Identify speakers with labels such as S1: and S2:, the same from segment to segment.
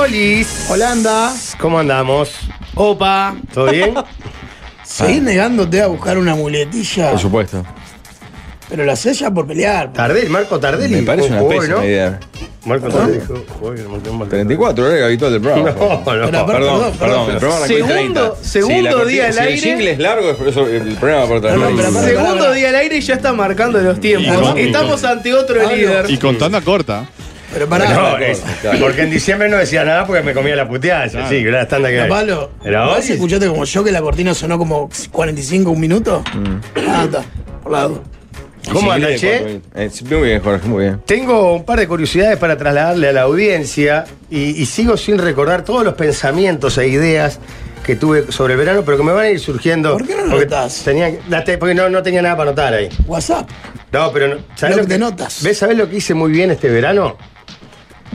S1: Olis.
S2: Holanda.
S1: ¿Cómo andamos?
S3: Opa.
S1: ¿Todo bien?
S2: Seguís negándote a buscar una muletilla.
S4: Por supuesto.
S2: Pero la sella por pelear.
S1: Tardelli, Marco Tardelli.
S4: Me parece una
S1: jugó hoy,
S4: pésima
S1: ¿no?
S4: idea.
S1: Marco Tardelli. jugó hoy, Marco Marco Tardelli.
S4: 34, horario habitual del programa.
S1: Oh, No, no.
S2: Pero aparte-
S4: Perdón,
S2: Perdón,
S4: perdón, el programa arrancó en
S3: Segundo-
S4: 30. Sí,
S3: segundo
S4: la cortina-
S3: día al
S4: si
S3: aire.
S4: el jingle es largo, es por eso el programa por atrás.
S2: Perdón, pero aparte-
S4: Sí.
S3: Segundo
S2: pará.
S3: día al aire y ya está marcando los tiempos.
S5: Y con- y
S3: Estamos
S5: con-
S3: ante otro
S2: Pablo.
S3: líder.
S5: Y con tanda corta.
S2: Pero pará.
S1: No, es- porque en diciembre no decía nada porque me comía la puteada. Eso Sí, gran tanda que
S2: Pero,
S1: hay.
S2: Pablo,
S1: Era
S2: ¿vos
S1: Olis.
S2: escuchaste como yo que la cortina sonó como 45, un minuto? Ah, está. Por la duda.
S1: ¿Cómo anda,
S4: Jingle de
S1: che?
S4: cuatro- eh, sí, Muy bien, Jorge, muy bien.
S1: Tengo un par de curiosidades para trasladarle a la audiencia y, y sigo sin recordar todos los pensamientos e ideas que tuve sobre el verano, pero que me van a ir surgiendo.
S2: ¿Por qué no lo
S1: porque
S2: anotás?
S1: tenía- la te- porque no, no tenía nada para anotar ahí.
S2: WhatsApp.
S1: No, pero no, ¿sabés
S2: Lo que te notas.
S1: ¿Ves? ¿Sabés lo que hice muy bien este verano?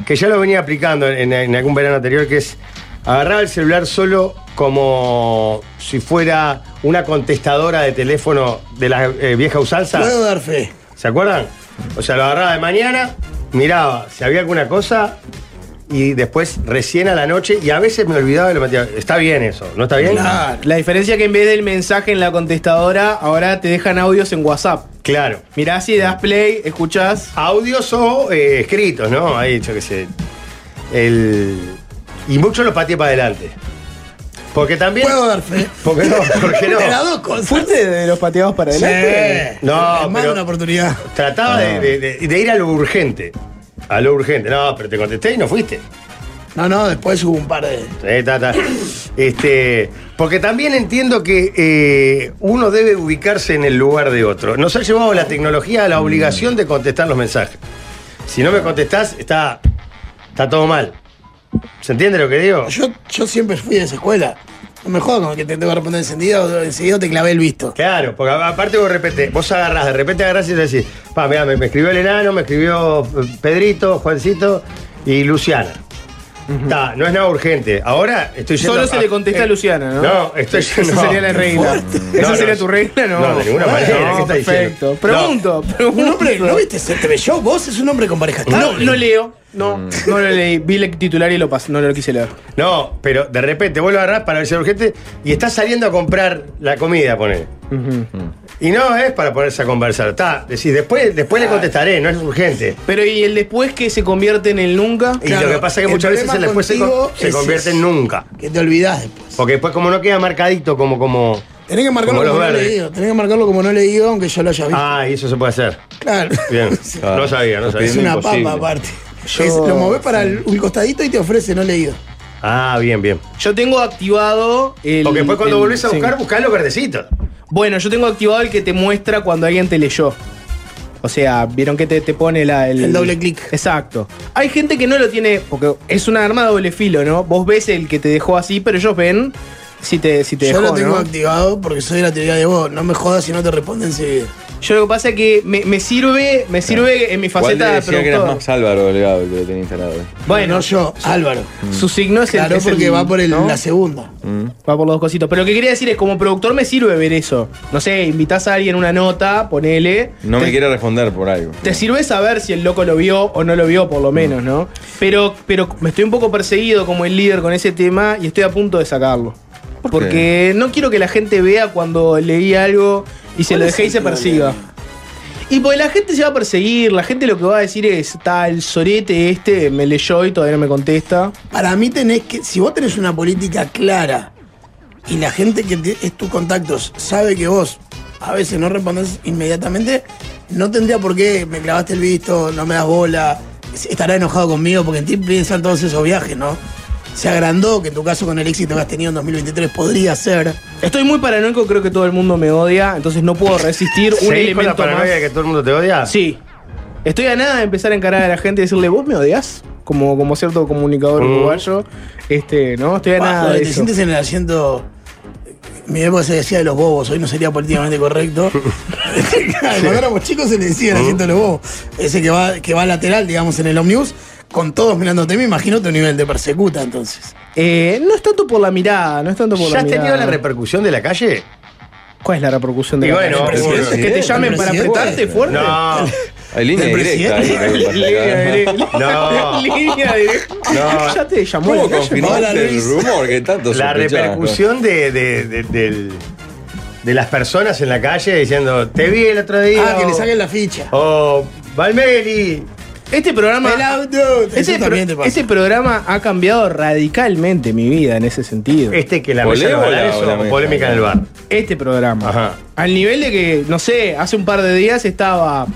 S1: Que ya lo venía aplicando en, en algún verano anterior, que es agarrar el celular solo como si fuera una contestadora de teléfono de la eh, vieja usanza.
S2: Puedo dar fe.
S1: ¿Se acuerdan? O sea, lo agarraba de mañana, miraba si había alguna cosa y después recién a la noche y a veces me olvidaba de lo metía. Está bien eso, ¿no está bien?
S2: Claro.
S3: La diferencia que en vez del mensaje en la contestadora, ahora te dejan audios en WhatsApp.
S1: Claro.
S3: Mirás y das play, escuchás.
S1: audios o eh, escritos, ¿no? Ahí, yo qué sé. El... Y mucho los pateé para adelante. Porque también.
S2: Puedo dar fe.
S1: ¿Por qué no? ¿Por qué no?
S2: De las dos cosas.
S3: ¿Fuiste de los pateados para
S2: Sí.
S3: adelante?
S1: No,
S2: Es más
S1: pero-
S2: una oportunidad.
S1: Trataba de, de- de- de ir a lo urgente. A lo urgente. No, pero te contesté y no fuiste.
S2: No, no, después hubo un par de.
S1: Eh, ta, ta. Este, porque también entiendo que eh, uno debe ubicarse en el lugar de otro. Nos ha llevado la tecnología a la obligación de contestar los mensajes. Si no me contestás, está, está todo mal. ¿Se entiende lo que digo?
S2: Yo, yo siempre fui de esa escuela. No me jodas con que te tengo que responder encendido, o enseguida te clavé el visto.
S1: Claro, porque a- aparte vos de repente, vos agarrás, de repente agarrás y te decís, pa, mirá, me, me escribió el enano, me escribió eh, Pedrito, Juancito y Luciana. Ta, no es nada urgente. Ahora estoy yendo eh,
S3: Solo se le contesta a Luciana, ¿no?
S1: No, estoy yendo.
S3: Esa sería la regla.
S1: No,
S3: ¿Esa
S1: no,
S3: sería
S1: no.
S3: tu regla? No.
S1: No, de ninguna manera, ¿qué
S3: No,
S1: está
S3: perfecto.
S1: diciendo?
S3: Pregunto, pregunto.
S2: Un hombre, ¿no viste? Se te velló vos, es un hombre con pareja
S3: No,
S2: estable.
S3: no leo. No, no lo leí. Vi el titular y lo pasé. No lo quise leer.
S1: No, pero de repente vos lo agarrás para ver si es urgente y estás saliendo a comprar la comida, poner. Y no es para ponerse a conversar. Está, decís, después, después le contestaré, no es urgente.
S3: Pero ¿y el después que se convierte en el nunca?
S1: Y
S2: Claro,
S1: lo que pasa es que
S2: el
S1: muchas veces
S2: problema
S1: el después se, con-
S2: contigo
S1: se
S2: es
S1: convierte en
S2: ese.
S1: nunca.
S2: Que te olvidás después.
S1: Porque después como no queda marcadito, como como...
S2: Tenés que marcarlo
S1: Como
S2: como,
S1: los
S2: no
S1: verdes.
S2: leído. Tenés que marcarlo como no leído, aunque yo lo haya visto.
S1: Ah, y eso se puede hacer.
S2: claro.
S1: Bien.
S2: Sí.
S1: No sabía, no
S2: Es
S1: sabía.
S2: una
S4: Imposible.
S2: papa aparte. Es- lo movés para el- un costadito y te ofrece no leído.
S1: Ah, bien, bien.
S3: Yo tengo activado el.
S1: Porque después cuando
S3: el-
S1: volvés a
S3: sí.
S1: buscar, buscás los verdecitos.
S3: Bueno, yo tengo activado el que te muestra cuando alguien te leyó. O sea, vieron que te, te pone la- el,
S2: El doble clic.
S3: Exacto. Hay gente que no lo tiene, porque es una arma de doble filo, ¿no? Vos ves el que te dejó así, pero ellos ven si te, si te
S2: Yo
S3: dejó,
S2: lo tengo
S3: ¿no?
S2: activado porque soy de la teoría de vos. No me jodas si no te responden enseguida.
S3: Yo lo que pasa es que me, me sirve, me sirve en mi faceta
S4: Walter
S3: de
S4: decía que eras
S3: productor.
S4: más Álvaro Delgado el que lo tenía instalado.
S3: Bueno,
S2: no yo, Álvaro.
S3: su signo es el-
S2: Claro,
S3: es el.
S2: porque va por el-
S3: ¿no?
S2: la segunda.
S3: Va por los dos cositos. Pero lo que quería decir es, como productor me sirve ver eso. No sé, invitás a alguien una nota, ponele.
S4: No
S3: te,
S4: me quiere responder por algo.
S3: te sirve saber si el loco lo vio o no lo vio, por
S2: Mm.
S3: lo menos, ¿no? Pero, pero me estoy un poco perseguido como el líder con ese tema y estoy a punto de sacarlo. Porque no quiero que la gente vea cuando leí algo y se
S2: ¿Cuál
S3: lo
S2: es
S3: dejé y
S2: el
S3: se persiga.
S2: problema?
S3: Y pues la gente se va a perseguir, la gente lo que va a decir es, tal, sorete este me leyó y todavía no me contesta.
S2: Para mí tenés que, si vos tenés una política clara y la gente que te- es tus contactos sabe que vos a veces no respondés inmediatamente, no tendría por qué me clavaste el visto, no me das bola, estará enojado conmigo porque en ti piensan todos esos viajes, ¿no? Se agrandó, que en tu caso con el éxito que has tenido en 2023 podría ser.
S3: Estoy muy paranoico, creo que todo el mundo me odia, entonces no puedo resistir un
S1: ¿Seguís con la
S3: elemento más.
S1: paranoia de que todo el mundo te odia?
S3: Sí. Estoy a nada de empezar a encarar a la gente y decirle, ¿vos me odias? Como, como cierto comunicador
S1: Mm.
S3: uruguayo. Este, ¿no? Estoy a nada
S2: Cuando
S3: de
S2: te
S3: eso.
S2: sientes en el asiento. Mi época se decía de los bobos, hoy no sería políticamente correcto. Cuando éramos chicos se le decía
S3: Uh-huh.
S2: el asiento de los bobos. Ese que va, que va lateral, digamos, en el Omnibus, con todos mirándote, me imagino otro nivel de persecuta entonces.
S3: Eh, no es tanto por la mirada, no es tanto por
S1: ¿Ya
S3: la
S1: has
S3: mirada.
S1: tenido la repercusión de la calle?
S3: ¿Cuál es la repercusión de
S1: Y
S3: la
S1: bueno, el
S3: mirada? ¿Es que te
S1: presidente,
S3: llamen
S2: el
S3: para
S2: presidente.
S3: apretarte fuerte?
S1: No.
S4: Hay línea
S2: Del
S4: directa ahí.
S2: presidente.
S4: creo que pasa acá.
S1: No.
S3: Línea directa.
S1: No.
S3: Ya te llamó
S4: ¿Cómo
S3: el gallo.
S2: Hola,
S4: confirmaste el
S2: Luis.
S4: rumor que tanto
S1: La
S4: sospechabas?
S1: repercusión de, de- de- del- de las personas en la calle diciendo, te vi el otro día.
S2: Ah, que
S1: o-
S2: le saquen la ficha.
S1: O Valmeri.
S3: Este programa.
S2: El auto. Eso
S3: Ese,
S2: también te
S3: pro-
S2: pasa.
S3: ese programa ha cambiado radicalmente mi vida en ese sentido.
S1: Este que la mesa
S4: ¿Poleo
S1: no va a dar
S4: o la-
S1: eso,
S4: o la mesa?
S1: polémica en el bar.
S3: Este programa.
S1: Ajá.
S3: Al nivel de que, no sé, hace un par de días estaba.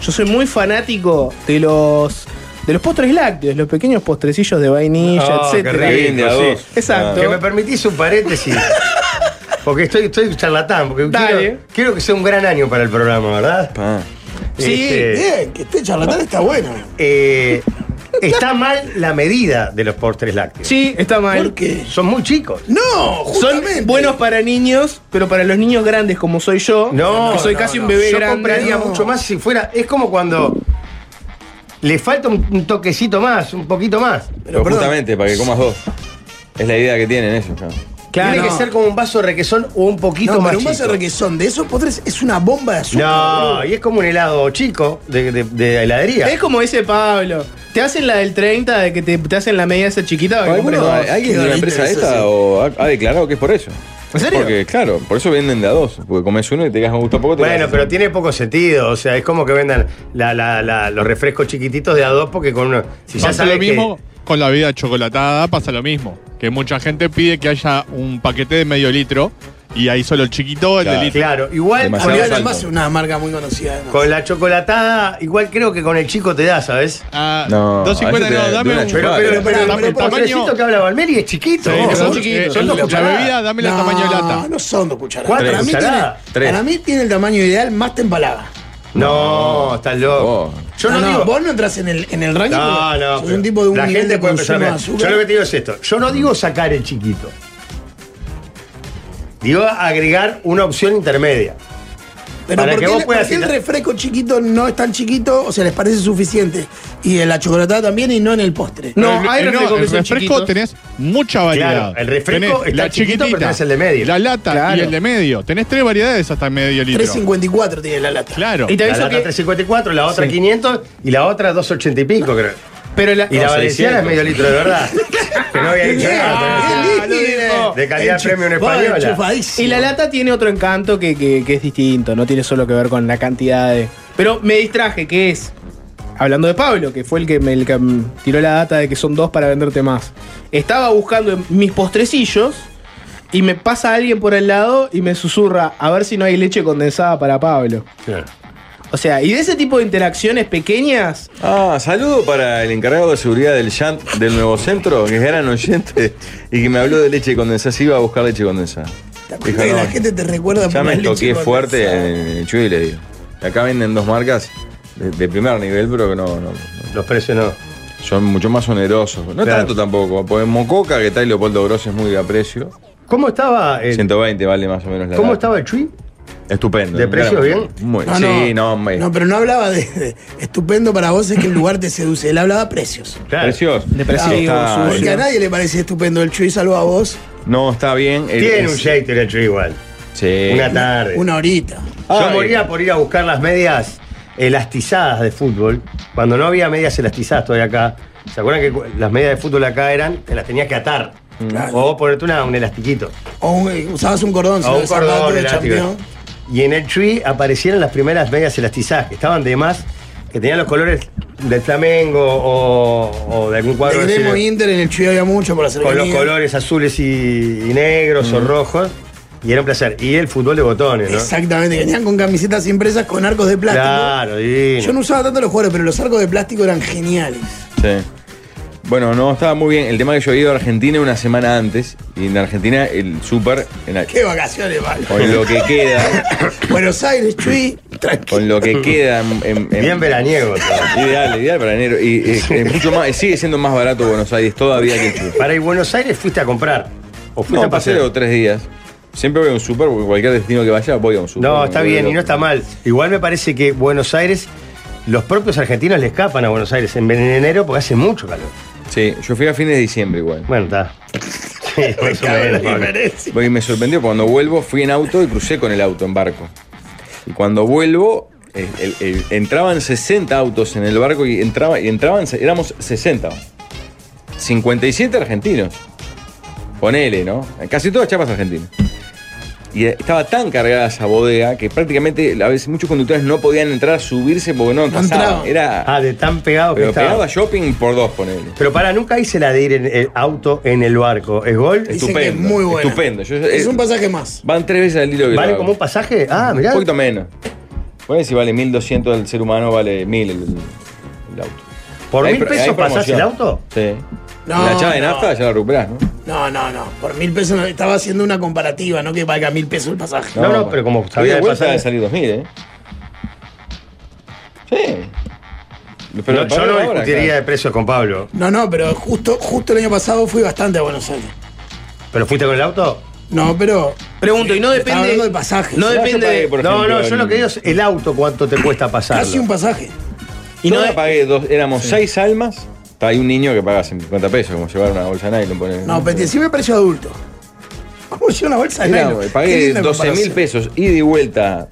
S3: Yo soy muy fanático de los. de los postres lácteos, los pequeños postrecillos de vainilla,
S1: Oh, qué
S3: etcétera.
S1: rico,
S4: Bien, de a
S1: sí.
S4: dos.
S3: Exacto.
S1: Que me permitís un paréntesis. Porque estoy, estoy charlatán, porque
S3: Dale.
S1: quiero, quiero que sea un gran año para el programa, ¿verdad? Este,
S4: Ah,
S3: Sí,
S2: Bien, que esté charlatán está bueno.
S1: eh, está mal la medida de los postres lácteos.
S3: Sí, está mal.
S2: ¿Por qué?
S1: Son muy chicos.
S2: No,
S3: Son
S2: justamente.
S3: buenos para niños, pero para los niños grandes como soy yo,
S1: No,
S3: que soy
S1: no,
S3: casi
S1: no.
S3: un bebé
S1: Yo
S3: grande.
S1: compraría
S2: No.
S1: mucho más si fuera. Es como cuando le falta un, un toquecito más, un poquito más.
S4: Pero
S2: perdón.
S4: justamente, para que comas dos. Es la idea que tienen ellos. ¿no?
S3: Claro.
S1: Tiene que
S2: no.
S1: ser como un vaso de requesón o un poquito
S2: No,
S1: más.
S2: pero un vaso
S1: chico.
S2: de requesón de esos postres es una bomba de azúcar.
S1: No, y es como un helado chico de, de- de heladería.
S3: Es como dice Pablo. Te hacen la del 30 de que te, te hacen la media esa chiquita para que compres
S4: ¿Alguno-
S3: dos.
S4: ¿Alguien de
S2: Qué
S4: la empresa
S2: bonito eso,
S4: esta
S2: sí.
S4: o ha, ha declarado que es por eso?
S3: ¿En serio?
S4: Porque, claro, por eso venden de a dos. Porque comes uno y te quedas un gusto poco. te
S1: Bueno,
S4: quedas-
S1: pero tiene poco sentido. O sea, es como que vendan la- la- la- los refrescos chiquititos de a dos porque con uno. Si ya
S5: pasa
S1: sabes
S5: lo
S1: que-
S5: mismo con la bebida chocolatada, pasa lo mismo. Que mucha gente pide que haya un paquete de medio litro y ahí solo el chiquito, el
S4: Claro.
S5: de litro.
S1: Claro, igual
S4: Demasiado.
S1: con
S2: Olvidar
S4: salto.
S2: el envase, una marca muy conocida. además.
S1: la, con la chocolatada, igual creo que con el chico te da, ¿sabes?
S5: Ah,
S4: No, a
S5: 250
S4: veces te-
S5: no, dame
S4: de una
S5: un.
S1: Pero,
S4: Vale.
S1: pero, pero,
S2: Dame
S1: pero
S5: el
S1: el postrecito
S5: tamaño.
S1: que habla Valmeri es chiquito.
S5: Sí,
S1: vos.
S5: son
S1: Eh,
S5: chiquitos.
S1: son dos
S5: La
S1: cucharadas.
S5: bebida, dame la
S2: no,
S5: tamaño lata.
S2: No son dos cucharadas.
S1: Cuatro
S2: para, mí tiene,
S1: cucharadas.
S4: Tres.
S2: para mí tiene el tamaño ideal, más te empalaga.
S1: No, estás loco.
S4: Oh.
S1: Yo no,
S2: no,
S1: digo.
S2: vos no entras en el, en el ranking.
S1: No,
S2: porque
S1: no.
S2: sos
S1: pero
S2: un tipo de un
S1: la
S2: nivel
S1: gente
S2: de
S1: puede
S2: consumo
S1: empezar a
S2: de
S1: ver.
S2: azúcar.
S1: Yo lo que te digo es esto. Yo no digo sacar el chiquito. Digo agregar una opción intermedia.
S2: Pero
S1: para
S2: ¿por
S1: que
S2: qué,
S1: vos
S2: le-
S1: puedas
S2: por qué el
S1: citar-
S2: refresco chiquito no es tan chiquito? O sea, les parece suficiente. Y de la chocolatada también y no en el postre.
S3: No,
S5: El-
S3: hay
S5: el-
S3: refrescos que
S5: el
S3: son
S5: refresco
S3: chiquitos.
S5: tenés mucha variedad.
S1: Claro, el refresco
S5: Tenés
S1: está chiquito, pero tenés el de medio.
S5: La lata
S3: Claro.
S5: y el de medio. Tenés tres variedades hasta medio litro.
S2: 3.54 tiene la lata.
S5: Claro.
S3: Y te
S1: La
S3: aviso
S1: lata
S3: que-
S1: 354, la otra
S3: Sí.
S1: 500 y la otra 280 y pico, creo.
S3: Pero la-
S1: Y la
S4: No,
S1: valenciana
S4: 600.
S1: es medio litro, de verdad. que no había dicho nada.
S2: Ah,
S1: pero- De calidad premium española.
S3: y la lata tiene otro encanto que, que- que es distinto, no tiene solo que ver con la cantidad de. Pero me distraje, que es. Hablando de Pablo, que fue el que me el que me tiró la data de que son dos para venderte más. Estaba buscando en mis postrecillos y me pasa alguien por el lado y me susurra a ver si no hay leche condensada para Pablo.
S1: Claro.
S3: O sea, y de ese tipo de interacciones pequeñas,
S4: Ah, saludo para el encargado de seguridad del Shant del nuevo centro, que es gran oyente y que me habló de leche condensada. Sí, iba a buscar leche condensada.
S2: ¿Te acuerdas
S4: Dijo,
S2: que la
S4: no,
S2: gente te recuerda
S4: Ya
S2: por
S4: me
S2: la leche
S4: toqué
S2: condensada?
S4: fuerte en el Chuy y le digo. Acá venden dos marcas de, de primer nivel, pero que no, no-
S1: Los precios no.
S4: son mucho más onerosos. No
S1: Claro.
S4: tanto tampoco, porque Mococa, que está y Leopoldo Grosso es muy de aprecio.
S1: ¿Cómo estaba el,
S4: 120 vale más o menos la
S1: ¿cómo
S4: lata.
S1: estaba el chui?
S4: Estupendo.
S1: ¿De
S4: Un
S1: precio
S4: gran-
S1: bien?
S4: Muy,
S2: No,
S4: sí, no,
S2: no,
S4: me-
S2: no, pero no hablaba de, de- estupendo para vos es que el lugar te seduce. Él hablaba precios.
S4: precios.
S3: Depresivo,
S1: Ah,
S4: Está-
S2: Porque a nadie le parece estupendo el Chuy, salvo a vos.
S4: no, está bien. el-
S1: Tiene
S4: es-
S1: un shaker el chui igual.
S4: Sí.
S1: Una tarde.
S2: Una horita.
S1: Yo
S4: Ay.
S1: moría por ir a buscar las medias elastizadas de fútbol. Cuando no había medias elastizadas todavía acá. ¿Se acuerdan que cu- las medias de fútbol acá eran? Te las tenías que atar.
S2: Claro.
S1: O ponerte una, un elastiquito.
S2: O un- eh, usabas un cordón,
S1: O
S2: sino
S1: un
S2: de zapato
S1: cordón
S2: de
S1: elástico.
S2: champión.
S1: Y en el tree aparecieron las primeras medias elastizadas, que estaban de más, que tenían los colores del Flamengo o, o de algún cuadro.
S2: De
S1: de ese-
S2: Gremo Inter en el Chuy había mucho por hacer
S1: con los colores azules y, y negros
S2: Mm.
S1: o rojos. Y era un placer. Y el fútbol de botones, ¿no?
S2: Exactamente, que venían con camisetas impresas con arcos de plástico.
S1: Claro, divino.
S2: Yo no usaba tanto los jugadores, pero los arcos de plástico eran geniales.
S4: Sí. Bueno, no, estaba muy bien. El tema es que yo he ido a Argentina una semana antes. Y en Argentina el súper, en la-
S2: ¡Qué vacaciones, vale!
S4: con lo que queda,
S2: Buenos Aires, Chuy,
S4: con
S2: tranquilo.
S4: lo que queda en- en- en-
S1: Bien veraniego. todo.
S4: Ideal, ideal para enero. Y eh, es mucho más, sigue siendo más barato Buenos Aires todavía que Chile.
S1: Para ir a Buenos Aires fuiste a comprar. O fuiste
S4: No,
S1: a
S4: pasé
S1: pasear.
S4: dos o tres días. Siempre voy a un super, porque cualquier destino que vaya voy a un super.
S1: No, está
S4: Voy
S1: bien
S4: a-
S1: y no está mal. Igual me parece que Buenos Aires, los propios argentinos le escapan a Buenos Aires en enero porque hace mucho calor.
S4: Sí, yo fui a fines de diciembre igual.
S1: Bueno, está. Sí, más o menos, Pablo.
S4: Y me sorprendió, cuando vuelvo fui en auto y crucé con el auto en barco. Y cuando vuelvo, el- el- el- entraban 60 autos en el barco y, entraba, y entraban, éramos 60. 57 argentinos. Ponele, ¿no? Casi todas chapas argentinas. Y eh, estaba tan cargada esa bodega que prácticamente a veces muchos conductores no podían entrar a subirse porque no,
S2: entraban.
S4: pasaban. Era
S1: Ah, de tan pegado que
S4: pero
S1: estaba.
S4: pegado a shopping por dos, ponele.
S1: Pero para, nunca hice la de ir en el auto en el barco. ¿Es gol?
S2: Dicen que es muy buena.
S4: Estupendo. Yo-
S2: Es
S4: eh,
S2: un pasaje más.
S4: Van tres veces al hilo que lo
S1: ¿Vale
S4: hago.
S1: como un pasaje? Ah, mirá.
S4: Un poquito menos. Ponele si vale 1200 el ser humano, vale 1000 el, el auto.
S1: ¿Por
S4: Hay
S1: mil
S4: pro- hay
S1: pesos pasás
S4: promoción.
S1: el auto?
S4: Sí.
S2: No,
S4: la chava de
S2: no.
S4: nafta ya la recuperás, ¿no?
S2: No, no, no. Por mil pesos no- estaba haciendo una comparativa, no que valga mil pesos el pasaje.
S1: No, no, pero como sabía
S4: de
S1: de
S4: vuelta
S1: pasar-
S4: de salir 2000, ¿eh? Sí.
S1: No, yo no
S4: ahora,
S1: discutiría de
S4: claro.
S1: precios con Pablo.
S2: No, no, pero justo, justo el año pasado fui bastante a Buenos Aires.
S1: ¿Pero fuiste con el auto?
S2: No, pero.
S3: Pregunto, y no
S2: Estaba
S3: depende.
S2: hablando de pasajes.
S3: No
S2: Yo
S3: depende.
S4: pagué
S3: de-
S4: por-
S1: no,
S4: ejemplo,
S1: no, yo
S4: en-
S1: lo que digo es el auto, ¿cuánto te cuesta pasarlo?
S2: Casi un pasaje.
S3: y no
S4: Toda
S3: de-
S4: pagué dos, éramos seis almas. Está ahí un niño que paga 50 pesos, como llevar una bolsa de nylon. ponele.
S2: No, pero decime precio adulto. ¿Cómo lleva una bolsa de
S4: Mirá, eh,
S2: nylon? Qué
S4: pagué
S2: linda
S4: 12 mil
S2: comparación.
S4: pesos, ida y vuelta,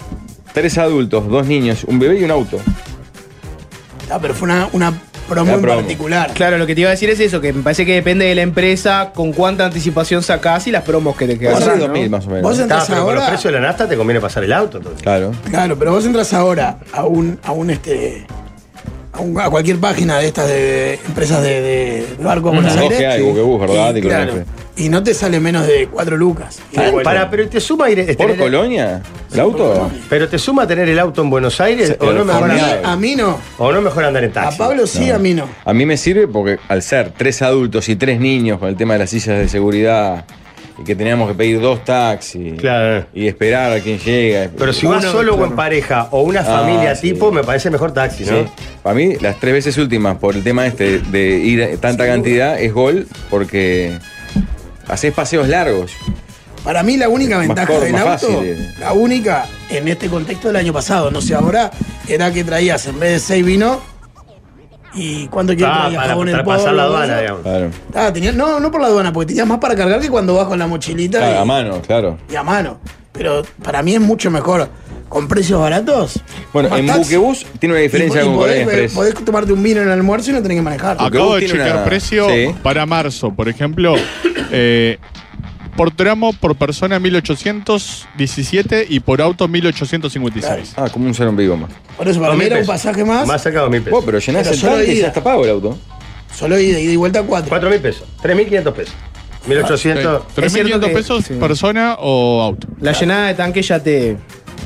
S4: tres adultos, dos niños, un bebé y un auto.
S2: Ah, pero fue una, una promo
S4: Una
S2: en
S4: promo.
S2: particular.
S3: Claro, lo que te iba a decir es eso, que me parece que depende de la empresa, con cuánta anticipación sacás y las promos que te
S4: Vale
S3: quedan. ¿no?
S4: 2000 más o menos.
S2: Vos
S1: Está,
S2: entras
S1: pero con los
S2: ahora.
S1: precios de la nafta te conviene pasar el auto. entonces.
S4: Claro.
S2: Claro, pero vos entras ahora a un, a un este. A, un- a cualquier página de estas de, de empresas de, de barcos Buenos
S4: Coge
S2: Aires.
S4: algo que vos, ¿verdad?
S2: Y,
S4: Y con
S2: claro,
S4: F.
S2: y no te sale menos de cuatro lucas. Y
S1: Pará,
S2: bueno,
S1: Pará, pero te suma ir.
S4: ¿Por
S1: tener-
S4: Colonia? ¿El auto?
S1: Pero te suma tener el auto en Buenos Aires
S4: Sí,
S1: o, no
S4: pero
S1: mejor
S2: a, mí,
S1: andar,
S4: formidable.
S2: a mí no.
S1: o no mejor andar en
S2: A
S1: taxi.
S2: Pablo sí, a mí no.
S4: A mí me sirve porque al ser tres adultos y tres niños con el tema de las sillas de seguridad y que teníamos que pedir dos taxis
S1: Claro.
S4: y esperar a quien llega.
S1: Pero si vas
S3: Uno,
S1: solo o
S3: claro.
S1: en pareja o una familia
S4: sí.
S1: tipo, me parece mejor taxi,
S4: Sí.
S1: ¿no?
S4: Para mí, las tres veces últimas por el tema este de ir a tanta cantidad es gol porque haces paseos largos.
S2: Para mí la única
S4: Más
S2: ventaja
S4: corto,
S2: del
S4: más
S2: auto,
S4: fácil, eh.
S2: la única en este contexto del año pasado, no sé ahora, era que traías en vez de seis vino y cuánto quieres
S1: Ah,
S2: traías
S1: para,
S2: jabón en
S1: para
S2: polvo,
S1: pasar la
S2: ¿no?
S1: aduana, digamos.
S4: Claro.
S2: Ah, tenías- no, no por la aduana, porque tenías más para cargar que cuando vas con la mochilita
S4: Claro,
S2: y,
S4: a mano, claro.
S2: y a mano. Pero para mí es mucho mejor. Con precios baratos.
S4: Bueno,
S2: más
S4: en
S2: taxi.
S4: Buquebus tiene una diferencia
S2: Y- y
S4: con Corea
S2: podés,
S4: Express.
S2: podés tomarte un vino en el almuerzo y no tenés que manejar.
S4: Ah,
S5: Acabo de
S4: tiene
S5: chequear
S4: una-
S5: precio
S4: Sí.
S5: para marzo, por ejemplo. eh, por tramo, por persona 1817 y por auto 1856.
S4: Ah, como un ser en vivo más.
S2: Por eso, para
S1: Dos
S2: mí
S1: mil
S2: era un
S1: pesos.
S2: pasaje más.
S1: Más cerca de dos mil pesos.
S4: Vos, pero llenás
S2: Pero
S4: el
S2: solo
S4: tanque y
S2: ida.
S4: ya está pago el auto.
S2: Solo ida, ida y vuelta cuatro.
S1: Cuatro mil pesos. Tres mil quinientos pesos.
S4: Ah,
S1: Mil ochocientos.
S3: Es cierto
S5: 3.500
S3: que-
S5: pesos
S3: sí.
S5: persona o auto.
S3: La llenada de tanque ya te.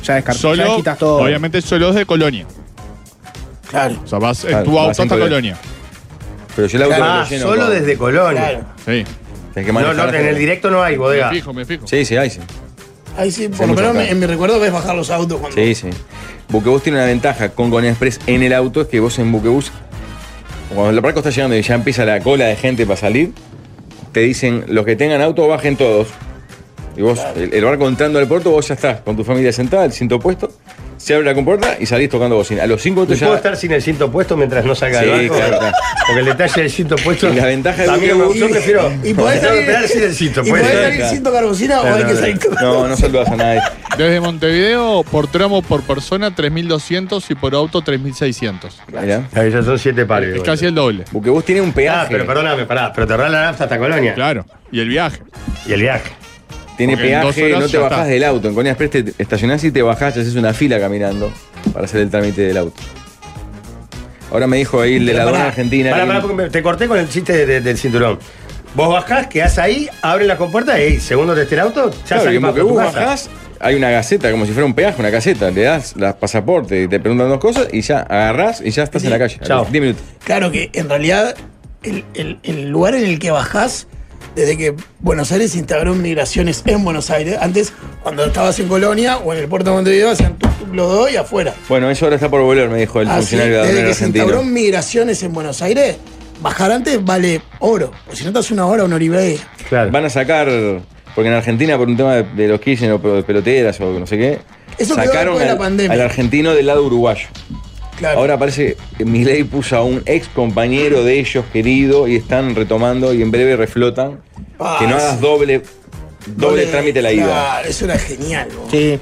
S3: Ya descartas, ya
S5: Solo,
S3: quitas todo.
S5: obviamente, solo es de Colonia.
S2: Claro.
S5: O sea, vas en
S4: Claro,
S5: tu
S4: vas
S5: auto
S4: en
S5: hasta Colonia.
S4: Colonia. Pero yo el auto no
S1: Ah,
S4: lo lleno.
S1: solo
S4: con-
S1: desde Colonia.
S2: Claro.
S5: Sí.
S4: Tenés que
S1: No,
S4: manejar
S1: no,
S4: hasta-
S1: en el directo no hay bodega.
S5: Me fijo, me fijo.
S4: Sí, sí, ahí sí.
S2: Ahí sí, por lo
S4: mucho
S2: menos
S4: acá.
S2: me- en mi recuerdo ves bajar los autos cuando.
S4: Sí, sí. Buquebus tiene una ventaja con Conan Express en el auto, es que vos en Buquebus, cuando el barco está llegando y ya empieza la cola de gente para salir, te dicen, los que tengan auto, bajen todos. Y vos, el, el barco entrando al puerto, vos ya estás con tu familia sentada, el cinto puesto, se abre la compuerta y salís tocando bocina. A los
S1: ¿Y
S4: cinco minutos ya...
S1: puedo estar sin el cinto puesto mientras no salga
S4: Sí,
S1: del barco?
S4: claro, claro.
S1: Porque el detalle del cinto puesto.
S4: Y la ventaja de
S1: a mí no
S4: Buquebus-
S1: me- Yo prefiero.
S2: Y podés
S1: tengo que
S2: salir,
S1: esperar sin el cinto
S2: y podés
S1: puesto.
S2: salir
S4: Claro.
S2: sin tocar bocina o
S1: No,
S2: hay
S1: no,
S2: que
S1: no.
S2: salir tocando
S4: No, no saludas a nadie.
S5: Desde Montevideo, por tramo, por persona 3.200 y por auto 3.600.
S4: Mirá.
S1: Ahí ya son siete pares.
S5: Es
S1: igual.
S5: casi el doble.
S4: Buquebus tiene un peaje.
S1: Ah, pero perdóname, pará. Pero te ahorrás la nafta hasta Colonia.
S5: Claro. Y el viaje.
S1: Y el viaje.
S4: Tiene
S5: Porque en dos
S4: peaje,
S5: horas
S4: no te
S5: ya
S4: bajás
S5: está.
S4: del auto. En Conan Express te estacionás y te bajás y haces una fila caminando para hacer el trámite del auto. Ahora me dijo ahí el de la
S2: Pero
S4: aduana
S2: pará,
S4: argentina.
S1: Pará,
S4: que-
S1: pará, porque me- te corté con el chiste de- de- del cinturón. Vos bajás, quedás ahí, abres la compuerta y segundo de este auto, ya
S4: Claro,
S1: salís
S4: que
S1: para
S4: porque
S1: tu
S4: vos
S1: casa.
S4: bajás, hay una gaceta, como si fuera un peaje, una caseta. Le das las pasaporte y te preguntan dos cosas y ya agarrás y ya estás en la calle.
S1: Chao.
S4: 10 minutos.
S2: Claro que en realidad el, el- el lugar en el que bajás, desde que Buenos Aires se instauró en migraciones en Buenos Aires, antes cuando estabas en Colonia o en el puerto de Montevideo hacían tuk, tuk, los dos y afuera.
S4: Bueno, eso ahora está por volver, me dijo el
S1: Ah,
S2: Así,
S4: funcionario de
S2: desde
S4: aduanero
S2: que se instauró
S4: argentino.
S2: migraciones en Buenos Aires, bajar antes vale oro. O si no te hace una hora, una hora y media.
S1: Claro.
S4: Van a sacar, porque en Argentina por un tema de, de los Kirchner o de peloteras o no sé qué,
S2: Eso quedó
S4: sacaron
S2: después de la
S4: al-
S2: pandemia.
S4: al argentino del lado uruguayo.
S2: Claro.
S4: Ahora parece que Milei puso a un ex compañero de ellos querido y están retomando y en breve reflotan.
S2: Ah,
S4: que no hagas doble, doble,
S2: Doble-
S4: trámite la ida.
S2: Claro, eso era genial. vos.
S3: Sí.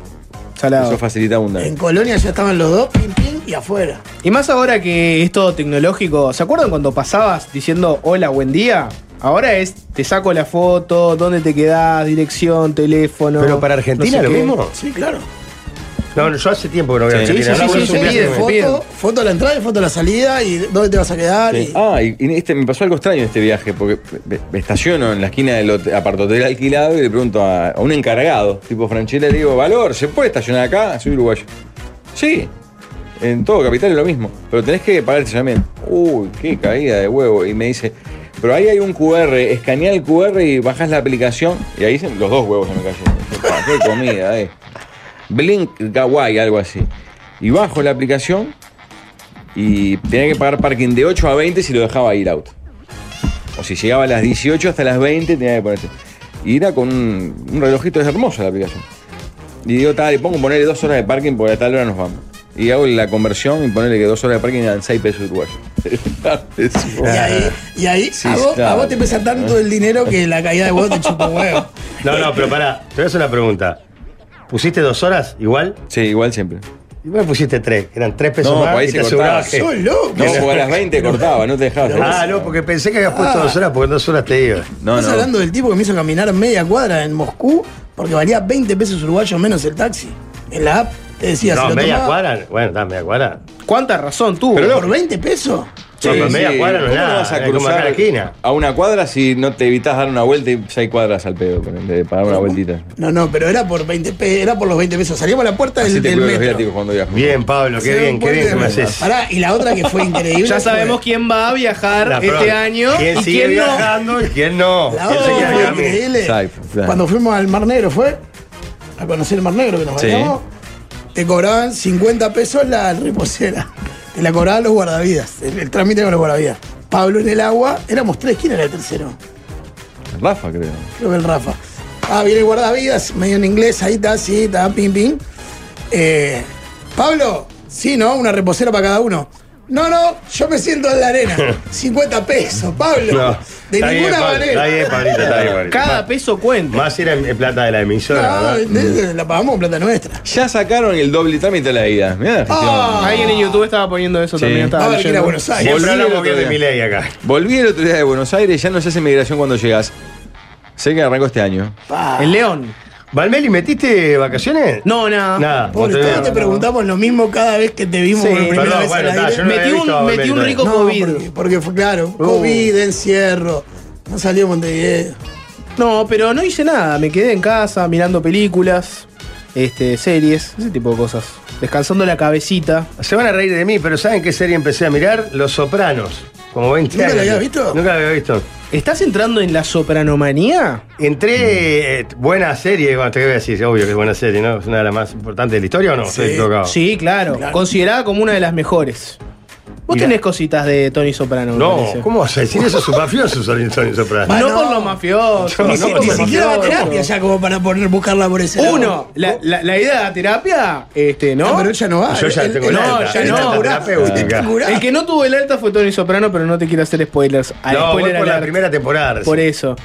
S3: salado.
S4: Eso facilita
S2: En
S4: abundante.
S2: Colonia ya estaban los dos, pim, pim, y afuera.
S3: Y más ahora que es todo tecnológico, ¿se acuerdan cuando pasabas diciendo hola, buen día? Ahora es, te saco la foto, dónde te quedás, dirección, teléfono.
S1: Pero para Argentina
S3: no sé
S1: lo
S3: qué.
S1: mismo.
S2: Sí, claro.
S1: No, no, yo hace tiempo que no voy a
S4: Sí,
S1: Argentina.
S3: sí,
S1: No,
S3: sí,
S1: es
S3: sí,
S1: un
S3: sí,
S1: viaje.
S3: me
S2: foto,
S3: piden.
S2: foto a la entrada y foto a la salida y dónde te vas a quedar.
S4: Sí.
S2: y-
S4: Ah, y, y este, me pasó algo extraño en este viaje, porque me- me estaciono en la esquina del hotel- apartotel alquilado y le pregunto a, a un encargado, tipo Franchella, le digo, Valor, ¿se puede estacionar acá? Soy uruguayo. Sí, en todo capital es lo mismo, pero tenés que pagar el estacionamiento. Uy, qué caída de huevo. Y me dice, pero ahí hay un QR, escanea el QR y bajas la aplicación. Y ahí se- los dos huevos se me cayeron. Dije, "Pa, Qué comida, eh. Blink Kawaii, algo así. Y bajo la aplicación y tenía que pagar parking de 8 a 20 si lo dejaba ir auto. O si llegaba a las 18 hasta las 20 tenía que ponerse. Y era con un, un relojito, es hermosa la aplicación. Y digo, tal, le pongo ponerle dos horas de parking porque a tal hora nos vamos. Y hago la conversión y ponerle que dos horas de parking eran 6 pesos uruguayos.
S2: Y ahí, y ahí
S4: Sí,
S2: a, vos,
S4: claro.
S2: a vos te pesa tanto el dinero que la caída de vos te chupa un huevo.
S1: No, no, pero pará, te voy a hacer una pregunta. ¿Pusiste dos horas igual?
S4: sí, igual siempre.
S1: Igual pusiste tres, eran tres pesos
S4: No,
S1: más
S4: ahí
S1: y
S4: se
S1: te asegurabas
S4: cortaba.
S1: que-
S2: Soy loco.
S4: No, porque a las 20 cortaba, no te dejaba. hacer
S1: Ah,
S4: eso.
S1: no, porque pensé que habías
S4: Ah.
S1: puesto dos horas, porque en dos horas te iba.
S4: No,
S2: Estás
S4: no.
S2: hablando del tipo que me hizo caminar media cuadra en Moscú porque valía 20 pesos uruguayos menos el taxi. En la app te decía,
S1: No,
S2: si lo
S1: media
S2: tomaba
S1: cuadra, bueno, da media cuadra.
S3: ¿Cuánta razón tuvo?
S2: por 20 pesos.
S1: No, pero media cuadra no es
S4: ¿Cómo
S1: nada,
S4: vas a
S1: es como
S4: cruzar
S1: acá la esquina.
S4: a una cuadra si no te evitas dar una vuelta y seis cuadras al pedo, ponele, de pagar una vueltita?
S2: No, no, pero era por 20 pe- era por los 20 pesos. Salíamos a la puerta
S4: Así
S2: del,
S4: te
S2: del
S4: cuido los
S2: metro.
S4: viáticos cuando viajo.
S1: Bien, Pablo, qué
S2: Se
S1: bien,
S2: dio
S1: qué bien que me
S2: vuelta y-
S1: haces.
S2: Pará, y la otra que fue increíble.
S3: Ya
S2: fue-
S3: sabemos quién va a viajar
S1: La
S3: este
S1: pro-
S3: año
S1: ¿Quién
S3: y
S1: sigue
S3: quién no.
S1: viajando y quién no?
S2: La
S1: ¿Quién
S2: otra
S1: se queda
S2: que fue
S1: acá?
S2: increíble.
S4: Exacto, claro.
S2: Cuando fuimos al Mar Negro, ¿fue? A conocer el Mar Negro que nos
S4: Sí.
S2: bañamos. Te cobraban 50 pesos la reposera. Te la cobraban los guardavidas. El, el trámite con los guardavidas. Pablo en el agua, éramos tres. ¿Quién era el tercero?
S4: Rafa, creo.
S2: Creo que el Rafa. Ah, viene el guardavidas, medio en inglés, ahí está, sí, está, pim, pim. Eh, Pablo, sí, ¿no? Una reposera para cada uno. No, no, yo me siento en la arena. 50 pesos, Pablo.
S1: No,
S2: de
S1: está
S2: ninguna
S1: bien, Pablo,
S2: manera.
S1: Está bien, Pablito, está bien, Pablito.
S3: Cada
S1: Más-
S3: peso cuenta.
S1: Más era en en plata de la emisora,
S2: No,
S1: ¿verdad? eh.
S2: de- la pagamos con plata nuestra.
S4: Ya sacaron el doble trámite a la ida. Mirá la gestión.
S2: Ah.
S3: Alguien en YouTube estaba poniendo eso
S4: Sí.
S3: también. Estaba
S2: Ah, que era
S3: leyendo.
S2: Buenos Aires.
S1: Siempre
S4: Volví el
S1: hablamos
S4: otro
S1: bien de
S4: día.
S1: mi ley acá.
S4: Volví el otro día de Buenos Aires, ya no se hace migración cuando llegas. Sé que arrancó este año.
S2: Pa.
S3: El León.
S1: Valmeli, ¿metiste vacaciones?
S3: No, nada.
S1: Nada.
S2: Pobre,
S1: Montevideo.
S2: todos te preguntamos lo mismo cada vez que te vimos
S3: Sí.
S2: por primera
S1: Perdón,
S2: vez
S1: bueno,
S2: al
S1: está,
S2: aire.
S1: yo no Uh. lo
S3: Metí
S1: había
S3: un-
S1: visto a Valmeli
S3: metí un
S1: todavía.
S3: rico- COVID.
S2: porque, porque fue claro, COVID, encierro. No salió Montevideo.
S3: No, pero no hice nada. Me quedé en casa mirando películas, este, series, ese tipo de cosas. Descansando la cabecita.
S1: Se van a reír de mí, pero ¿saben qué serie empecé a mirar? Los Sopranos. Como 20
S2: ¿Nunca la
S1: años.
S2: habías visto?
S1: Nunca la había visto.
S3: ¿Estás entrando en la sopranomanía?
S1: Entré. eh, buena serie, bueno, te voy a decir, obvio que es buena serie, ¿no? Es una de las más importantes de la historia o no? Estoy equivocado.
S3: Sí, claro.
S2: Claro.
S3: Considerada como una de las mejores. Vos
S1: Mirá.
S3: tenés cositas de Tony Soprano, me
S1: No,
S3: parece.
S1: ¿cómo vas a decir eso? Es un mafioso, Solín- Solín Soprano.
S2: Va-
S3: No
S2: Ah, no.
S3: por los mafiosos.
S1: No,
S2: Ni, si-
S1: no,
S2: ni
S1: no,
S2: siquiera
S1: no,
S2: va a terapia ya como para poner, buscarla por ese lado.
S3: Uno, la, la- la idea de la terapia, este, ¿no?
S2: No, Ah, pero ella no va.
S1: Yo ya
S2: Él-
S1: tengo
S2: él-
S1: la
S3: no,
S1: alta,
S3: ya
S1: la
S3: no,
S1: alta
S2: curá.
S1: terapéutica.
S2: Está curá.
S3: El que no tuvo el alta fue Tony Soprano, pero no te quiero hacer spoilers. A
S1: No, voy
S3: spoiler
S1: por la
S3: alert.
S1: primera temporada.
S3: Por
S1: sí.
S3: eso.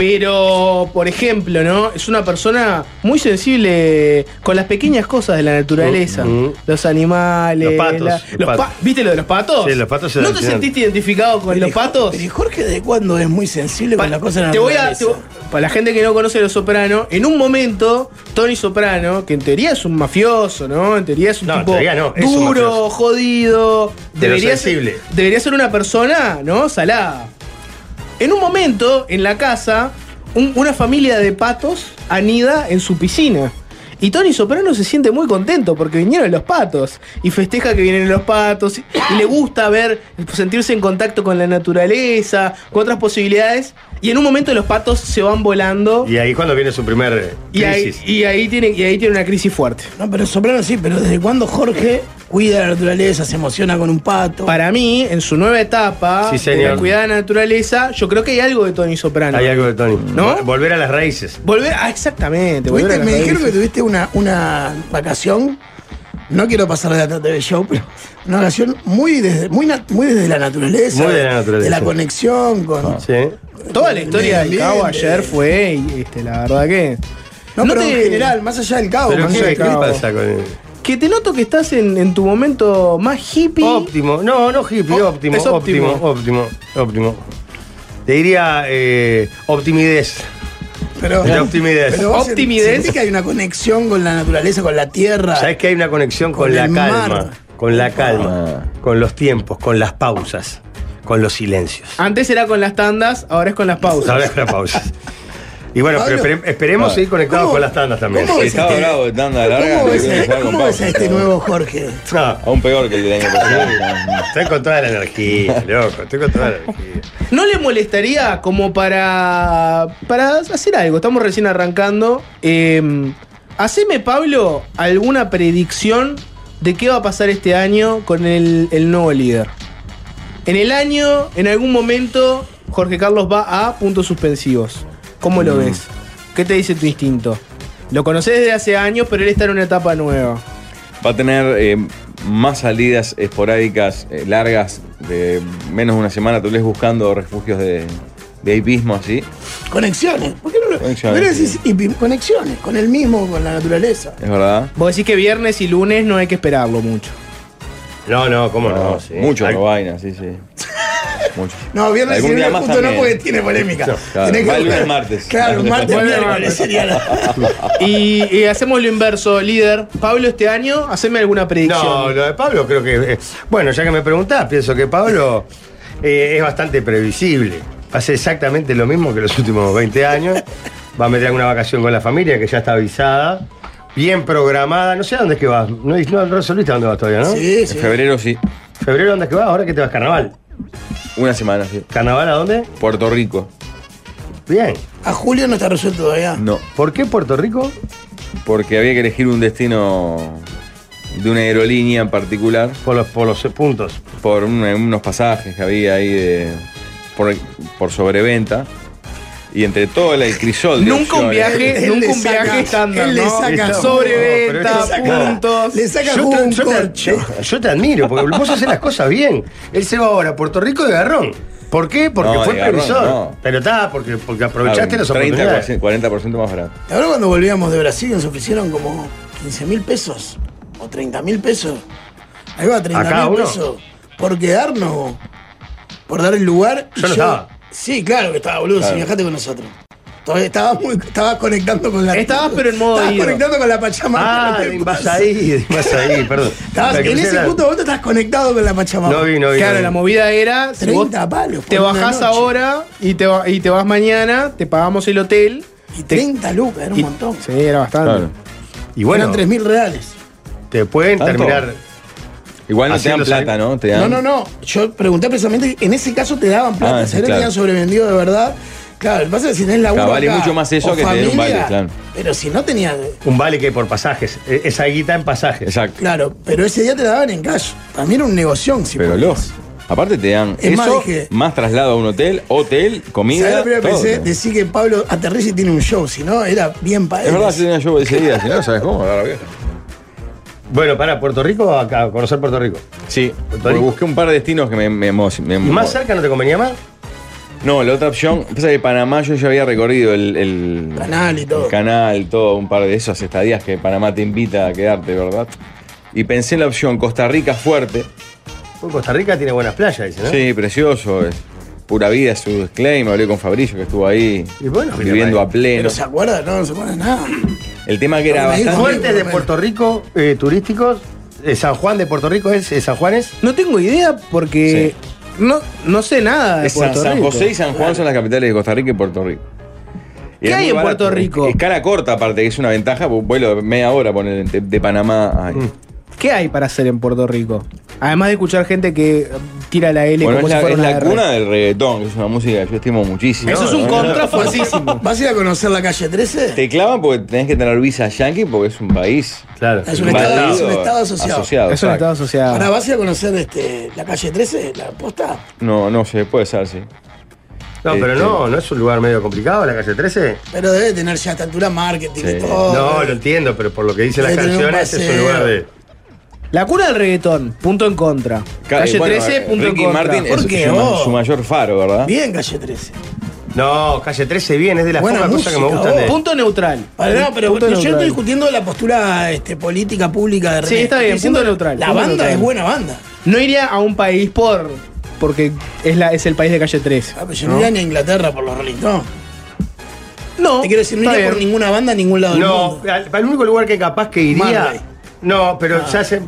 S3: Pero, por ejemplo, ¿no? Es una persona muy sensible con las pequeñas cosas de la naturaleza.
S1: Mm, mm.
S3: Los animales.
S1: Los patos,
S3: la-
S1: los
S3: los pa-
S1: patos.
S3: ¿Viste lo de los patos?
S1: Sí, los patos se
S3: ¿No
S1: dan
S3: te
S1: señal.
S3: sentiste identificado con los
S2: Pero-
S3: patos?
S2: Pero ¿y Jorge, ¿de cuándo es muy sensible
S3: Pa-
S2: con las cosas de la
S3: te voy a,
S2: naturaleza?
S3: te voy- para la gente que no conoce a Los Soprano, en un momento, Tony Soprano, que en teoría es un mafioso, ¿no? En teoría es un
S1: No, en
S3: tipo
S1: teoría no, es un
S3: duro,
S1: mafioso.
S3: jodido.
S1: Pero
S3: Debería
S1: sensible.
S3: ser, debería ser una persona, ¿no? Salada. En un momento, en la casa, un- una familia de patos anida en su piscina. Y Tony Soprano se siente muy contento porque vinieron los patos. Y festeja que vienen los patos. Y, y le gusta ver, sentirse en contacto con la naturaleza, con otras posibilidades. Y en un momento los patos se van volando.
S1: Y ahí cuando viene su primer eh,
S3: Y ahí,
S1: crisis.
S3: y ahí tiene, y ahí tiene una crisis fuerte.
S2: No, pero Soprano sí, pero ¿desde cuándo Jorge cuida la naturaleza, se emociona con un pato?
S3: Para mí, en su nueva etapa,
S1: Sí,
S3: de
S1: señor.
S3: la cuidada de la naturaleza, yo creo que hay algo de Tony Soprano.
S1: Hay algo de Tony.
S3: ¿No?
S1: Volver a las raíces.
S3: Volver ah, exactamente. volver
S2: ¿Tuviste-
S3: a la
S2: me
S3: raíz.
S2: dijeron que tuviste una, una vacación, no quiero pasar de la TV Show, pero una vacación muy desde, muy nat- muy desde la naturaleza.
S1: Muy de la naturaleza. Ah.
S2: De la conexión con...
S1: Sí.
S3: Toda la historia
S2: Bien,
S3: del cabo
S2: bien.
S3: ayer fue, y, este, la verdad que.
S2: No,
S3: No
S2: pero
S3: te-
S2: en general, más allá del
S3: Oh,
S2: caos.
S1: Pero
S2: más
S1: ¿qué,
S2: allá del
S1: qué
S2: caos.
S1: pasa con él?
S3: Que te noto que estás en, en tu momento más hippie.
S1: Óptimo. No, no hippie,
S3: Oh,
S1: óptimo,
S3: es
S1: óptimo,
S3: óptimo.
S1: óptimo, óptimo. Te diría eh, optimidez.
S2: Pero,
S1: La optimidez.
S2: pero vos sen-
S3: Optimidez.
S2: sentís que hay una conexión con la naturaleza, con la
S3: Ah.
S2: tierra.
S1: Sabes que hay una conexión con,
S2: Con
S1: la
S2: el
S1: calma,
S2: mar.
S1: con la calma,
S4: Ah.
S1: con los tiempos, con las pausas, con los silencios.
S3: Antes era con las tandas, ahora es con las pausas.
S1: Ahora con las pausas. Y bueno, pero
S2: Pablo,
S1: espere- esperemos
S4: ah,
S1: seguir conectados
S2: ¿cómo-
S1: con las tandas también.
S2: cómo
S4: Sí,
S2: ves
S4: estaba
S2: este-
S4: bravo de tanda larga.
S2: ¿Cómo
S4: me
S2: ves,
S4: tuve que
S2: a,
S4: jugar con
S2: cómo ves a
S4: Pau.
S2: este nuevo Jorge?
S1: Ah,
S4: Aún peor que el del año pasado.
S1: estoy con toda la energía, loco, estoy con toda la energía.
S3: ¿No le molestaría como para. para hacer algo? Estamos recién arrancando. Eh, haceme, Pablo, alguna predicción de qué va a pasar este año con el, el nuevo líder. En el año, en algún momento, Jorge Carlos va a puntos suspensivos. ¿Cómo lo ves? ¿Qué te dice tu instinto? Lo conoces desde hace años, pero él está en una etapa nueva.
S4: Va a tener eh, más salidas esporádicas, eh, largas, de menos de una semana, tal vez buscando refugios de, de hipismo así.
S2: Conexiones. ¿Por qué no lo
S4: Conexiones,
S2: ¿por qué no decís
S4: sí.
S2: hippie? Conexiones, con el mismo, con la naturaleza.
S4: Es verdad.
S3: Vos decís que viernes y lunes no hay que esperarlo mucho.
S1: No, no, cómo no.
S4: No,
S1: sí.
S4: Mucho
S1: Al-
S4: no vaina, sí, sí. Mucho.
S2: No, viernes
S4: Algún
S2: y
S4: día
S2: viernes
S4: más
S2: justo no
S4: también.
S2: porque tiene polémica.
S4: claro.
S2: Tenés que
S4: Va el lunes,
S2: buscar-
S4: martes.
S2: Claro, martes,
S3: Vuelve
S2: miércoles
S3: martes.
S2: sería la...
S3: Y, y hacemos lo inverso, líder. Pablo, este año, haceme alguna predicción.
S1: No, lo de Pablo creo que. eh, bueno, ya que me preguntás, pienso que Pablo eh, es bastante previsible. Hace exactamente lo mismo que los últimos 20 años. Va a meter alguna vacación con la familia que ya está avisada, bien programada. No sé a dónde es que vas. No, no resolviste a dónde vas todavía, ¿no?
S2: Sí,
S4: En
S2: sí.
S4: febrero sí.
S1: ¿Febrero dónde es que vas? ¿Ahora que te vas? ¿Carnaval?
S4: Una semana, sí.
S1: ¿Carnaval a dónde?
S4: Puerto Rico.
S1: Bien.
S2: A Julio no está resuelto todavía.
S4: No.
S1: ¿Por qué Puerto Rico?
S4: Porque había que elegir un destino de una aerolínea en particular
S1: Por los, por los puntos.
S4: por un- unos pasajes que había ahí de, por, por sobreventa. Y entre todo el crisol de
S3: Nunca un
S4: opciones-
S3: viaje,
S2: Él
S3: nunca
S2: le
S3: un
S2: saca-
S3: viaje estándar,
S2: él le
S3: ¿no?
S2: saca-
S3: Sobreventa,
S4: este
S1: No, pero esto-
S3: puntos.
S2: Le saca
S1: Yo
S2: jugo
S1: te-
S2: un
S1: yo te-
S2: corcho.
S1: Yo te admiro, porque vos haces las cosas bien. Él se va ahora a Puerto Rico de garrón. ¿Por qué? Porque
S4: No,
S1: fue
S4: de garrón,
S1: previsor.
S4: no.
S1: Pero está, porque, porque
S4: Ah,
S1: aprovechaste las
S4: 30,
S1: oportunidades.
S4: 40% más barato.
S2: Ahora cuando volvíamos de Brasil nos ofrecieron como 15 mil pesos o 30 mil pesos. Ahí va, 30
S1: cada
S2: mil
S1: uno?
S2: pesos. Por quedarnos, vos. por dar el lugar.
S1: Yo no estaba.
S2: Sí, claro que estaba, boludo,
S4: Claro.
S2: si viajaste con nosotros. Todavía estabas, muy, estabas conectando con la.
S3: Estabas, pero en modo
S2: Estabas
S3: ido.
S2: conectando con la Pachamama.
S1: Ah,
S2: ¿qué
S1: de
S2: te pasa?
S1: Invasaí, de Invasaí, perdón.
S2: Estabas-
S1: Me
S2: en
S1: crucé
S2: ese
S1: la-
S2: punto vos te estás conectado con la Pachamama.
S1: No vi, no vi.
S3: Claro,
S1: no
S3: la
S1: vi.
S3: movida era. si vos
S2: 30 palos por
S3: Te
S2: una
S3: bajás
S2: noche.
S3: ahora y te, va- y te vas mañana, te pagamos el hotel.
S2: Y
S3: te-
S2: 30 lucas, era un
S3: y-
S2: montón.
S3: Sí, era bastante.
S4: Claro.
S1: Y bueno,
S2: Eran 3 mil reales.
S1: te pueden
S4: ¿Tanto?
S1: terminar.
S4: Igual no te dan
S1: Haciendo
S4: plata,
S1: salir-
S4: ¿no? Te dan-
S2: No, no, no. Yo pregunté precisamente, en ese caso te daban plata,
S4: Ah,
S2: se
S4: claro.
S2: le tenían sobrevendido de verdad. Claro, el pasa es que si tenés laburo
S4: Claro, vale
S2: acá,
S4: mucho más eso
S2: o
S4: que tener un
S2: familia,
S4: baile, claro.
S2: Pero si no tenías,
S1: Un vale que por pasajes. eh, Esa guita en pasajes.
S4: Exacto.
S2: claro, pero ese día te la daban en cash. También era un negocio, si
S4: Pero
S2: podías.
S4: los. Aparte te dan
S2: Es más,
S4: eso,
S2: dije-
S4: más traslado a un hotel, hotel,
S2: ¿Sabés
S4: comida.
S2: lo primero que
S4: todo.
S2: pensé? Decir que Pablo Aterrici tiene un show, si no, era bien para
S4: Es
S2: él.
S4: verdad, si tenía yo ese día, si no, ¿sabes cómo? Ahora, vieja.
S1: Bueno, para Puerto Rico, acá, a conocer Puerto Rico.
S4: Sí,
S1: Puerto
S4: porque
S1: Rico.
S4: busqué un par de destinos que me, me, emo- me
S1: ¿Y
S4: emo-
S1: más cerca no te convenía más?
S4: No, la otra opción, pasa que Panamá yo ya había recorrido el, el-
S2: Canal y todo.
S4: el canal, todo, un par de esas estadías que Panamá te invita a quedarte, ¿verdad? Y pensé en la opción Costa Rica fuerte.
S1: Uy, Costa Rica tiene buenas playas, dice, ¿no?
S4: Sí, precioso. es pura vida es su disclaimer. Hablé con Fabricio que estuvo ahí
S1: Y bueno,
S4: viviendo a pleno.
S2: Pero se acuerda, no, no se acuerda nada.
S4: El tema que era
S2: Pero me dijo-
S4: bastante.
S1: Fuertes de Puerto Rico, eh, turísticos. eh, San Juan de Puerto Rico es, eh, San Juan es.
S3: No tengo idea porque. No, no sé nada de
S4: es San,
S3: Puerto
S4: San
S3: Rico.
S4: José y San Juan son las capitales de Costa Rica y Puerto Rico. Y
S3: ¿Qué
S4: es
S3: hay
S4: muy
S3: en
S4: barato,
S3: Puerto Rico?
S4: Es, es cara corta, aparte, que es una ventaja. porque Vuelo de media hora poner de, de Panamá a-
S3: Mm. ¿Qué hay para hacer en Puerto Rico? Además de escuchar gente que tira la L
S4: Bueno,
S3: como
S4: es
S3: si
S4: la,
S3: fuera
S4: es
S3: una
S4: la
S3: R.
S4: cuna del reggaetón, que es una música que yo estimo muchísimo.
S3: Eso es un contra fuertísimo.
S2: ¿Vas a ir a conocer la calle 13?
S4: Te clavan porque tenés que tener visa yankee porque es un país.
S1: Claro.
S2: Es un estado-
S4: invadido,
S2: es un estado asociado.
S3: Es un
S4: exacto.
S3: estado asociado.
S2: Ahora, ¿vas a ir a conocer este, la calle 13? ¿La posta?
S4: No, no sé, puede ser, sí.
S1: No, pero
S4: Este-
S1: no, no es un lugar medio complicado, la calle 13.
S2: Pero debe tener ya a esta altura marketing
S4: Sí.
S2: y todo.
S1: no, lo entiendo, pero por lo que dicen las
S2: Debe tener Oh. un
S1: canciones es un
S2: paseo.
S1: lugar de.
S3: La cuna del reggaetón, punto en contra.
S4: Ca-
S1: eh,
S4: eh,
S3: Calle
S4: bueno,
S3: 13, punto en
S4: Ricky
S3: contra.
S4: Martin
S2: ¿Por
S4: es
S2: qué
S4: su,
S2: vos?
S4: su mayor faro, ¿verdad?
S2: Bien, calle 13.
S1: No, calle 13 bien, es de las
S2: Buena
S1: pocas cosas que me
S2: música,
S1: gustan.
S2: vos.
S1: de-
S3: Punto neutral.
S2: Para, Ah, no, pero
S3: Punto
S2: yo
S3: neutral.
S2: estoy discutiendo la postura este, política pública de
S3: Sí,
S2: René.
S3: está bien,
S2: Estoy diciendo
S3: punto neutral,
S2: La
S3: punto
S2: banda
S3: neutral.
S2: es buena banda.
S3: No iría a un país por. porque es, la, es el país de calle 13.
S2: Ah, pero yo no iría ni a Inglaterra por los Rolling Stones.
S3: No.
S2: Te quiero decir, no
S3: está
S2: iría
S3: bien.
S2: por ninguna banda en ningún lado del
S1: No,
S2: mundo.
S1: al- al único lugar que capaz que iría.
S2: Marley.
S1: No, pero
S3: Ah.
S1: ya se,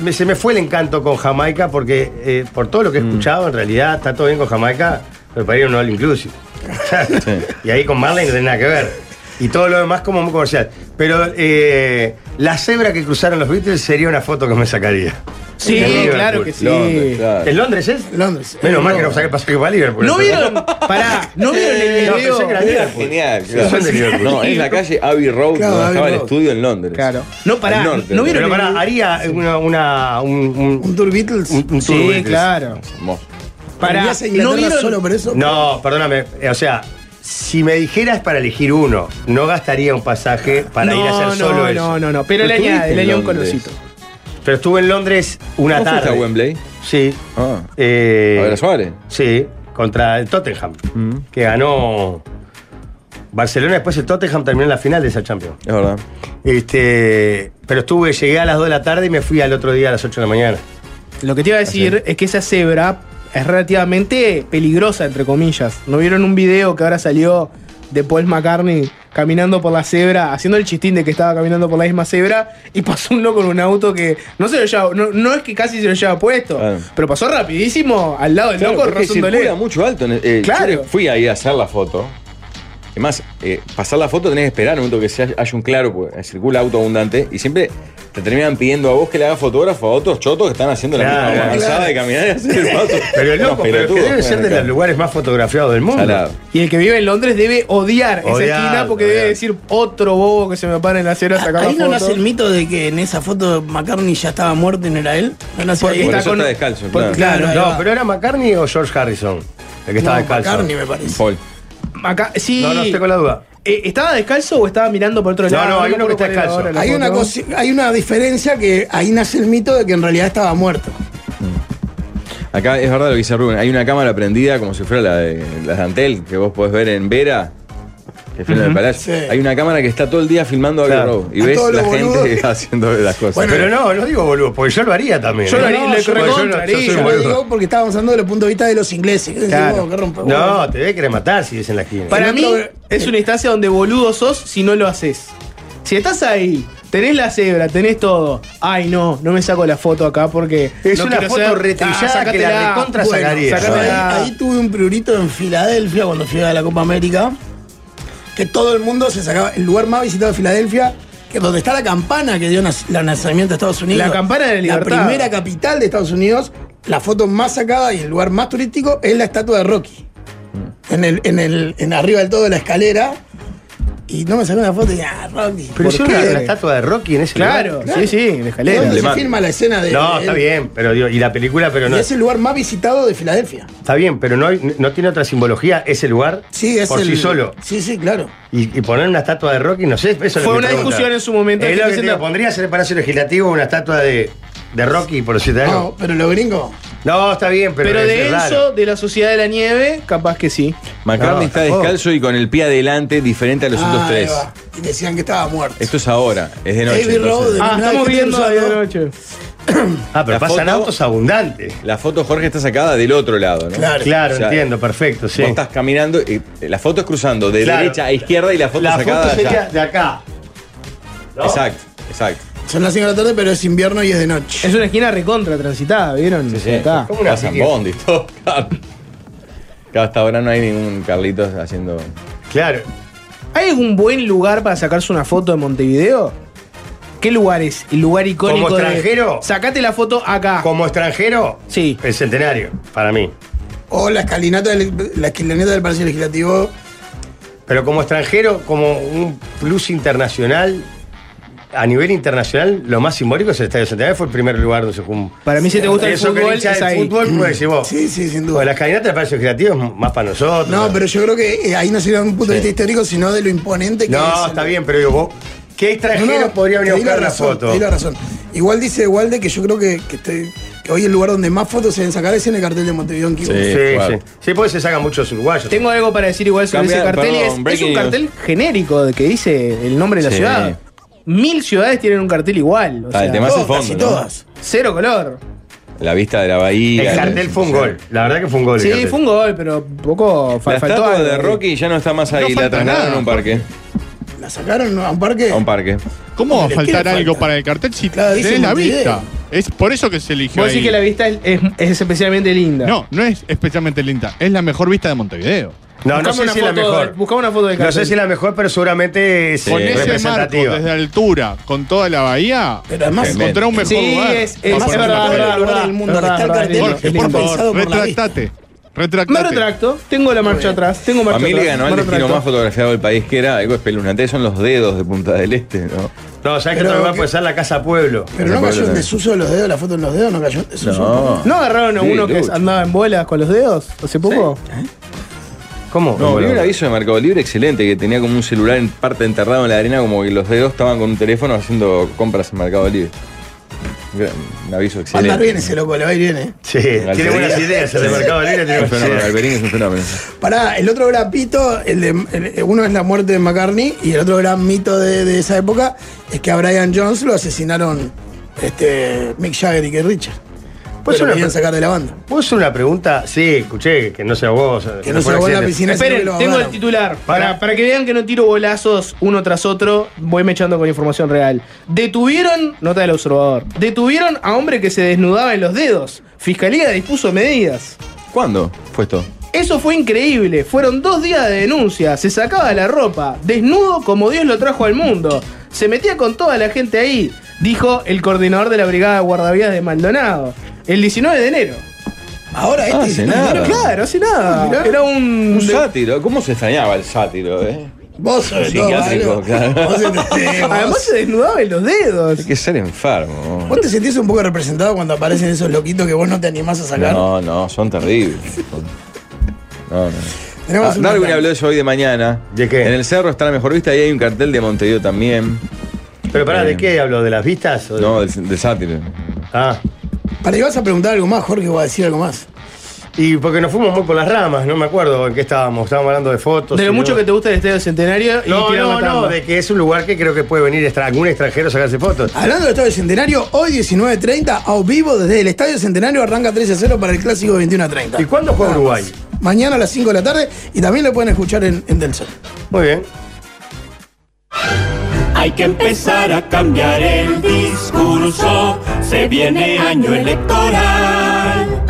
S1: me- se me fue el encanto con Jamaica porque eh, por todo lo que he escuchado, en realidad está todo bien con Jamaica, pero para ir a un All Inclusive. Y ahí con Marley no tiene nada que ver. Y todo lo demás como muy comercial. Pero eh, la cebra que cruzaron los Beatles sería una foto que me sacaría.
S3: Sí,
S1: En Liverpool.
S3: claro que sí.
S4: Londres, claro.
S1: ¿En Londres es?
S2: Londres.
S1: Menos mal que no saqué el pasaje para Liverpool.
S3: ¿No vieron? Pará, ¿no vieron
S2: Eh,
S3: el
S1: No,
S3: video?
S1: pensé que era
S4: Era
S1: Liverpool.
S4: genial.
S1: Sí,
S4: claro.
S1: son de Liverpool.
S4: No, es la calle Abbey Road,
S2: Claro,
S4: donde
S2: Abbey
S4: estaba el
S2: Road.
S4: estudio en Londres.
S3: Claro. No, pará,
S4: Al norte,
S3: ¿no vieron
S1: Pero pará, haría una, una- un, un-
S2: ¿Un Tour Beatles?
S1: un- un tour
S3: Sí,
S1: Beatles.
S3: claro.
S4: Hermoso.
S3: Pará,
S2: ¿Irías a
S3: ¿no
S2: Inglaterra
S3: vieron?
S2: solo por eso?
S1: No, perdóname. eh, O sea, si me dijeras para elegir uno, no gastaría un pasaje para
S3: no,
S1: ir a hacer solo
S3: no,
S1: eso.
S3: No, no, no, pero le
S4: ¿Estuviste
S3: añade,
S4: en
S3: le añade un
S4: Londres?
S3: colorcito.
S1: Pero estuve en Londres una
S4: ¿Vos fuiste
S1: tarde.
S4: a Wembley?
S1: Sí.
S4: Ah.
S1: Eh,
S4: ¿A ver a Suárez?
S1: Sí, contra el Tottenham, que ganó Barcelona. Después el Tottenham terminó en la final de esa Champions.
S4: Es verdad.
S1: Este, pero estuve, llegué a las 2 de la tarde y me fui al otro día a las 8 de la mañana.
S3: Lo que te iba a decir es que esa cebra es relativamente peligrosa, entre comillas. ¿No vieron un video que ahora salió de Paul McCartney caminando por la cebra, haciendo el chistín de que estaba caminando por la misma cebra y pasó un loco en un auto que no se lo lleva, no, no es que casi se lo lleva puesto,
S4: Claro.
S3: pero pasó rapidísimo al lado del
S4: Claro,
S3: loco
S4: porque
S3: rozándole.
S4: circula mucho alto. en el- eh,
S3: Claro.
S4: yo fui ahí a hacer la foto. Además, eh, pasar la foto tenés que esperar un momento que se haya, haya un claro, porque circula auto abundante. Y siempre te terminan pidiendo a vos que le hagas fotógrafo a otros chotos que están haciendo la
S1: Claro,
S4: misma
S1: claro.
S4: avanzada de caminar y hacer el paso.
S1: Pero el
S4: Unos
S1: loco, pero que
S4: pelotudos,
S1: debe ser de
S4: claro.
S1: los lugares más fotografiados del mundo.
S4: Salado.
S3: Y el que vive en Londres debe odiar,
S1: Odiar,
S3: esa esquina porque
S1: odiar.
S3: debe decir otro bobo que se me para en la cebra a sacar
S2: Ahí
S3: la
S2: no
S3: foto.
S2: nace el mito de que en esa foto McCartney ya estaba muerto y no era él. No nace
S3: Porque
S2: ahí.
S4: Por
S3: está
S4: eso
S3: con-
S4: está descalzo,
S3: por-
S4: claro.
S2: Claro, ahí
S1: no,
S2: va.
S1: pero era McCartney o George Harrison, el que estaba
S2: No,
S1: en calza.
S2: McCartney me parece.
S4: Paul.
S3: Acá- sí.
S1: No, no estoy con la duda.
S3: Eh, ¿Estaba descalzo o estaba mirando por otro
S1: No,
S3: lado?
S1: no, hay
S3: me
S1: uno que
S3: acuerdo
S1: está
S3: cuál era
S1: descalzo.
S3: ahora la
S2: Hay una,
S3: foto.
S2: cosi- hay una diferencia que ahí nace el mito de que en realidad estaba muerto.
S4: Acá es verdad lo que dice Rubén. Hay una cámara prendida como si fuera la de, la de Antel, que vos podés ver en Vera. Que filma el palacio.
S2: Sí.
S4: Hay una cámara que está todo el día filmando a Abbey
S1: Claro.
S4: Road, Y
S2: A
S4: ves
S2: todos
S4: la
S2: los
S4: gente
S2: boludos.
S4: haciendo las cosas.
S2: Bueno,
S1: Pero no, no digo boludo, porque yo lo haría también.
S3: Yo lo
S1: ¿eh?
S3: haría, lo
S1: yo-
S3: recontra
S1: yo- yo soy
S3: haría.
S1: un
S2: Yo lo
S1: boludo.
S2: digo porque estábamos hablando desde el punto de vista de los ingleses. que decís,
S3: Claro.
S2: "Oh, qué rompe-
S1: No, te ve querer matar si dicen la esquina.
S3: Para
S2: El
S3: mí
S2: otro-
S3: es una instancia donde boludo sos si no lo haces. Si estás ahí, tenés la cebra, tenés todo. Ay, no, no me saco la foto acá porque.
S1: Es
S3: no
S1: una
S3: quiero
S1: foto
S3: ser-
S1: retrillada que
S3: sacátela.
S1: la recontra
S3: Bueno,
S1: sacaría. ¿eh?
S2: Yo ahí,
S3: sacátela.
S2: ahí tuve un priorito en Filadelfia cuando fui a la Copa América. Que todo el mundo se sacaba. El lugar más visitado de Filadelfia, que es donde está la campana que dio nas- la nacimiento de Estados Unidos.
S3: La campana de la libertad.
S2: La primera capital de Estados Unidos. La foto más sacada y el lugar más turístico es la estatua de Rocky.
S1: Mm.
S2: En el, en el, en arriba del todo de la escalera. Y no me salió una foto y dije, ah, Rocky.
S1: Pero
S2: ¿por
S1: si
S2: qué?
S1: una, una estatua de Rocky en ese
S3: Claro,
S1: lugar.
S3: sí, sí, en la escalera.
S2: ¿Dónde se
S4: alemán.
S2: filma la escena de.
S1: No,
S2: de-
S1: está bien, pero digo, y la película, pero
S2: Y
S1: no.
S2: es el lugar más visitado de Filadelfia.
S1: Está bien, pero no, hay- no tiene otra simbología ese lugar
S2: Sí, es
S1: por sí
S2: el-
S1: solo.
S2: Sí, sí, claro.
S1: Y, y poner una estatua de Rocky, no sé, eso es lo
S3: Fue
S1: que
S3: una
S1: me pregunta.
S3: discusión en su momento,
S1: Es
S3: estoy
S1: lo que te
S3: diciendo-
S1: digo, ¿Pondrías en el Palacio Legislativo una estatua de, de Rocky por siete años?
S2: No, pero los gringos.
S1: No, está bien, pero.
S3: Pero
S1: es
S3: de
S1: raro.
S3: Enzo, de la Sociedad de la Nieve, capaz que sí.
S4: McCartney
S1: No,
S4: está
S1: tampoco.
S4: descalzo y con el pie adelante, diferente a los
S2: Ah,
S4: otros
S2: ahí
S4: tres.
S2: va. Y decían que estaba muerto.
S4: Esto es ahora, es de noche.
S2: Abbey Road,
S4: entonces.
S2: de-
S3: Ah,
S2: Mirá,
S3: estamos
S2: ¿qué
S3: viendo
S2: tenés
S3: ahí de
S2: usado?
S3: noche.
S1: Ah, pero
S4: La
S1: pasan
S4: foto-
S1: autos abundantes.
S4: La foto, Jorge, está sacada del otro lado, ¿no?
S2: Claro.
S1: Claro,
S4: O sea,
S1: entiendo, perfecto, sí.
S4: Vos estás caminando, y eh, la foto es cruzando de
S1: Claro.
S4: derecha a izquierda y la foto
S1: La
S4: sacada
S1: foto
S4: de allá.
S1: sería de acá. ¿no?
S4: Exacto, exacto.
S2: Son las 5 de la tarde, pero es invierno y es de noche.
S3: Es una esquina recontra transitada, ¿vieron?
S4: Sí, sí.
S3: Está.
S1: ¿Cómo una
S4: Pasan
S1: piquera?
S4: bondi, todo. Claro, hasta ahora no hay ningún Carlitos haciendo.
S1: Claro.
S3: ¿Hay algún buen lugar para sacarse una foto de Montevideo? ¿Qué lugar es? El lugar icónico.
S1: ¿Como
S3: de-
S1: extranjero?
S3: Sacate la foto acá.
S1: Como extranjero,
S3: Sí.
S1: el centenario, para mí.
S2: O la escalinata del, la escalinata del Palacio Legislativo.
S1: Pero como extranjero, como un plus internacional, a nivel internacional, lo más simbólico es el Estadio Centenario. Fue el primer lugar donde se jugó. un-
S3: Para mí, si te gusta el
S1: Eso que
S3: fútbol,
S1: el hincha
S3: es
S1: del
S3: ahí.
S1: fútbol puede decir vos.
S2: Sí, sí, sin
S1: Bueno,
S2: duda.
S1: la escalinata del Palacio Creativo es más para nosotros.
S2: No, pero yo creo que eh, ahí no sería un punto de
S4: Sí.
S2: vista histórico, sino de lo imponente que es.
S1: No, está bien, pero digo, vos, ¿qué
S2: No,
S1: extranjero
S2: no,
S1: podría venir a
S2: te di la
S1: buscar la
S2: razón,
S1: foto?
S2: te di la razón. Igual dice Walde que yo creo que, que estoy, hoy el lugar donde más fotos se deben sacar es en el cartel de Montevideo en Quibos.
S4: Sí.
S1: Sí,
S4: claro.
S1: sí. Sí, porque se sacan muchos uruguayos.
S3: Tengo algo para decir igual sobre
S4: Cambia-
S3: ese cartel. y es-
S4: perdón,
S3: es,
S4: breaking
S3: un
S4: news.
S3: cartel genérico de que dice el nombre de la
S4: Sí.
S3: ciudad. Mil ciudades tienen un cartel igual. O
S4: Ah, el
S3: sea,
S4: tema es el
S2: Todas, casi
S4: fondo, ¿no?
S2: todas.
S3: Cero color.
S4: La vista de la bahía.
S1: El cartel fue un gol. La verdad que fue un gol. el
S3: Sí,
S1: cartel.
S3: fue un gol, pero un poco fa-
S4: La
S3: faltó
S4: estatua
S3: algo.
S4: de Rocky ya no está más ahí, la
S5: falta
S4: trasladaron
S5: nada.
S4: a un parque.
S2: La sacaron a un parque.
S4: A un parque.
S5: ¿Cómo va a
S2: ¿Qué le
S5: faltar
S2: falta?
S5: algo para el cartel si
S2: Claro, dice
S5: tenés la
S2: Montevideo.
S5: vista? Es por eso que se eligió.
S3: Vos decís
S5: ahí.
S3: que la vista es, es- es especialmente linda.
S5: No, no es especialmente linda. Es la mejor vista de Montevideo.
S1: No, no
S3: Buscame
S1: sé
S3: una
S1: si es la
S3: foto-
S1: mejor.
S3: Buscame una foto del
S1: No
S3: cartel.
S1: sé si es la mejor, pero seguramente es
S4: Sí.
S5: Con
S1: eh,
S5: ese marco,
S1: representativa.
S5: desde altura, con toda la bahía,
S2: Pero además,
S4: Tremendo.
S5: encontrar un mejor
S3: Sí,
S5: lugar.
S3: es- es-
S5: para
S3: es
S2: además
S5: poner
S2: es el
S3: verdad,
S5: una foto.
S3: verdad.
S2: mejor lugar del mundo.
S3: verdad,
S2: Está el
S3: verdad,
S2: cartel
S5: Jorge,
S3: es
S5: por
S3: lindo.
S5: favor,
S2: pensado por la vista.
S5: retractate. Retractate.
S3: Me retracto, tengo la marcha atrás, tengo marcha
S4: Para mí le
S3: atrás.
S4: ganó al
S3: me
S4: destino
S3: retracto.
S4: más fotografiado del país, que era algo espeluznante. Son los dedos de Punta del Este, ¿no?
S1: No, ¿sabes que
S2: Pero
S1: otro lugar
S2: que-
S1: puede ser la Casa Pueblo?
S2: Pero no
S4: Ese
S2: cayó en
S4: pueblo
S2: desuso de los dedos, la foto en los dedos no cayó en desuso.
S4: No.
S3: ¿No agarraron a
S4: Sí,
S3: uno que
S4: Lucho.
S3: andaba en bolas con los dedos hace poco?
S1: ¿Cómo?
S4: No, vi
S1: Bueno,
S4: un aviso de Mercado Libre excelente que tenía como un celular en parte enterrado en la arena, como que los dedos estaban con un teléfono haciendo compras en Mercado Libre. Gran- Un aviso
S2: Va a andar
S4: excelente.
S2: bien ese loco, le va a ir bien, eh.
S1: Sí, tiene buenas ideas. El de Mercado Libre tiene
S4: Es un
S1: buenas
S4: fenómeno,
S1: ideas.
S4: Galperín es un fenómeno.
S2: Pará, el otro gran pito, el de, el- eh, uno es la muerte de McCartney y el otro gran mito de, de esa época es que a Brian Jones lo asesinaron este, Mick Jagger y Keith Richards.
S1: Pues
S2: Pues lo
S1: una-
S2: querían sacar de la banda.
S1: ¿Puedo hacer una pregunta? Sí, escuché, que no sea vos.
S2: Que no se ahogó en la piscina. sino que
S3: Esperen,
S2: lo
S3: tengo el
S2: ahogaron.
S3: titular.
S1: Pará.
S3: Para, para que vean que no tiro bolazos uno tras otro, voy mechando con información real. Detuvieron, nota del observador, detuvieron a hombre que se desnudaba en los dedos. Fiscalía dispuso medidas.
S4: ¿Cuándo fue esto?
S3: Eso fue increíble. Fueron dos días de denuncia. Se sacaba la ropa, desnudo como Dios lo trajo al mundo. Se metía con toda la gente ahí, dijo el coordinador de la Brigada de Guardavías de Maldonado. El 19 de enero.
S2: Ahora este
S4: Ah, hace
S2: dice,
S4: nada.
S3: Claro, así nada. Era un.
S4: Un sátiro. ¿Cómo se extrañaba el sátiro, eh?
S2: Vos sobre
S4: Un
S2: todo, Pablo.
S4: psiquiátrico, claro.
S2: Vos entendés, vos-
S3: Además se desnudaba en los dedos.
S4: Hay que ser enfermo.
S2: ¿Vos te sentís un poco representado cuando aparecen esos loquitos que vos no te animás a sacar?
S4: No, no, son terribles. No, no.
S2: Tenemos
S4: Ah,
S2: un
S4: Darwin
S2: montón.
S4: habló de eso hoy de mañana.
S1: ¿De qué?
S4: En el cerro está la mejor vista y hay un cartel de Montevideo también.
S1: Pero pará, ¿de
S4: Eh.
S1: qué hablo? ¿De las vistas? o de-
S4: No, de, de sátiro.
S1: Ah.
S2: Para ibas a preguntar algo más, Jorge, o a decir algo más.
S1: Y porque nos fuimos muy por las ramas, no me acuerdo en qué estábamos. Estábamos hablando de fotos.
S3: De lo
S1: y
S3: mucho que te gusta el Estadio Centenario. y
S1: No,
S3: tirar
S1: no,
S3: la tanda.
S1: no, de que es un lugar que creo que puede venir extra- algún extranjero a sacarse fotos.
S2: Hablando del Estadio Centenario, hoy 19.30, a vivo desde el Estadio Centenario arranca 13 a 0 para el Clásico 21 a 30.
S1: ¿Y cuándo juega Uruguay?
S2: Mañana a las 5 de la tarde y también lo pueden escuchar en, en Del Sol.
S1: Muy bien.
S6: Hay que empezar a cambiar el discurso. Se viene año electoral.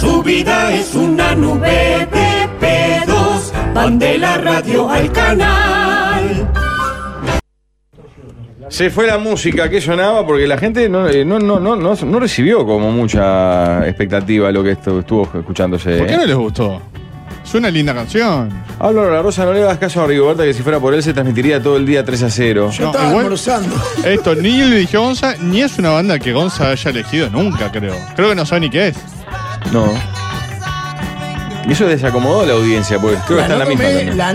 S6: Su vida es una nube de pedos. Van de la radio al canal.
S4: Se fue la música que sonaba porque la gente no, eh, no, no, no, no, no recibió como mucha expectativa lo que esto estuvo escuchándose.
S5: ¿Por qué
S4: ¿eh?
S5: no les gustó? Es una linda canción.
S4: Hablo de la Rosa, no le hagas caso a Rigoberta que si fuera por él se transmitiría todo el día 3 a 0.
S2: Yo
S5: No,
S2: estaba
S5: igual-
S2: almorzando.
S5: Esto ni lo eligió Gonza, ni es una banda que Gonza haya elegido nunca, creo. Creo que no sabe ni qué es.
S4: No. Y eso desacomodó a la audiencia, pues. porque creo que
S2: La
S4: está en la
S2: noto,
S4: misma.
S2: medio,
S4: también.
S2: la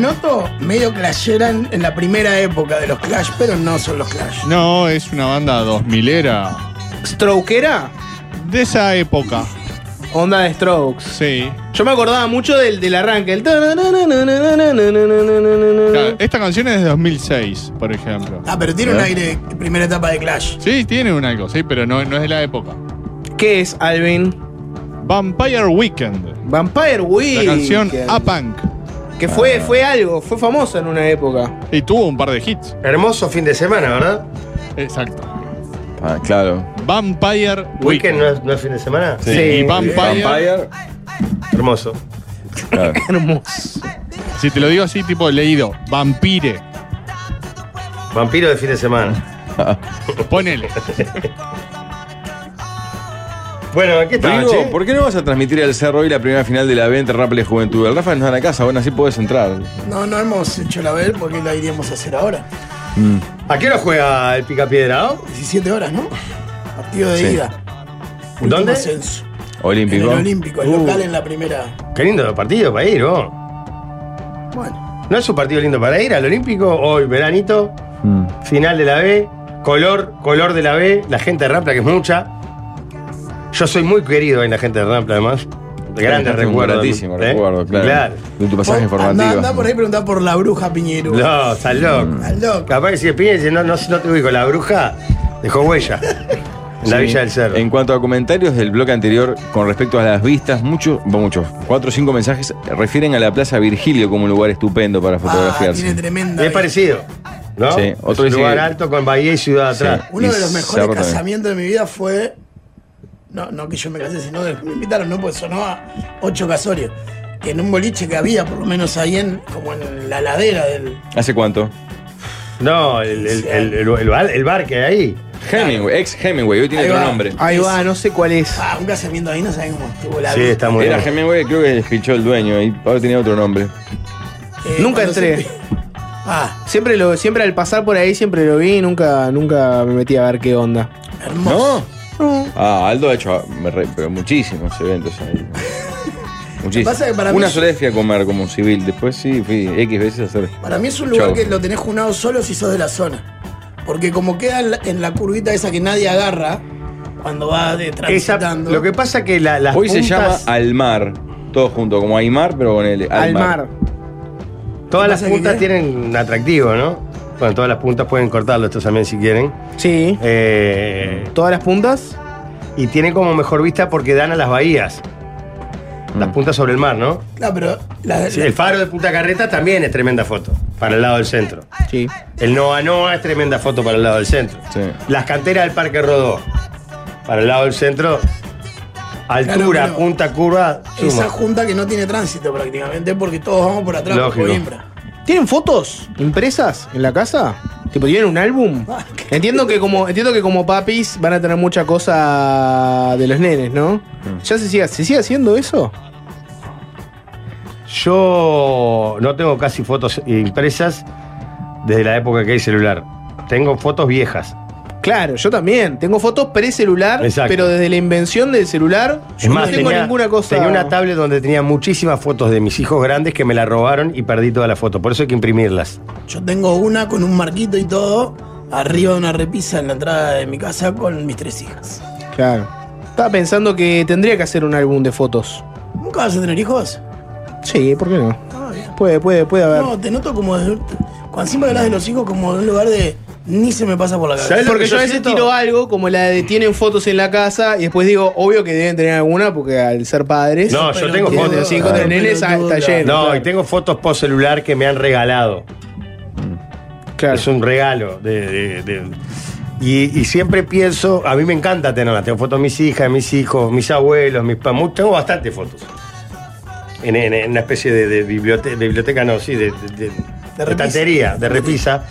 S2: noto medio clashera en, en la primera época de los Clash, pero no son los Clash.
S5: No, es una banda 2000 era.
S3: ¿Strokera?
S5: De esa época.
S3: Onda de Strokes.
S5: Sí.
S3: Yo me acordaba mucho del, del arranque. El
S5: Claro, Esta canción es de 2006, por ejemplo.
S2: Ah, pero tiene un aire de primera etapa de Clash.
S5: Sí, tiene un algo, sí, pero no, no es de la época.
S3: ¿Qué es, Alvin?
S5: Vampire Weekend.
S3: Vampire
S5: La
S3: Weekend.
S5: canción A Punk.
S3: Que fue, fue algo, fue famosa en una época.
S5: Y tuvo un par de hits.
S1: Hermoso fin de semana, ¿verdad?
S5: Exacto.
S4: Ah, claro.
S5: Vampire
S1: Weekend no
S5: Weekend.
S1: es, no es fin de semana.
S5: Sí. Y Vampire.
S4: Vampire.
S1: Hermoso.
S4: Claro.
S3: Hermoso.
S5: Si te lo digo así, tipo leído. Vampire.
S1: Vampiro de fin de semana.
S5: Ponele.
S1: Bueno, ¿qué tal?
S4: Rigo, ¿por qué no vas a transmitir al cerro hoy la primera final de la venta Raple Juventud? El Rafa no está en la casa, bueno, así puedes entrar.
S2: No, no hemos hecho la ver porque la iríamos a hacer ahora.
S1: ¿A qué hora juega el Picapiedra? oh?
S2: 17 horas, ¿no? Partido de
S4: Sí.
S2: ida. Último
S1: ¿Dónde?
S2: ascenso. En el
S4: Olímpico.
S2: Olímpico, el
S1: Uh.
S2: local en la primera.
S1: Qué lindo partido para ir, ¿no?
S2: Bueno,
S1: ¿No es un partido lindo para ir al Olímpico? Hoy, veranito,
S4: Mm.
S1: final de la B, color, color de la B, la gente de Rampla que es mucha. Yo soy muy querido en la gente de Rampla, además. Grandes
S4: Dejaste un
S1: recuerdos.
S4: Gratísimo
S1: ¿eh?
S4: recuerdo, claro. De tu pasaje informativo.
S2: Andá, andá por ahí preguntá por la bruja Ah, Piñero.
S1: No, estás loco.
S2: Al loco.
S1: Capaz que si Piña dice, no, no, no te ubico, la bruja dejó huella. En la
S4: Sí.
S1: Villa del Cerro.
S4: En cuanto a comentarios del bloque anterior con respecto a las vistas, muchos, bueno, muchos, cuatro o cinco mensajes refieren a la Plaza Virgilio como un lugar estupendo para
S2: Ah,
S4: fotografiarse.
S2: tiene tremenda.
S1: Es parecido. ¿No?
S4: Sí, otro
S1: es
S4: dice
S1: un lugar
S4: que-
S1: alto con bahía y ciudad
S4: Sí.
S1: atrás.
S2: Uno de los
S4: Y
S2: mejores
S4: Cerro también.
S2: casamientos de mi vida fue. No, no que yo me casé, sino que me invitaron, ¿no? Pues sonaba ocho casorios. Que en un boliche que había, por lo menos ahí en, como en la ladera del.
S4: ¿Hace cuánto?
S1: No, el, el- el- el- el bar, el bar que hay ahí.
S4: Hemingway, ex Hemingway, hoy tiene
S2: Ah. Ahí
S4: otro
S2: va.
S4: nombre.
S3: Ahí va, no sé cuál es.
S2: Ah, un casamiento ahí no saben cómo estuvo la
S1: Sí,
S2: vida.
S1: está muy
S4: Era
S1: bien.
S4: Hemingway, creo que despichó el dueño y ahora tenía otro nombre.
S2: Eh,
S3: Nunca
S2: cuando
S3: entré.
S2: se- Ah,
S3: Siempre, lo, siempre al pasar por ahí siempre lo vi, nunca, nunca me metí a ver qué onda.
S2: hermoso.
S4: ¿No? Ah, Aldo ha hecho ah, me re- pero muchísimos eventos ahí. Muchísimos.
S2: Pasa que para mí
S4: Una
S2: es-
S4: sola vez fui a comer como un civil, después sí fui X veces a hacer.
S2: Para mí es un lugar
S4: Chau.
S2: que lo tenés junado solo si sos de la zona. Porque como queda en la, en la curvita esa que nadie agarra cuando va de
S1: Esa-
S2: transitando.
S1: lo que pasa que la, las
S4: Hoy se llama
S1: puntas,
S4: Al Mar, todo junto, como Aymar, pero con el
S3: Al mar.
S1: todas las
S2: pasa que
S1: puntas
S2: qué?
S1: tienen un atractivo, ¿no? Bueno, todas las puntas pueden cortarlo estos también si quieren.
S3: Sí.
S1: Eh,
S3: Todas las puntas.
S1: y tienen como mejor vista porque dan a las bahías.
S4: Mm.
S1: Las puntas sobre el mar, ¿no?
S2: Claro, pero la-
S1: Sí,
S2: la-
S1: el faro de Punta Carreta también es tremenda foto para el lado del centro.
S3: Sí.
S1: El Noa Noa es tremenda foto para el lado del centro.
S4: Sí.
S1: Las canteras del Parque Rodó. Para el lado del centro, altura,
S2: Claro, pero
S1: punta, curva,
S2: esa
S1: suma.
S2: junta que no tiene tránsito prácticamente porque todos vamos por atrás
S1: Lógico.
S2: por Coimbra.
S3: ¿Tienen fotos impresas en la casa? ¿Tipo tienen un álbum?
S2: Ah,
S3: Entiendo que como entiendo que como papis van a tener mucha cosa de los nenes, ¿no?
S1: Mm.
S3: ¿Ya se sigue, se sigue haciendo eso?
S1: Yo no tengo casi fotos impresas desde la época que hay celular. Tengo fotos viejas.
S3: Claro, yo también. Tengo fotos pre-celular,
S1: Exacto.
S3: pero desde la invención del celular
S1: Es
S3: yo
S1: más,
S3: no tengo
S1: tenía,
S3: ninguna cosa.
S1: tenía una tablet donde tenía muchísimas fotos de mis hijos grandes que me la robaron y perdí todas las fotos. Por eso hay que imprimirlas.
S2: Yo tengo una con un marquito y todo arriba de una repisa en la entrada de mi casa con mis tres hijas.
S3: Claro. Estaba pensando que tendría que hacer un álbum de fotos.
S2: ¿Nunca vas a tener hijos?
S3: Sí, ¿por qué no?
S2: Ah, bien.
S3: Puede, puede, puede haber.
S2: No, te noto como de, cuando siempre hablas de los hijos como de un lugar de ni se me pasa por la cabeza.
S1: ¿Sabes lo
S3: Porque
S1: que
S3: yo a
S1: yo
S3: veces
S1: siento?
S3: tiro algo como la de tienen fotos en la casa y después digo, obvio que deben tener alguna porque al ser padres.
S1: No, yo tengo
S3: tienen
S1: fotos.
S3: cinco, tienen nenes, ah, está lleno.
S1: No,
S3: claro.
S1: y tengo fotos post celular que me han regalado.
S3: Claro.
S1: Es un regalo. de- de- de- Y, y siempre pienso, a mí me encanta tenerlas. Tengo fotos de mis hijas, de mis hijos, mis abuelos, mis pa- mu- Tengo bastantes fotos. En, en- en una especie de, de biblioteca, biblioteca, no, sí, de, de- de- de
S2: repisa.
S1: estantería, de repisa.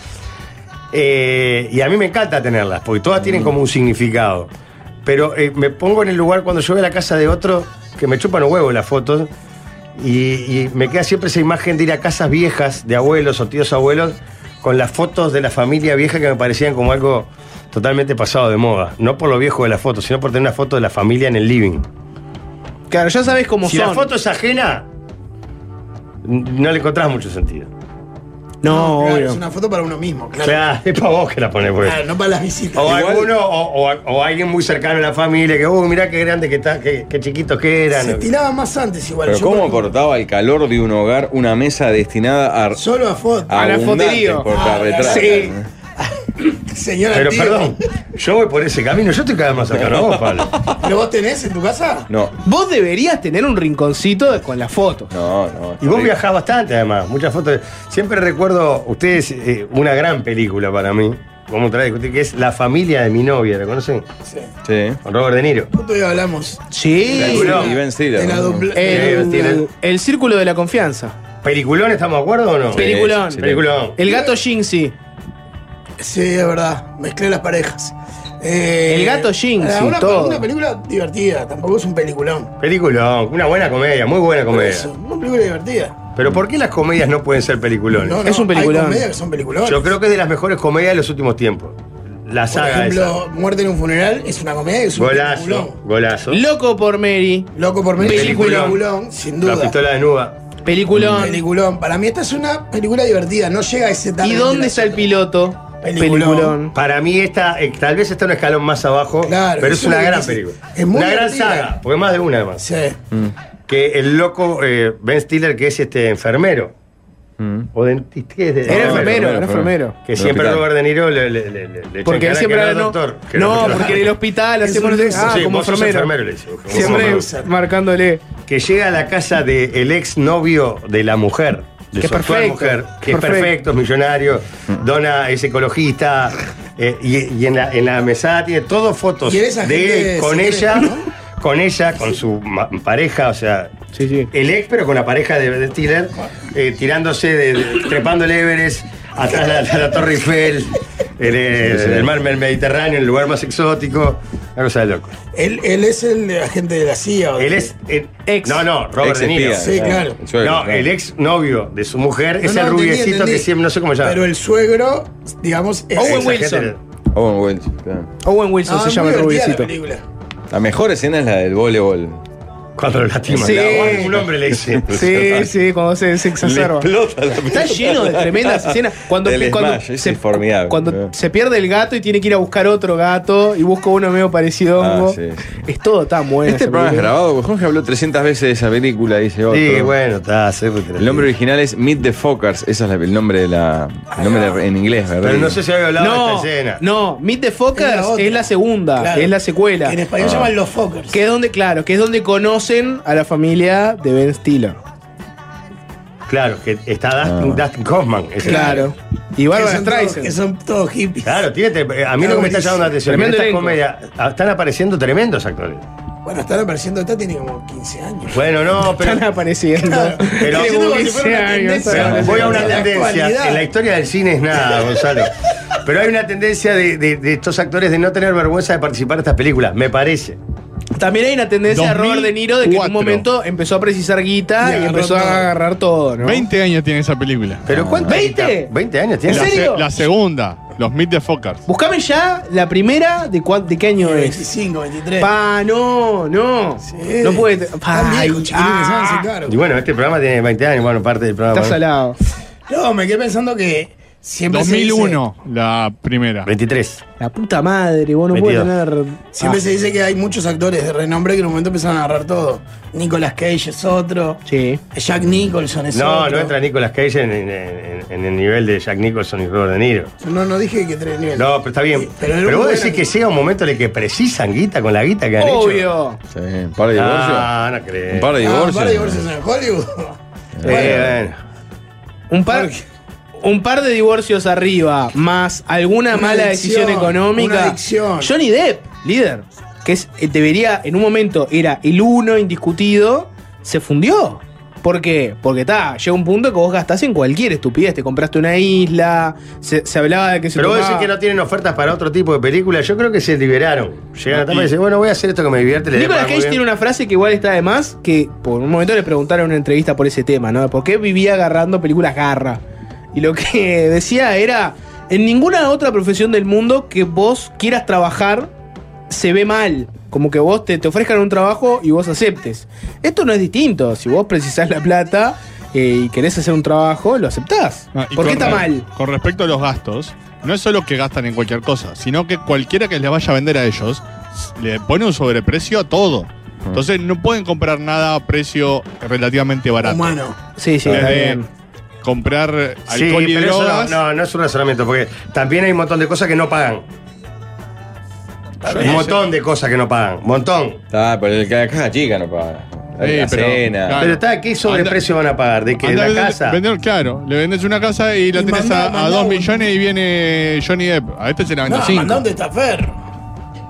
S1: Eh, y a mí me encanta tenerlas, porque todas tienen como un significado. Pero eh, me pongo en el lugar cuando yo voy a la casa de otro, que me chupan un huevo las fotos, y, y me queda siempre esa imagen de ir a casas viejas de abuelos o tíos abuelos con las fotos de la familia vieja que me parecían como algo totalmente pasado de moda. No por lo viejo de la foto, sino por tener una foto de la familia en el living.
S3: Claro, ya sabes cómo
S1: Si
S3: son.
S1: la foto es ajena, n- no le encontrás mucho sentido.
S3: No,
S2: Claro,
S3: obvio.
S2: es una foto para uno mismo, claro.
S1: Claro, es para vos que la ponés, pues.
S2: Claro, no para las visitas.
S1: O
S4: Igual-
S1: alguno, o, o- o alguien muy cercano a la familia, que, uy, mirá qué grande que está, qué, qué chiquitos que eran.
S2: Se tiraba más antes igual.
S4: Pero
S2: Yo
S4: ¿cómo
S2: por-
S4: aportaba el calor de un hogar una mesa destinada a
S2: Solo a foto.
S3: Ah, la fotería.
S4: portarretratos?
S3: Sí.
S2: Señora
S1: Pero
S2: antigua.
S1: perdón, yo voy por ese camino, yo estoy cada vez más cercano a vos, Pablo.
S2: ¿Pero vos tenés en tu casa?
S4: No,
S3: Vos deberías tener un rinconcito de- con las fotos.
S4: no, no.
S1: Y vos viajás bastante, además, muchas fotos. Siempre recuerdo, ustedes, eh, una gran película para mí, vamos a tratar de discutir, que es La familia de mi novia, ¿la conocen?
S2: Sí.
S4: Sí.
S1: Con Robert De Niro.
S2: Justo hoy hablamos.
S3: Sí.
S1: Sí, no. Eh.
S4: Y Ben Stiller,
S2: de la Eh,
S4: ¿no?
S2: dupla-
S1: Sí, tiene-
S3: El, el círculo de la confianza.
S1: ¿Peliculón, estamos de acuerdo o no?
S4: Sí,
S3: Peliculón.
S4: sí, sí.
S1: Peliculón.
S3: El gato Jinxie.
S2: Sí, es verdad. Mezclé las parejas. Eh,
S3: El gato Jinx
S2: ahora,
S3: y
S2: una,
S3: todo.
S2: Una película divertida. Tampoco es un peliculón.
S1: Peliculón, una buena comedia, muy buena
S2: Por
S1: comedia.
S2: eso, una película divertida.
S1: Pero ¿por qué las comedias no pueden ser peliculones?
S2: No, no,
S3: Es un peliculón.
S2: Hay comedias que son peliculones.
S1: Yo creo que es de las mejores comedias de los últimos tiempos. La
S2: Por
S1: saga
S2: ejemplo, Muerte en un funeral es una comedia que es
S1: esa.
S2: un
S1: Golazo,
S2: peliculón.
S1: golazo.
S3: Loco por Mary.
S2: Loco por mí,
S1: Peliculón.
S2: peliculón, sin duda.
S1: La pistola de nuba.
S3: Peliculón.
S2: Peliculón. Para mí esta es una película divertida, no llega a ese
S3: ¿Y
S2: talento.
S3: dónde está el piloto?
S2: Peliculón.
S3: Peliculón.
S1: Para mí esta, eh, tal vez está un escalón más abajo,
S2: Claro,
S1: pero es
S2: eso
S1: una
S2: es lo que
S1: gran
S2: dice.
S1: película.
S2: Es muy
S1: una gran
S2: divertida.
S1: saga, porque más de una además.
S2: Sí.
S1: Que el loco eh, Ben Stiller, que es este enfermero.
S4: Mm.
S1: O dentista. ¿qué es de-
S3: Era enfermero, era
S4: enfermero.
S3: enfermero.
S1: Que siempre
S4: Hospital.
S1: Robert De Niro le, le, le, le- le echa en
S3: Porque
S1: cara
S3: él siempre
S1: que no,
S3: no,
S1: doctor. que
S3: no,
S1: doctor.
S3: porque en el hospital
S2: Es un
S3: hacemos los
S2: loser.
S3: ah,
S1: Sí,
S3: como
S1: vos sos
S3: enfermero.
S1: enfermero, le dice, vos sos
S3: Siempre
S1: enfermero.
S3: marcándole.
S1: que llega a la casa del ex novio de la mujer, de
S3: Qué
S1: su actual
S3: perfecto,
S1: mujer, que
S3: qué
S1: es perfecto, es millonario, dona es ecologista, eh, y, y en, la, en la mesada tiene todo fotos
S2: Y eres
S1: de
S2: agente
S1: él con
S2: secreto,
S1: ella,
S2: ¿no?
S1: con ella, con su ma- pareja, o sea,
S3: Sí, sí.
S1: el ex, pero con la pareja de, de Tiller, eh, tirándose, de, de- trepando el Everest, atrás de la, de la Torre Eiffel, en el,
S4: Sí, sí.
S1: en el mar Mediterráneo, en el lugar más exótico, una cosa de loco.
S2: Él, él es el agente de la CIA. ¿o
S1: Él
S2: qué?
S1: es... eh,
S3: Ex.
S1: No, no, Robert
S4: Ex
S1: De Niro.
S4: espía,
S2: Sí, claro.
S4: El suegro,
S1: no, eh.
S4: claro.
S1: el ex novio de su mujer
S2: No,
S1: es
S2: no,
S1: el
S2: entendí,
S1: rubiecito que
S2: entendí.
S1: siempre, no sé cómo se llama.
S2: Pero el suegro, digamos, es.
S3: Owen
S1: Esa gente-
S3: Wilson.
S4: Owen Wilson, claro.
S3: Owen Wilson
S2: Ah,
S3: se
S2: es
S3: llama
S2: muy
S3: el
S2: divertida
S3: rubiecito.
S2: la película.
S4: La mejor escena es la del voleibol.
S1: Cuando lo lastiman.
S3: Sí.
S1: La- un hombre le dice.
S3: Sí, sí, cuando se, se exacerba.
S4: explota la
S3: Está lleno de tremendas escenas. Cuando,
S4: Del
S3: cuando
S4: Smash, es formidable.
S3: cuando se pierde el gato y tiene que ir a buscar otro gato y busca uno medio parecido. a hongo.
S4: Ah, sí, sí.
S3: Es todo tan bueno.
S4: Este programa es grabado, porque Jorge habló 300 veces de esa película, dice otro.
S1: Sí, bueno, está, pues, se fue
S4: El nombre original es Meet the Fockers, ese es la- el nombre de la. El nombre de- en inglés, ¿verdad?
S1: Pero no sé si había hablado de
S3: No,
S1: esta escena.
S3: no, Meet the Fockers
S2: Es
S3: es
S2: la
S3: la,
S2: otra.
S3: segunda,
S2: Claro.
S3: Ah, es la secuela.
S2: Que en español
S4: Ah.
S2: llaman los fuckers.
S3: Que es donde, claro, que es donde conocen a la familia de Ben Stiller.
S1: Claro, que está Dustin, Dustin Kaufman. ese.
S3: Claro. Y
S2: Que
S3: Barbara
S2: son todos-
S3: Streisand.
S2: que son todos hippies.
S1: Claro, tiene tre- eh, a mí
S2: Está
S1: lo que me está
S2: buenísimo.
S1: llamando la atención
S3: Tremendo
S1: es que en
S3: elenco.
S1: estas comedias ah, están apareciendo tremendos actores.
S2: Bueno, están apareciendo, esta tiene como 15 años.
S1: Bueno, no, pero,
S3: Están apareciendo.
S1: pero-
S3: Tiene como
S2: Como si
S3: 15
S2: fuera una
S3: años,
S2: tendencia.
S3: ¿sabes?
S1: pero voy a una
S2: de la
S1: tendencia.
S2: actualidad.
S1: En la historia del cine es nada, Gonzalo. Pero hay una tendencia de, de- de estos actores de no tener vergüenza de participar en estas películas, me parece.
S3: También hay una tendencia a Robert
S5: 2004.
S3: De Niro de que en un momento empezó a precisar guita
S2: Y
S3: y,
S2: agarró
S3: empezó a
S2: todo.
S3: agarrar todo, ¿no?
S5: 20 años tiene esa película.
S1: ¿Pero cuánto?
S3: ¿Veinte?
S1: 20 años tiene.
S3: ¿En
S5: La, se-
S3: serio?
S5: la segunda, los Meet the Fockers.
S3: Buscame ya la primera de, cuán- de qué año es.
S2: 25, 23.
S3: Pa, no, no.
S2: Sí.
S3: No puede. Pa,
S2: Están viejos,
S3: ay,
S2: chiquilines,
S3: ah.
S2: háganse cargo.
S1: Y bueno, este programa tiene 20 años, bueno, parte del programa.
S3: Está salado.
S2: No, me quedé pensando que siempre se dice-
S5: 2001, la primera.
S1: 23.
S3: La puta madre, vos no puedes
S1: 22.
S3: tener.
S2: Siempre
S3: Ah.
S2: se dice que hay muchos actores de renombre que en un momento empezaron a agarrar todo. Nicolas Cage es otro.
S3: Sí.
S2: Jack Nicholson es
S1: No,
S2: otro.
S1: no entra Nicolas Cage en, en- en- en el nivel de Jack Nicholson y Robert De Niro.
S2: No, no dije que tres niveles.
S1: No, pero está bien.
S2: Sí,
S1: Pero,
S2: era un
S1: vos
S2: buen
S1: decís que
S2: actor.
S1: llega un momento en el que precisan guita con la guita que han hecho.
S3: Obvio.
S4: Sí, un par de divorcios.
S1: Ah, no
S4: un
S1: crees.
S4: par de
S2: Ah, un
S4: divorcios.
S2: par de divorcios en Hollywood.
S1: Eh,
S3: Un par. Un par de divorcios arriba, más alguna
S2: Una
S3: mala
S2: adicción,
S3: decisión económica.
S2: una adicción.
S3: Johnny Depp, líder, que es, eh, debería, en un momento era el uno indiscutido, se fundió. ¿Por qué? Porque está, llega un punto que vos gastás en cualquier estupidez. Te compraste una isla, se, se hablaba de que se
S1: Pero vos
S3: tomaba-
S1: decís que no tienen ofertas para otro tipo de películas. Yo creo que se liberaron. Llegan a etapa y dicen, bueno, voy a hacer esto que me divierte. le debe
S3: Nicolas
S1: pagar
S3: Cage
S1: muy
S3: tiene
S1: bien.
S3: una frase que igual está de más, que por un momento le preguntaron en una entrevista por ese tema, ¿no? ¿Por qué vivía agarrando películas garra? Y lo que decía era, en ninguna otra profesión del mundo que vos quieras trabajar se ve mal. Como que vos te, te ofrezcan un trabajo y vos aceptes. Esto no es distinto. Si vos precisás la plata eh, y querés hacer un trabajo, lo aceptás.
S5: Ah, y
S3: ¿Por qué
S5: con-
S3: está mal?
S5: Con respecto a los gastos, no es solo que gastan en cualquier cosa, sino que cualquiera que les vaya a vender a ellos s- le pone un sobreprecio a todo. Entonces no pueden comprar nada a precio relativamente barato.
S2: Humano.
S3: Sí, sí, está
S5: Desde
S3: bien.
S5: comprar eh,
S1: Sí,
S5: alcohol y
S1: pero eso no,
S5: drogas.
S1: no, no es un razonamiento, porque también hay un montón de cosas que no pagan. Un montón de cosas que no pagan. Un montón.
S4: Ah, pero el que la caja chica no paga. La,
S5: Sí,
S4: la
S5: pero-
S4: cena.
S5: claro.
S1: Pero está, ¿qué sobreprecio van a pagar? ¿De que
S5: Andá a
S1: la
S5: vender-
S1: casa?
S5: vender- claro, le vendes una casa y la
S2: Y
S5: tenés
S2: mandá-
S5: a- a,
S2: mandá
S5: 2
S2: un-
S5: millones y viene Johnny Depp. A este se la vende
S2: No,
S5: 5.
S2: mandá un testafer.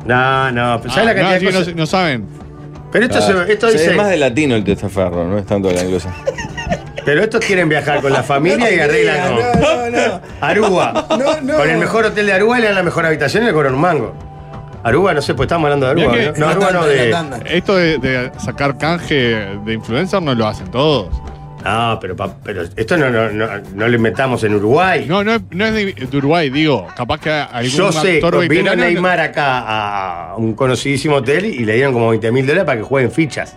S1: No, no, pero ¿sabes la cantidad de cosas?
S5: Ah, no, saben.
S1: Pero esto,
S4: Claro.
S1: se- esto
S4: Sí,
S1: dice,
S4: Es más de latino el testaferro, no es tanto el anglosa.
S1: pero estos quieren viajar con la familia y arreglan
S2: No,
S1: con
S2: no, no.
S1: Aruba.
S2: No, no.
S1: Con el mejor hotel de Aruba le dan la mejor habitación y le cobran un mango. Aruba, no sé, pues estamos hablando de
S5: Mirá
S1: Aruba.
S5: que-
S1: ¿no? No, Aruba no
S2: La
S1: de...
S2: tanda.
S5: Esto de, de sacar canje de influencer no lo hacen todos.
S1: No, pero, pa- pero esto no, no, no, no lo inventamos en Uruguay.
S5: No, no es, no es de, de Uruguay, digo. Capaz que algún
S1: Yo sé,
S5: actor
S1: vino
S5: veterano-
S1: Neymar acá a un conocidísimo hotel y le dieron como 20 mil dólares para que jueguen fichas.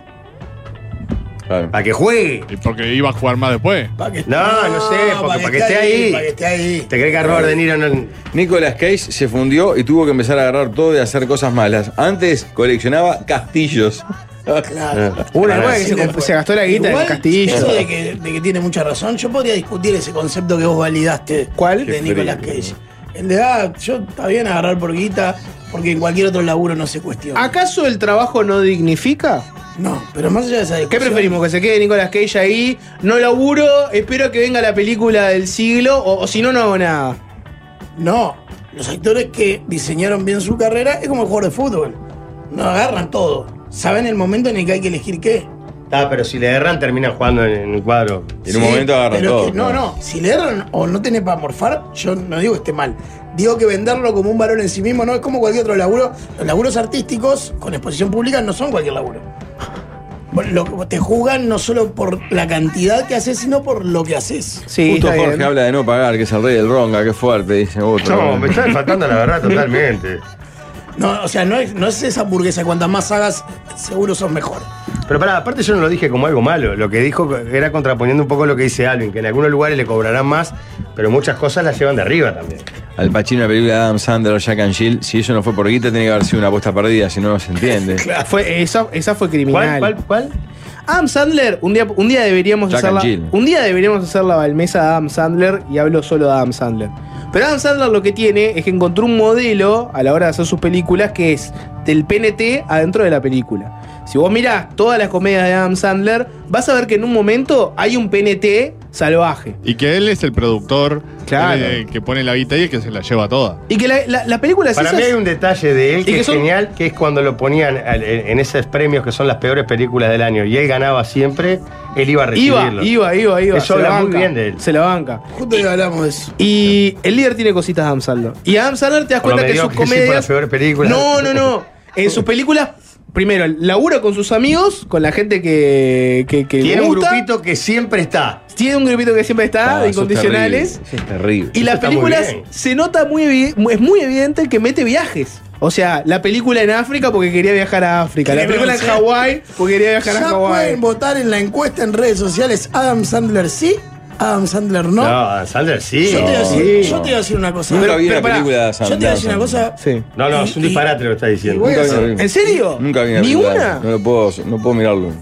S4: Claro.
S1: Para que juegue.
S5: Y porque iba a jugar más después.
S2: Pa' que-
S1: No, no sé, porque
S2: pa'
S1: para que esté ahí.
S2: Para que esté ahí.
S1: ¿Te crees que a Robert De Niro no.?
S4: Nicolas Cage se fundió y tuvo que empezar a agarrar todo y hacer cosas malas. Antes coleccionaba castillos.
S2: Claro.
S3: Una nueva que
S2: Sí,
S3: se, comp-
S2: después.
S3: se gastó la guita
S2: Igual,
S3: en Castillo.
S2: Eso de que, de que tiene mucha razón. Yo podría discutir ese concepto que vos validaste.
S3: ¿Cuál?
S2: De
S4: Qué
S2: Nicolas
S4: frío.
S2: Cage. El de, ah, yo está bien agarrar por guita, porque en cualquier otro laburo no se cuestiona.
S3: ¿Acaso el trabajo no dignifica?
S2: No, pero más allá de esa
S3: ¿Qué
S2: discusión,
S3: preferimos? ¿Que se quede Nicolas Cage ahí? No laburo, espero que venga la película del siglo, o, o si no, no hago nada.
S2: No, los actores que diseñaron bien su carrera es como el jugador de fútbol. No agarran todo. Saben el momento en el que hay que elegir qué.
S1: Ah, pero si le erran, terminan jugando en, en el cuadro.
S4: En un momento agarran
S2: pero
S4: todo,
S2: es que- no,
S4: claro.
S2: no. Si le erran o no tenés para morfar, yo no digo que esté mal. Digo que venderlo como un valor en sí mismo no es como cualquier otro laburo. Los laburos artísticos con exposición pública no son cualquier laburo. Vos- Lo, que- te juzgan no solo por la cantidad que haces, sino por lo que haces.
S3: Sí,
S4: Justo
S3: está
S4: Jorge
S3: bien.
S4: habla de no pagar, que es el rey del ronga, qué fuerte, dice "Oh, otro.
S1: No, me está faltando la verdad totalmente.
S2: No, o sea, no es, no es esa hamburguesa. Cuantas más hagas, seguro sos mejor.
S1: Pero pará, aparte yo no lo dije como algo malo. Lo que dijo era contraponiendo un poco lo que dice Alvin, que en algunos lugares le cobrarán más, pero muchas cosas las llevan de arriba también.
S4: Al Pacino, la película de Adam Sandler, Jack and Jill, si eso no fue por guita, tiene que haber sido una apuesta perdida, si no, no se entiende.
S3: Fue, esa, esa fue criminal.
S1: ¿Cuál, cuál, cuál?
S3: Adam Sandler, un día, un día deberíamos
S4: Jack and
S3: hacerla.
S4: Jill.
S3: Un día deberíamos hacer la balmesa de Adam Sandler y hablo solo de Adam Sandler. Pero Adam Sandler lo que tiene es que encontró un modelo a la hora de hacer sus películas que es del PNT adentro de la película. Si vos mirás todas las comedias de Adam Sandler, vas a ver que en un momento hay un PNT salvaje.
S5: Y que él es el productor
S3: Claro.
S5: él es el que pone la guita y el que se la lleva toda.
S3: Y que la, la- las películas
S1: Para
S3: esas-
S1: mí hay un detalle de él que,
S3: que
S1: es
S3: son-
S1: genial, que es cuando lo ponían al- en en esos premios que son las peores películas del año y él ganaba siempre, él iba a
S3: Iba,
S1: recibirlo.
S3: iba, iba, iba.
S1: Eso
S3: se la
S1: habla muy
S3: banca,
S1: bien de él.
S3: Se la banca.
S2: Justo hoy hablamos de eso.
S3: Y el líder tiene cositas de Adam Sandler. Y Adam Sandler te das
S1: Por lo
S3: cuenta que sus
S1: mediocre, sí, por las
S3: comedias.
S1: peores películas.
S3: No, no, no. En sus películas, primero, labura con sus amigos, con la gente que, que, que
S1: Tiene
S3: le
S1: un
S3: gusta.
S1: grupito que siempre está.
S3: Tiene un grupito que siempre está,
S4: Ah,
S3: de
S4: eso es
S3: incondicionales.
S4: terrible, eso Es terrible.
S3: Y
S1: Eso
S3: las
S1: está muy
S3: películas
S1: bien.
S3: se nota muy evi- es muy evidente que mete viajes. O sea, la película en África porque quería viajar a África. La
S2: Qué
S3: película en
S2: grosería.
S3: Hawái porque quería viajar a
S2: Ya
S3: Hawái.
S2: pueden votar en la encuesta en redes sociales Adam Sandler sí, Adam Sandler
S1: No,
S2: no.
S1: Adam Sandler sí.
S2: yo, te voy
S1: No,
S2: a decir,
S4: sí,
S2: yo
S4: no.
S2: te voy a decir una cosa.
S4: Nunca vi
S3: pero
S4: una
S3: pará,
S4: película de Adam
S2: yo te voy a decir una cosa.
S3: Sí.
S1: No, no, es un
S2: Y- y-
S1: disparate lo que está diciendo.
S2: voy a
S4: Nunca vi-
S3: ¿En serio?
S4: Nunca vi una
S3: ¿Ni
S4: película.
S3: una?
S4: No, lo puedo, no puedo mirarlo.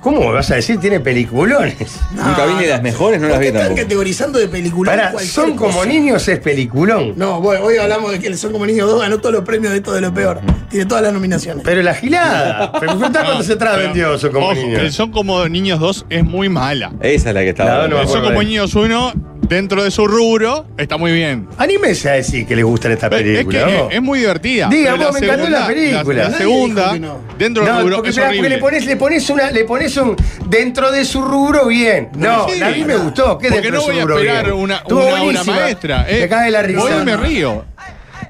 S1: ¿Cómo vas a decir? Tiene peliculones.
S4: Nunca vi ni las mejores, no las vi
S2: Porque están
S4: tampoco.
S2: categorizando de película.
S1: Pará, son como niños es peliculón.
S2: No, bueno, hoy hablamos de que Son como niños 2 ganó todos los premios de esto de lo peor. Tiene todas las nominaciones.
S1: Pero la gilada. Me preguntás
S5: No,
S1: cuánto Ah, se traba
S5: Ah, pero-
S1: vendió Son como
S5: ojo, el
S1: niños.
S5: Son como niños 2 es muy mala.
S4: Esa es la que estaba.
S1: No, no,
S5: El Son
S1: acuerdo
S5: como
S1: de-
S5: niños 1, dentro de su rubro, está muy bien.
S1: Anímese a decir que les gustan estas
S5: Pero Es que
S1: películas. ¿no?
S5: es, es muy divertida.
S1: Diga,
S5: Pero
S1: vos, me encantó la película.
S5: La,
S1: Nadie
S5: segunda,
S2: dijo que no.
S5: dentro del
S1: No,
S5: rubro,
S1: porque,
S5: es
S1: esperá, porque
S5: horrible.
S1: le pones, le pones una, le pones un dentro de su rubro bien. No,
S5: Sí,
S1: a mí me gustó. ¿Qué
S5: Porque
S1: dentro
S5: no
S1: de su
S5: voy a
S1: rubro
S5: esperar
S1: bien?
S5: una,
S1: Estuvo
S5: una obra
S1: buenísima.
S5: maestra.
S1: Te
S5: eh.
S1: cagas de la risa.
S5: Hoy me río.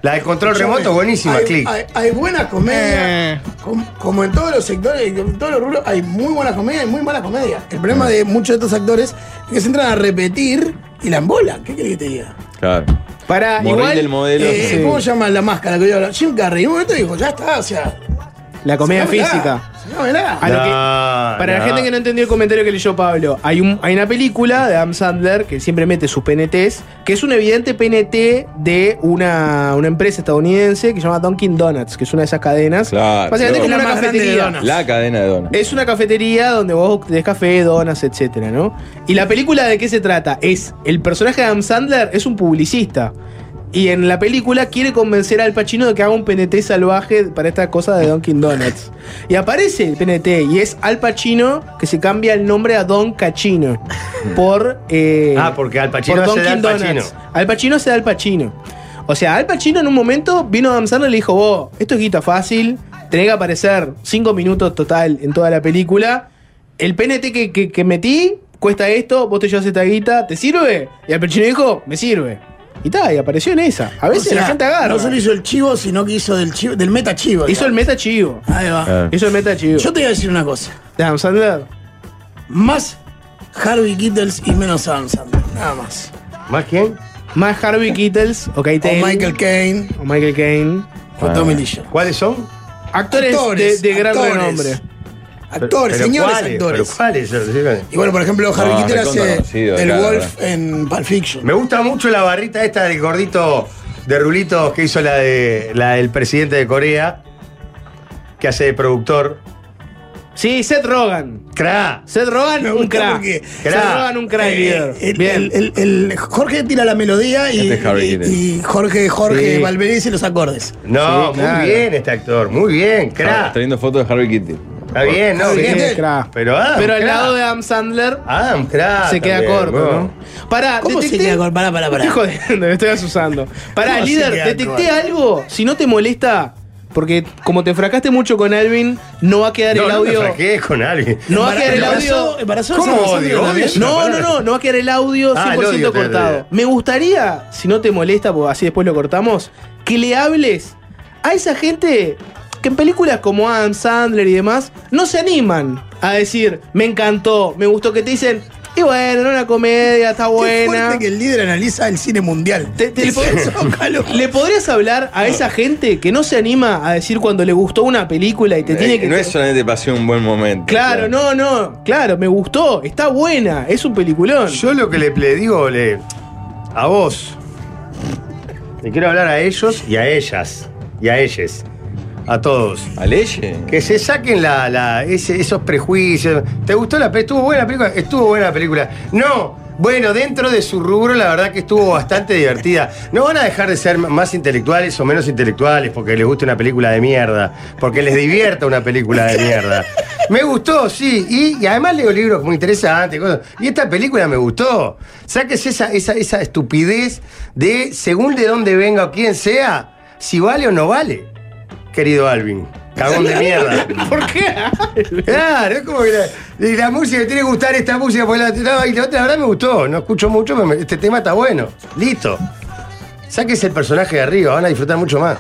S1: La del control remoto, buenísima,
S2: hay,
S1: click.
S2: Hay, hay buena comedia.
S5: Eh.
S2: Com- como en todos los sectores, en todos los rubros, hay muy buena comedia y muy mala comedia. El problema de muchos de estos actores es que se entran a repetir y la embolan. ¿Qué querés que te diga?
S4: Claro.
S3: Para
S4: Morir
S3: igual
S4: del modelo.
S2: Eh,
S4: Sí.
S2: ¿Cómo se llama la máscara que yo hablo? Jim Carrey. En un momento dijo, ya está, o sea.
S3: la comedia
S2: sacámela,
S3: física.
S2: sacámela.
S3: A lo que-
S1: No,
S3: para
S1: no.
S3: la gente que no entendió el comentario que leyó Pablo, hay, un, hay una película de Adam Sandler que siempre mete sus PNTs, que es un evidente PNT de una, una empresa estadounidense que se llama Dunkin' Donuts, que es una de esas cadenas.
S4: Claro.
S3: Básicamente
S4: Yo-
S3: es como
S2: La
S3: una
S2: más grande de
S3: cafetería.
S2: donuts.
S4: La cadena de
S1: Eh,
S4: donas.
S3: Es una cafetería donde vos tenés café, donas, etcétera, ¿no? Y la película de qué se trata es el personaje de Adam Sandler es un publicista. Y en la película quiere convencer al Pacino de que haga un PNT salvaje para esta cosa de Dunkin' Donuts. Y aparece el PNT y es Al Pacino que se cambia el nombre a Don Cachino. Por. eh,
S1: Ah, porque Al Pacino
S3: por
S1: hace de
S3: Dunkin'
S1: Al Pacino.
S3: Donuts. Al Pacino se da Al Pacino. O sea, Al Pacino en un momento vino a Sandler y le dijo, vos, esto es guita fácil, tenés que aparecer 5 minutos total en toda la película. El PNT que, que- que metí cuesta esto, vos te llevas esta guita, ¿te sirve? Y Al Pacino dijo, me sirve. Y tal, y apareció en esa. A veces
S2: O sea,
S3: la gente agarra.
S2: No solo hizo el chivo, sino que hizo del, chivo, del meta chivo.
S3: Hizo el
S2: digamos.
S3: meta chivo.
S2: Ahí va.
S4: Ah.
S3: Hizo el meta chivo.
S2: Yo te voy a decir una cosa.
S3: De Adam Sandler.
S2: Más Harvey Kittles y menos Adam Sandler. Nada más.
S1: ¿Más quién?
S3: Más Harvey Kittles, ok, Taylor,
S2: O Michael Caine.
S3: o Michael Caine.
S2: O Tommy Lee Jones.
S1: ¿Cuáles son?
S3: Actores, de- de, gran
S2: actores.
S3: renombre.
S2: Actores, señores
S1: ¿cuáles?
S2: actores.
S1: ¿Pero cuáles?
S2: Y bueno, por ejemplo, Harry
S4: No,
S2: Keter
S4: recontra
S2: hace
S4: conocido,
S2: el
S4: claro,
S2: Wolf en Pulp Fiction.
S1: Me gusta mucho la barrita esta del gordito de Rulitos que hizo la de la del presidente de Corea, que hace de productor.
S3: Sí, Seth Rogan.
S1: ¡Cra!
S3: Seth
S2: Me
S3: Rogan, un
S2: gusta
S3: crack.
S2: porque- Eh,
S3: Seth
S1: Crack.
S3: Rogan, un crack. líder.
S2: El-
S3: Bien.
S2: el- el- el- Jorge tira la melodía y,
S4: Este es Harry
S2: y-
S4: Keter.
S2: y Jorge, Jorge
S3: Sí.
S2: Valverde dice los acordes.
S1: No,
S3: Sí,
S1: muy
S3: claro.
S1: bien este actor, muy bien, cra.
S4: Ah, Está viendo fotos de Harvey Kitty.
S1: Está bien, no,
S2: Sí,
S1: bien.
S2: Keter.
S3: crack.
S1: Pero Adam,
S3: Pero al
S1: crack.
S3: lado de Adam Sandler
S1: Adam, cra.
S3: se queda
S1: también,
S3: corto,
S1: bueno.
S3: ¿no? Pará,
S2: ¿Cómo se
S3: detecté-
S2: queda con- Pará, pará, pará.
S3: Estoy jodiendo, me estoy asusando. Pará,
S2: ¿Cómo se
S3: líder,
S2: queda
S3: detecté
S2: actual?
S3: algo. Si no te molesta, porque como te fracaste mucho con Alvin, no va a quedar
S1: No,
S3: el
S1: no me
S3: audio.
S1: saqué con alguien.
S3: No va a quedar el
S2: Embarazó-
S3: audio.
S2: embarazó
S1: ¿Cómo
S2: a Sandra
S1: odio?
S2: Sandra
S1: Odio
S2: también.
S1: esa
S3: No, no,
S1: palabra.
S3: no, no va a quedar el audio 100%
S1: Ah, el audio, te-
S3: cortado. Me gustaría, si no te molesta, porque así después lo cortamos, que le hables a esa gente que en películas como Adam Sandler y demás no se animan a decir, me encantó, me gustó, que te dicen, y bueno, era una comedia, está
S2: Qué
S3: buena.
S2: fuerte que el líder analiza el cine mundial.
S3: Te- te- le,
S2: Dice,
S3: podrías,
S2: "Zócalo".
S3: le podrías hablar a esa gente que no se anima a decir cuando le gustó una película y te tiene
S4: Eh,
S3: que...
S4: no es solamente pasé un buen momento.
S3: Claro, no, no, claro, me gustó, está buena, es un peliculón.
S1: Yo lo que le, le digo le, a vos, le quiero hablar a ellos y a ellas, y a ellas, a todos.
S4: ¿A Leye?
S1: Que se saquen la, la- ese- esos prejuicios. ¿Te gustó la película? ¿Estuvo buena la película? Estuvo buena la película. No, bueno, dentro de su rubro la verdad que estuvo bastante divertida. No van a dejar de ser más intelectuales o menos intelectuales porque les guste una película de mierda, porque les divierta una película de mierda. Me gustó, sí, y, y además leo libros muy interesantes. cosas. Y esta película me gustó. Sáquese esa, esa, esa estupidez de según de dónde venga o quién sea, si vale o no vale, querido Alvin. Cagón de mierda.
S3: ¿Por qué?
S1: Claro, es como que la, y la música, me tiene que gustar esta música, porque la, no, y la otra, la verdad me gustó, no escucho mucho, pero me- este tema está bueno. Listo. Sáquese el personaje de arriba, van a disfrutar mucho más.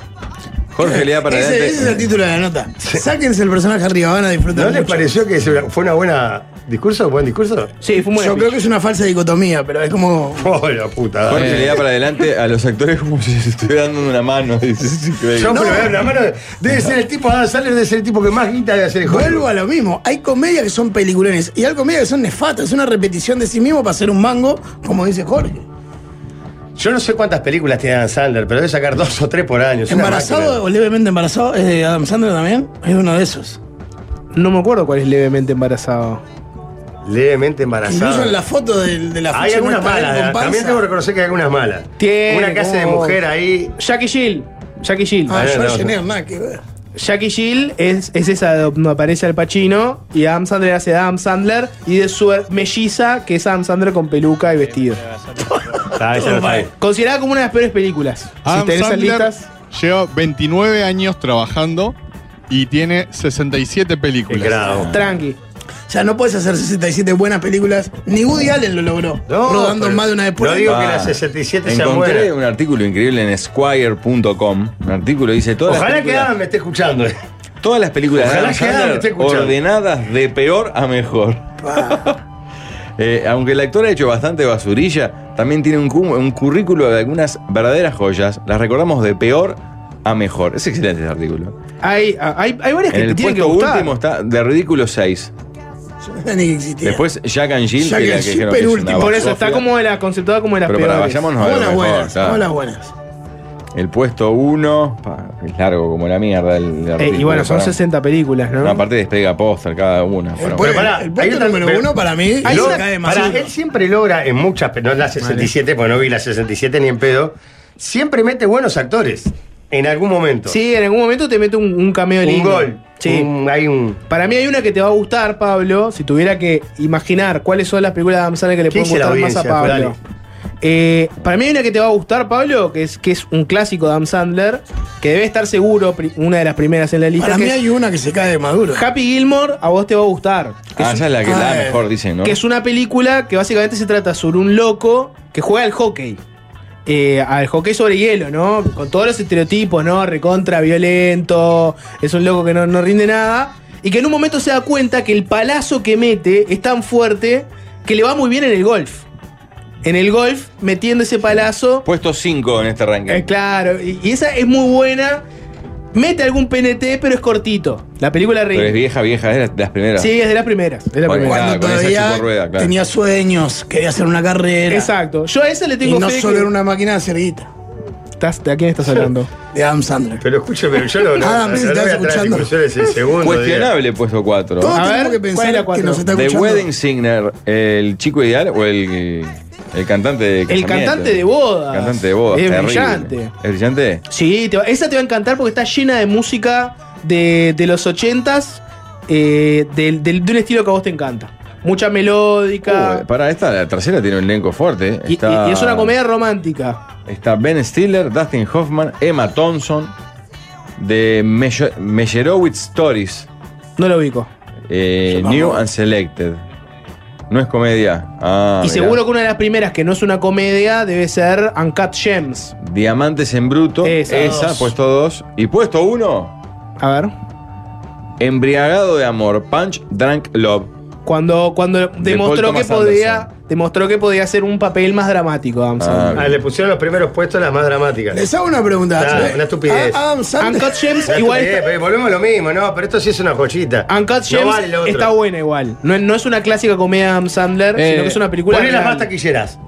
S4: Jorge le da para
S2: Ese,
S4: adelante.
S2: ese es el título de la nota. Sáquense el personaje arriba, van a disfrutar.
S1: ¿No les
S2: mucho.
S1: pareció que se- fue una buena discurso? ¿Buen discurso?
S3: Sí, fue un buen
S2: Yo creo
S3: speech.
S2: que es una falsa dicotomía, pero es como.
S1: Oh, la puta. dale.
S4: Jorge le da para adelante a los actores como si les estuviera dando una mano. Dice, "Es increíble".
S1: Yo pero veo la mano. Debe ser el tipo, Adam Sandler debe ser el tipo que más guita debe hacer el
S2: Vuelvo a lo mismo. Hay comedias que son peliculones y hay comedias que son nefastas. Es una repetición de sí mismo para hacer un mango, como dice Jorge.
S1: Yo no sé cuántas películas tiene Adam Sandler, pero debe sacar dos o tres por año. es una
S2: Embarazado
S1: máquina.
S2: o levemente embarazado, es de Adam Sandler también. Es uno de esos.
S3: No me acuerdo cuál es levemente embarazado.
S1: Levemente
S2: Incluso
S1: embarazado.
S2: en la foto del- de, la
S1: Hay
S2: ficha
S1: algunas
S2: nuestra
S1: malas, eh,
S2: de comparsa.
S1: también tengo que reconocer que hay algunas malas.
S3: Tiene
S1: Una casa de
S3: como-
S1: mujer ahí.
S3: Jackie Jill. Jackie Jill.
S2: Ah,
S1: Ah, no,
S2: Schwarzenegger, nada que ver.
S3: Jackie Jill es, es esa donde aparece Al Pacino y Adam Sandler hace de Adam Sandler y de su melliza que es Adam Sandler con peluca y vestido.
S1: Ah, esa no está bien.
S3: Considerada como una de las peores películas. si
S5: Adam
S3: tenés esas
S5: Sandler
S3: listas.
S5: lleva 29 años trabajando y tiene 67
S1: Qué
S5: películas.
S1: grado.
S3: Tranqui.
S2: O sea, no puedes hacer 67 buenas películas. Ni Woody Allen lo logró.
S1: No,
S2: rodando
S1: pero
S2: más de una vez por
S1: no
S2: año.
S1: digo- que las 67 sean
S4: Ah. Encontré
S1: buenas.
S4: un artículo increíble en Squire.com. Un artículo que dice todas
S1: Ojalá
S4: las
S1: que
S4: películas,
S1: Adam me esté escuchando. eh.
S4: todas las películas de
S1: Ojalá
S4: Adam
S1: que Adam
S4: Sandler
S1: esté escuchando.
S4: ordenadas de peor a mejor. Eh, aunque el actor ha hecho bastante basurilla, también tiene un, cu- un currículo de algunas verdaderas joyas. Las recordamos de peor a mejor. Es excelente ese artículo.
S3: Hay, hay, hay varias que
S4: En
S3: te
S4: el
S3: tienen que
S4: puesto
S3: gustar.
S4: último está de ridículo 6.
S2: Yo no sabía ni que existía.
S4: Después Jack and Jill,
S2: Jack
S4: que la
S2: and
S4: que
S2: Jill,
S4: dijeron que es una
S2: penúltimo.
S3: Por eso está
S4: basofia.
S3: como de la conceptuada como de las
S4: Pero para
S3: peores.
S4: vayámonos a
S2: Como
S4: ver.
S2: las
S4: mejor,
S2: buenas,
S4: claro.
S2: como las buenas.
S4: El puesto 1. Es largo como la mierda. El, el
S3: Eh, y
S4: artículo,
S3: bueno, son
S4: pará.
S3: 60 películas, ¿no? Eh,
S4: No, aparte despega póster cada una.
S2: El,
S4: Bueno,
S2: puesto-
S1: pará,
S2: el
S1: hay
S2: puesto
S1: otra-
S2: número
S1: pero-
S2: uno para mí
S1: Hay
S2: es
S1: una-
S2: cae más
S1: pará,
S2: uno.
S1: él siempre logra en muchas, pero no en la 67, porque no vi la 67 ni en pedo. Siempre mete buenos actores en algún momento.
S3: Sí, en algún momento te mete un, un cameo
S1: un
S3: lindo.
S1: gol.
S3: Sí.
S1: un- hay un.
S3: Para mí hay una que te va a gustar, Pablo, si tuviera que imaginar cuáles son las películas de Adam Sandler que le
S1: ¿Qué
S3: pueden
S1: dice la
S3: gustar más a
S1: audiencia?
S3: Pablo. Eh, para mí hay una que te va a gustar, Pablo, que es, que es un clásico de Adam Sandler, que debe estar seguro, pri- una de las primeras en la lista,
S2: Para
S3: que
S2: mí
S3: es
S2: hay una que se cae de maduro.
S3: Happy Gilmore, a vos te va a gustar. Que
S4: ah,
S3: es
S4: esa es la que la
S2: Ah, eh.
S4: mejor, dicen, ¿no?
S3: que es una película que básicamente se trata sobre un loco que juega al hockey. Eh, al hockey sobre hielo, ¿no? Con todos los estereotipos, ¿no? Recontra, violento, es un loco que no, no rinde nada. Y que en un momento se da cuenta que el palazo que mete es tan fuerte que le va muy bien en el golf. En el golf,
S4: Pues,
S3: metiendo ese palazo.
S4: Puesto 5 en este ranking.
S3: Eh, claro, y, y esa es muy buena. Mete algún PNT, pero es cortito. La película
S4: Pero es
S3: re...
S4: vieja, vieja, es de las- de las primeras.
S3: Sí, es de las primeras. Es la
S4: Bueno,
S3: primera.
S4: claro,
S2: Cuando
S4: con esa
S2: todavía
S4: chicorrueda, claro.
S2: tenía sueños, quería hacer una carrera.
S3: Exacto. Yo a ese le
S2: Y
S3: tengo
S2: no
S3: fe
S2: solo
S3: que-
S2: era una máquina de hacer guita,
S3: ¿Estás- ¿De a quién estás hablando?
S2: de Adam Sandler.
S1: Pero escúchame, yo lo, lo,
S2: Ah, me
S1: lo- lo voy a
S2: estás
S1: traer
S2: escuchando.
S1: discusiones el segundo. día.
S4: Cuestionable puesto 4.
S2: Todos
S3: A
S2: tenemos
S3: ver,
S2: que
S3: ¿cuál es la
S2: pensar que
S3: cuatro?
S2: nos está
S4: The
S2: escuchando.
S4: Wedding Singer, el chico ideal o el, el cantante de
S3: El
S4: casamiento?
S3: cantante de boda.
S4: Cantante de boda.
S3: Es
S4: terrible.
S3: brillante.
S4: ¿Es brillante?
S3: Sí, te va- esa te va a encantar porque está llena de música de, de los ochentas, eh, del- del- de un estilo que a vos te encanta. Mucha melódica.
S4: Uh, para esta, la tercera tiene un elenco fuerte. eh.
S3: y,
S4: Está-
S3: y- y es una comedia romántica.
S4: Está Ben Stiller, Dustin Hoffman, Emma Thompson, de Mejo- Meyerowitz Stories,
S3: No lo ubico.
S4: eh, New and Selected. No es comedia. Ah,
S3: y
S4: mirá.
S3: seguro que una de las primeras que no es una comedia debe ser Uncut Gems.
S4: Diamantes en Bruto,
S3: Esa,
S4: esa,
S3: dos.
S4: puesto 2. Y puesto 1,
S3: A ver.
S4: Embriagado de Amor, Punch, Drunk, Love.
S3: Cuando, cuando demostró que
S4: Thomas
S3: podía.
S4: Anderson.
S3: Demostró que podía hacer un papel más dramático, Adam Sandler.
S1: Ah, le pusieron los primeros puestos las más dramáticas.
S2: Les hago una pregunta.
S1: Claro,
S2: ¿Eh?
S1: una estupidez.
S2: Ah, Adam Sandler.
S3: Uncut Gems
S1: Una
S3: igual.
S1: estupidez, pero eh, volvemos a lo mismo, no, pero esto sí es una joyita.
S3: Uncut
S1: no
S3: Gems
S1: vale lo otro.
S3: está buena igual. No, es- no es una clásica comedia de Adam Sandler,
S7: Eh,
S3: sino que es una película.
S1: Poné las
S3: real.
S1: más taquilleras.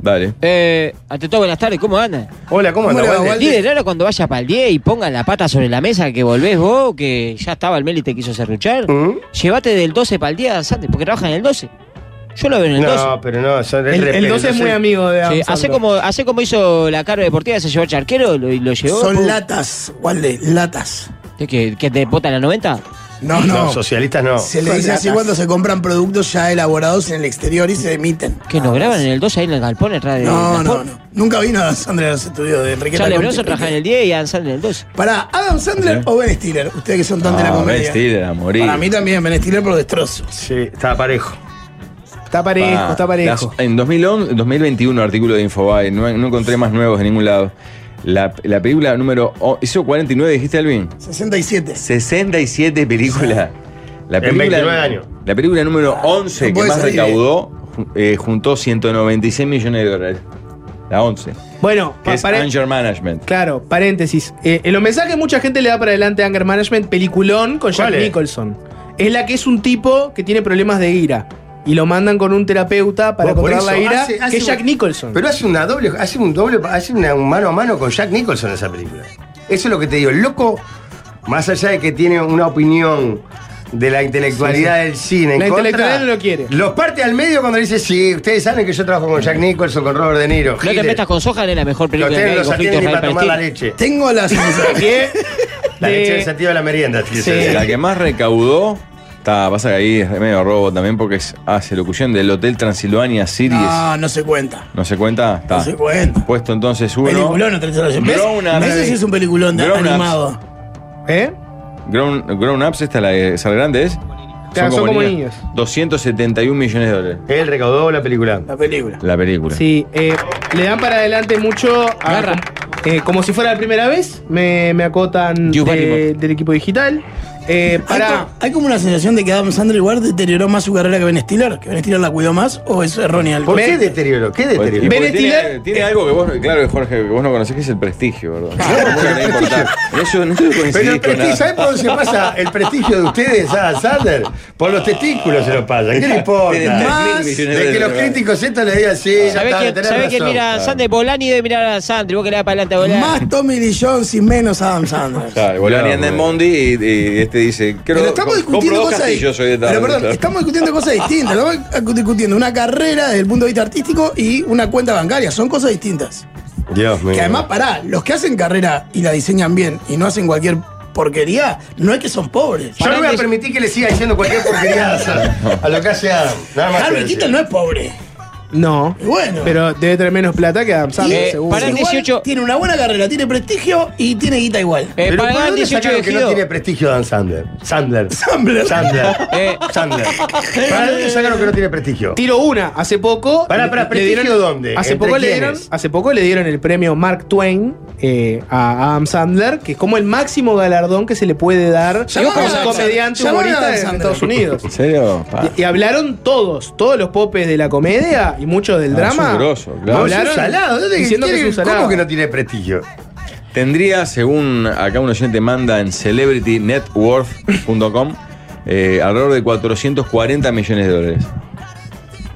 S4: Dale.
S7: Eh, ante todo, buenas tardes, ¿cómo andan?
S1: Hola, ¿cómo
S2: Hola,
S1: anda, Walde?
S2: Walde.
S7: Líder, ahora cuando vaya para el 10 y pongan la pata sobre la mesa que volvés vos, que ya estaba el Meli y te quiso serruchar,
S1: ¿Mm?
S7: llévate del 12 para el 10 Santi, porque trabaja en el 12. Yo lo veo en el 12.
S1: No, pero no, son
S3: El, el 12 es muy amigo de Adam
S7: Sí, hace,
S3: Sandler.
S7: como, hace como hizo la carga deportiva, se llevó al charquero lo- y lo, llevó.
S2: Son
S7: pum.
S2: latas, Walde, latas.
S7: ¿Qué- ¿Que, que te botan la 90?
S2: No,
S1: No,
S2: no.
S1: socialistas no.
S2: se le dice así cuando se compran productos ya elaborados en el exterior y se emiten.
S7: Que
S1: Ah,
S7: nos graban en el 12 ahí en el galpón detrás de
S2: No, no,
S7: Transport.
S2: no. Nunca vino Adam Sandler a los estudios de Enrique
S7: Charles
S2: Taconte.
S7: Bronson trabaja en el 10 y Adam Sandler en el 12.
S2: Pará, ¿Adam Sandler
S4: Sí.
S2: o Ben Stiller? Ustedes que son tan de la
S4: Ah,
S2: comedia.
S4: ben Stiller, a morir.
S2: Para mí también, Ben Stiller por destrozo.
S1: Sí, está parejo.
S3: Está parejo,
S4: Ah,
S3: está parejo.
S4: las- en 2011, 2021, artículo de Infobae, no, no encontré más nuevos de ningún lado. La, la película número. oh, ¿Hizo 49, dijiste, Alvin?
S2: 67.
S4: 67 películas. La
S1: En 29 años.
S4: La película número 11
S2: Ah, No
S4: que
S2: puede
S4: más
S2: salir,
S4: recaudó ju- eh, juntó 196 millones de dólares. La 11.
S3: Bueno,
S4: Que es
S3: pare-
S4: Anger Management.
S3: Claro, paréntesis. Eh, en los mensajes mucha gente le da para adelante a Anger Management, peliculón con Jack
S1: ¿Cuál es?
S3: Nicholson. Es la que es un tipo que tiene problemas de ira. Y lo mandan con un terapeuta para
S1: Bueno, por
S3: controlar la
S1: eso,
S3: ira,
S1: hace- hace
S3: que es Jack
S1: un-
S3: Nicholson.
S1: Pero hace una doble, hace un doble, hace una- un mano a mano con Jack Nicholson esa película. Eso es lo que te digo. El loco, más allá de que tiene una opinión de la intelectualidad del cine. en
S3: La
S1: contra,
S3: intelectualidad no lo quiere.
S1: Los parte al medio cuando le dice, sí, ustedes saben que yo trabajo con Jack Nicholson, con Robert De Niro.
S7: No te
S1: Hitler.
S7: metas con Sohan, es la mejor
S1: Los
S7: película que
S1: tienen,
S7: hay de
S1: los
S7: conflicto
S1: atienden ni para tomar la
S7: Israel-Palestina.
S1: leche.
S2: Tengo la sensación.
S3: Que-
S1: La
S3: de-
S1: leche en el sentido de la merienda. tío.
S3: Sí.
S4: Eh, La que más recaudó. Está, pasa que ahí es medio robo también porque es, hace locución del Hotel Transilvania Series. No,
S2: No, no se cuenta.
S4: se cuenta? Está.
S2: Ah. No se cuenta.
S4: Puesto entonces uno.
S2: Peliculón, no te lo ¿Ves?
S4: Grown-ups.
S2: ¿Ves? Ese sí es un peliculón de-
S4: Grown-ups.
S2: animado.
S3: ¿Eh?
S4: Grown, Grown Ups, esta la que sale grande es.
S3: Claro, son como niños.
S4: 271 millones de dólares.
S1: Él recaudó la película.
S2: La película.
S4: La película.
S3: Sí, eh, le dan para adelante mucho. a-
S7: Garra.
S3: eh, como si fuera la primera vez, me, me acotan
S7: Drew
S3: de-
S7: Barrymore.
S3: del equipo digital. Eh,
S2: Hay,
S3: para.
S2: co- hay como una sensación de que Adam Sandler igual deterioró más su carrera que Ben Stiller, que Ben Stiller la cuidó más, o es erróneo.
S1: ¿Por qué deterioro? ¿Qué
S4: Pues, Porque
S1: deterioro?
S4: tiene-
S3: Ben
S4: tiene,
S3: Stiller-
S4: tiene algo que vos, claro, Jorge, que vos no conocés, que es el prestigio, ¿verdad? Vos no tenés importado. Eso no coincidís
S1: Pero el
S4: con
S1: prestigio,
S4: nada.
S1: ¿sabes por dónde se pasa el prestigio de ustedes, Adam Sander? Por los testículos se lo pasa. ¿Qué le
S4: Tienen
S1: importa?
S4: tres
S1: Más
S4: mil millones
S1: de que
S4: dólares,
S1: los
S4: ¿verdad?
S1: críticos estos le digan sí, ya
S7: ¿Sabés
S1: está,
S7: quién,
S1: tenés
S7: sabés quién
S1: razón.
S7: mira a Sandler? Bolani debe mirar a Sandler. Vos que le das para adelante a Bolani.
S2: Más Tommy Lee Jones y menos Adam Sandler.
S4: Claro, Bolani anda en Mondi y, y este dice, creo
S2: Pero estamos
S4: co- compro
S2: discutiendo
S4: dos
S2: cosas.
S4: castillos, soy de tal.
S2: pero perdón, estamos discutiendo cosas distintas. Estamos discutiendo una carrera desde el punto de vista artístico y una cuenta bancaria. Son cosas distintas.
S1: Dios mío.
S2: Que además, pará, los que hacen carrera y la diseñan bien y no hacen cualquier porquería, no es que son pobres.
S1: Yo no voy a permitir que le siga diciendo cualquier porquería a Adam, a lo que hace Adam. Nada más.
S2: Harvey
S1: quiero decir.
S2: Keitel no es pobre.
S3: No.
S2: Y bueno.
S3: Pero debe tener menos plata que Adam Sandler,
S7: Eh,
S3: seguro.
S7: para el
S2: Igual
S7: 18.
S2: Tiene una buena carrera, tiene prestigio y tiene guita igual.
S7: Eh,
S1: Pero
S7: para
S1: ¿por
S7: ganar
S1: dónde
S7: 18
S1: sacaron
S7: de
S1: que no
S7: Gido.
S1: tiene prestigio Dan Sander? Sander.
S2: Sandler.
S1: Sander.
S7: Eh.
S1: Sander. ¿Para dónde sacaron que no tiene prestigio?
S3: Tiro una, hace poco.
S1: Pará, pará, ¿prestigio dónde?
S3: Hace
S1: ¿Entre
S3: poco, le dieron,
S1: quiénes?
S3: hace poco le dieron el premio Mark Twain eh, a Adam Sandler, que es como el máximo galardón que se le puede dar a
S2: Llamá a
S3: un
S2: Adam
S3: comediante
S2: Sandler. Llamá a
S3: humorista
S2: Adam
S3: en
S2: Sandler.
S3: Estados Unidos.
S4: ¿En serio? Pa.
S3: Y, y hablaron todos, todos los popes de la comedia y muchos del
S4: Ah, es
S3: drama.
S4: un grosso, claro.
S1: No, es un
S3: Hablaron
S1: salado. ¿dónde-
S3: diciendo que
S1: tiene-
S3: es un salado.
S1: ¿Cómo que no tiene prestigio?
S4: Tendría, según acá un oyente manda en celebritynetworth.com, eh, alrededor de 440 millones de dólares.